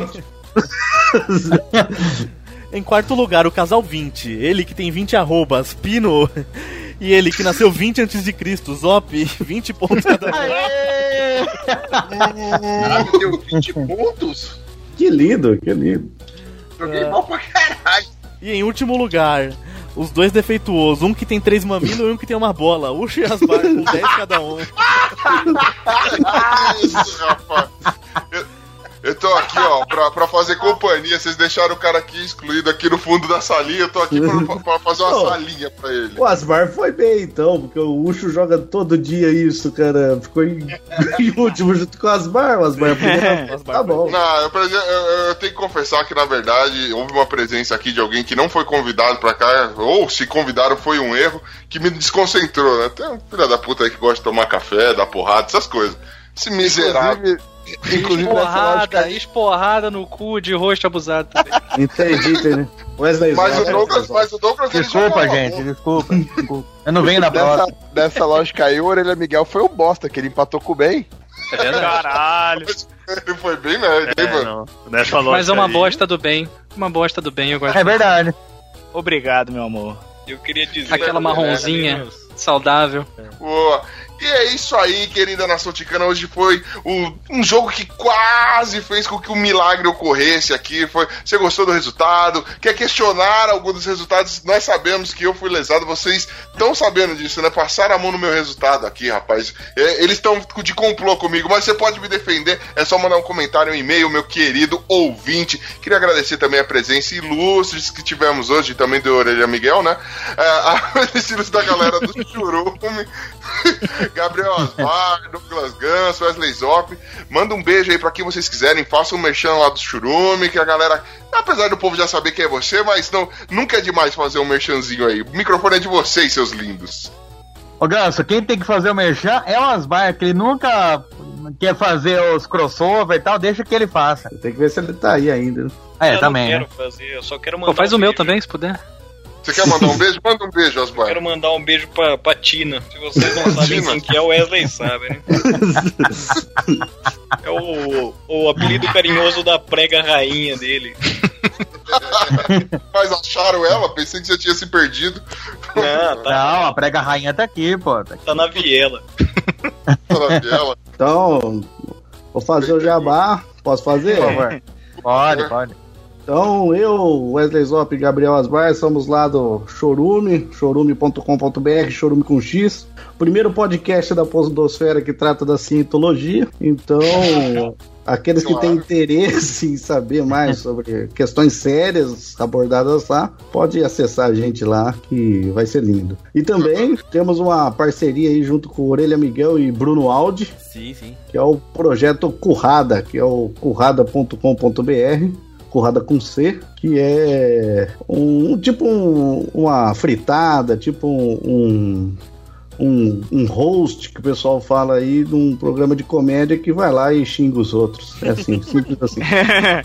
Em quarto lugar, o casal 20. Ele que tem 20 arrobas, Pino. E ele que nasceu 20 antes de Cristo, Zop, 20 pontos cada um. Caralho, deu 20 pontos? que lindo, que lindo. Joguei mal pra caralho. E em último lugar, os dois defeituosos, um que tem três mamilos e um que tem uma bola. Ucho e Asbar com 10 cada um. Que isso, rapaz. Eu- Eu tô aqui, ó, pra, pra fazer companhia. Vocês deixaram o cara aqui excluído aqui no fundo da salinha. Eu tô aqui pra, pra fazer uma Ô. salinha pra ele. O Asmar foi bem, então, porque o Ucho joga todo dia isso, cara. Ficou em, em último junto com o Asmar. O Asmar podia- tá bom. Não, eu, prese- eu- eu- eu tenho que confessar que, na verdade, houve uma presença aqui de alguém que não foi convidado pra cá, ou se convidaram foi um erro, que me desconcentrou, né? Tem um filho da puta aí que gosta de tomar café, dar porrada, essas coisas. Esse miserável. Inclusive, Esporrada, esporrada no cu de rosto abusado também. Entendi, entendi. Wesley Mas o Snipes. Douglas, mas o Douglas ele Desculpa, joga- gente, desculpa, desculpa. Eu não venho na Dessa, próxima. dessa lógica aí, o Orelha Miguel foi o bosta, que ele empatou com o bem. Caralho. Ele foi bem merda, É, hein, mano? Nessa Mas é uma bosta do bem. Uma bosta do bem, eu gosto. É verdade. Obrigado, meu amor. Eu queria dizer. Aquela marronzinha, saudável. Boa. E é isso aí, querida nação ticana. Hoje foi o- um jogo que quase fez com que um milagre ocorresse aqui. Foi, você gostou do resultado? Quer questionar algum dos resultados? Nós sabemos que eu fui lesado. Vocês estão sabendo disso, né? Passaram a mão no meu resultado aqui, rapaz. É, eles estão de complô comigo, mas você pode me defender. É só mandar um comentário, um e-mail, meu querido ouvinte. Queria agradecer também a presença ilustre que tivemos hoje, também do Orelha Miguel, né? É, a presença ilustre da galera do Churume. Gabriel Osmar, Douglas Gans, Wesley Zop. Manda um beijo aí pra quem vocês quiserem. Faça um merchan lá do Churume, que a galera. Apesar do povo já saber quem é você, mas não, nunca é demais fazer um merchanzinho aí. O microfone é de vocês, seus lindos. Ô Ganso, quem tem que fazer o merchan é o Asmar, que ele nunca quer fazer os crossover e tal, deixa que ele faça. Tem que ver se ele tá aí ainda. É, eu também. Não né? quero fazer, eu só quero mandar. um Pô, faz o meu também, se puder. Você quer mandar um beijo? Manda um beijo, Osmar. Quero mandar um beijo pra, pra Tina. Se vocês não sabem quem que é, o Wesley sabe, né? É o, o apelido carinhoso da prega rainha dele. Mas acharam ela? Pensei que já tinha se perdido. Não, Não, a prega rainha tá aqui, pô. Tá aqui. Tá na viela. Então, vou fazer o jabá. Posso fazer? Por favor. Pode, pode. Então, eu, Wesley Zop e Gabriel Asbar, somos lá do Chorume, chorume.com.br, chorume com X. Primeiro podcast da Posodosfera que trata da cientologia. Então, aqueles que têm interesse em saber mais sobre questões sérias abordadas lá, pode acessar a gente lá, que vai ser lindo. E também temos uma parceria aí junto com Orelha Miguel e Bruno Aldi, Sim, sim. que é o projeto Currada, que é o currada.com.br, Currada com C, que é um, um tipo um- uma fritada, tipo um, um, um, um host que o pessoal fala aí de um programa de comédia que vai lá e xinga os outros. É assim, simples assim. É,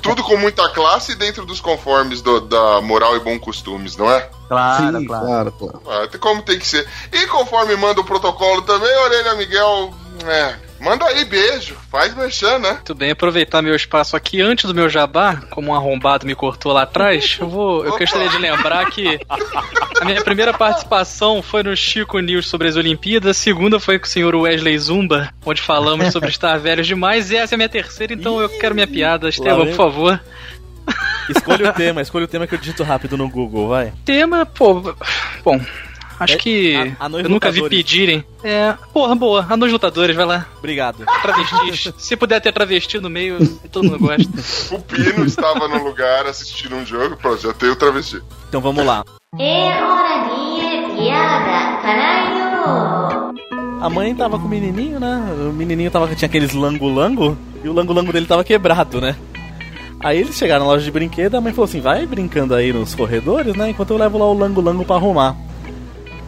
tudo com muita classe e dentro dos conformes do- da moral e bons costumes, não é? Claro, Sim, claro, claro. Ah, tem- como tem que ser. E conforme manda o protocolo também, Orelha Miguel, é, manda aí beijo, faz merchan, né? Muito bem, aproveitar meu espaço aqui antes do meu jabá, como um arrombado me cortou lá atrás, eu vou. Eu gostaria de lembrar que a minha primeira participação foi no Chico News sobre as Olimpíadas, a segunda foi com o senhor Wesley Zumba, onde falamos sobre estar velhos demais, e essa é a minha terceira, então eu quero minha piada, Estevam, por favor. Escolha o tema, escolha o tema que eu digito rápido no Google, vai. Tema, pô. Bom, acho É, que. a- anões eu nunca vi lutadores. pedirem. É. Porra, boa. Anões lutadores, vai lá. Obrigado. Travestis. Se puder ter travesti no meio, todo mundo gosta. O Pino estava no lugar assistindo um jogo, pronto, já tem o travesti. Então vamos lá. É hora de piada, caralho! A mãe tava com o menininho, né? O menininho tava, tinha aqueles lango-lango e o lango-lango dele tava quebrado, né? Aí eles chegaram na loja de brinquedo, a mãe falou assim: vai brincando aí nos corredores, né? Enquanto eu levo lá o lango-lango pra arrumar.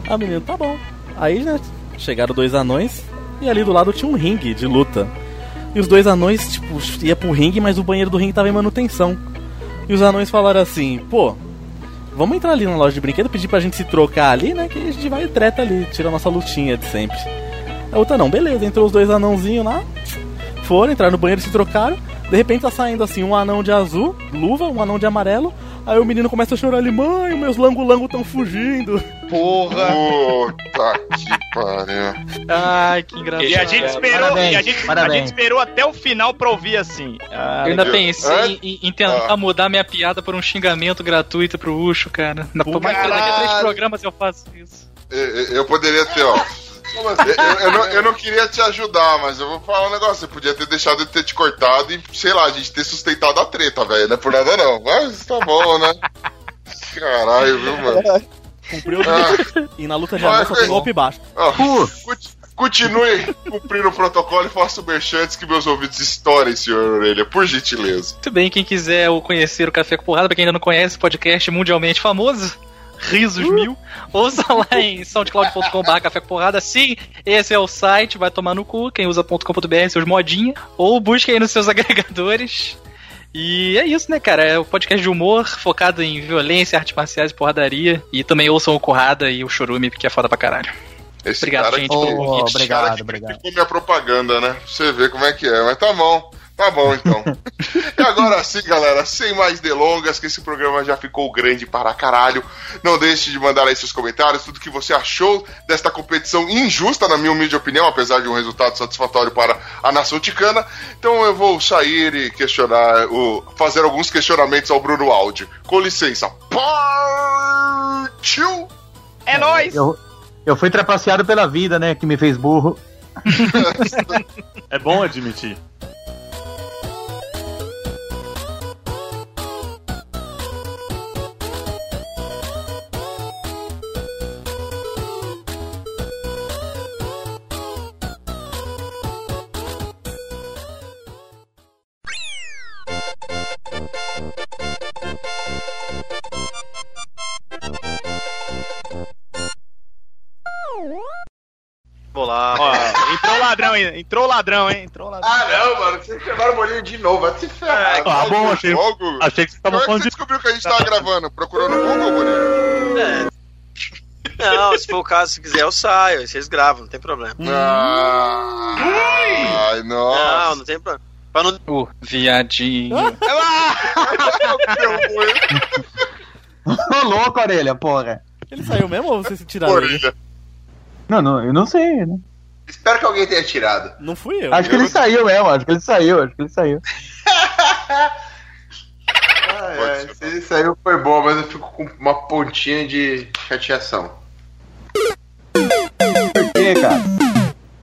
A menina, tá bom. Aí, né? Chegaram dois anões e ali do lado tinha um ringue de luta. E os dois anões, tipo, ia pro ringue, mas o banheiro do ringue tava em manutenção. E os anões falaram assim: pô, vamos entrar ali na loja de brinquedo, pedir pra gente se trocar ali, né? Que a gente vai e treta ali, tira a nossa lutinha de sempre. A É outra não, beleza, entrou os dois anãozinhos lá, foram, entraram no banheiro, se trocaram. De repente tá saindo assim um anão de azul, luva, um anão de amarelo. Aí o menino começa a chorar ali, mãe, meus lango-lango tão fugindo. Porra! Puta que pariu. Ai, que engraçado. E a gente esperou, Parabéns, e a gente, a parabéns. gente esperou até o final pra ouvir assim. Ah, Eu ainda legal. pensei em, em tentar Ah. mudar minha piada por um xingamento gratuito pro Ucho, cara. Na, por mais que daqui a três programas eu faço isso. Eu, eu poderia ter, ó. Eu, eu não, eu não queria te ajudar, mas eu vou falar um negócio. Você podia ter deixado ele ter te cortado e, sei lá, a gente ter sustentado a treta, velho. Não é por nada, não. Mas tá bom, né? Caralho, viu, mano? Cumpriu o E na luta de amor só tem um golpe baixo. Ó, cont- Continue cumprindo o protocolo e faça o merchantes que meus ouvidos estourem, senhor Orelha, por gentileza. Muito bem, quem quiser o conhecer o Café com Porrada, pra quem ainda não conhece, podcast mundialmente famoso. Risos Uh! mil. Ouça lá em soundcloud.com.br Café com Porrada. Sim, esse é o site, vai tomar no cu. Quem usa .com.br, seus modinha. Ou busque aí nos seus agregadores. E é isso, né, cara? É o podcast de humor focado em violência, artes marciais e porradaria. E também ouçam o Corrada e o Chorume, porque é foda pra caralho. Esse Obrigado, cara gente, que- pelo convite. esse cara que criticou minha propaganda, né? Pra você ver como é que é. Mas tá bom. Tá bom, então. e agora sim, galera, sem mais delongas, que esse programa já ficou grande para caralho. Não deixe de mandar aí seus comentários, tudo que você achou desta competição injusta, na minha humilde opinião, apesar de um resultado satisfatório para a nação ticana. Então eu vou sair e questionar, o, fazer alguns questionamentos ao Bruno Aldi. Com licença. Partiu! É nóis! Eu, eu fui trapaceado pela vida, né? Que me fez burro. É bom admitir. Vou lá. Ó, entrou ladrão, hein? Entrou ladrão, hein? Entrou ladrão. Ah, não, mano, vocês chamaram o bolinho de novo, vai se ferrar. Ah, bom, achei, achei que você tava falando de. Descobriu que a gente tava gravando, procurou no Google, Bonito. Não, se for o caso, se quiser, eu saio. aí Vocês gravam, não tem problema. Hum. Ah, Ai, nossa. Não, não tem problema. Pra não... O viadinho. Ô, louco, orelha, porra. Ele saiu mesmo ou vocês tiraram ele? Não, não, eu não sei, né? Espero que alguém tenha tirado. Não fui eu. Acho que ele saiu mesmo, acho que ele saiu, acho que ele saiu. Ah, é, se ele saiu foi bom, mas eu fico com uma pontinha de chateação. Por quê, cara?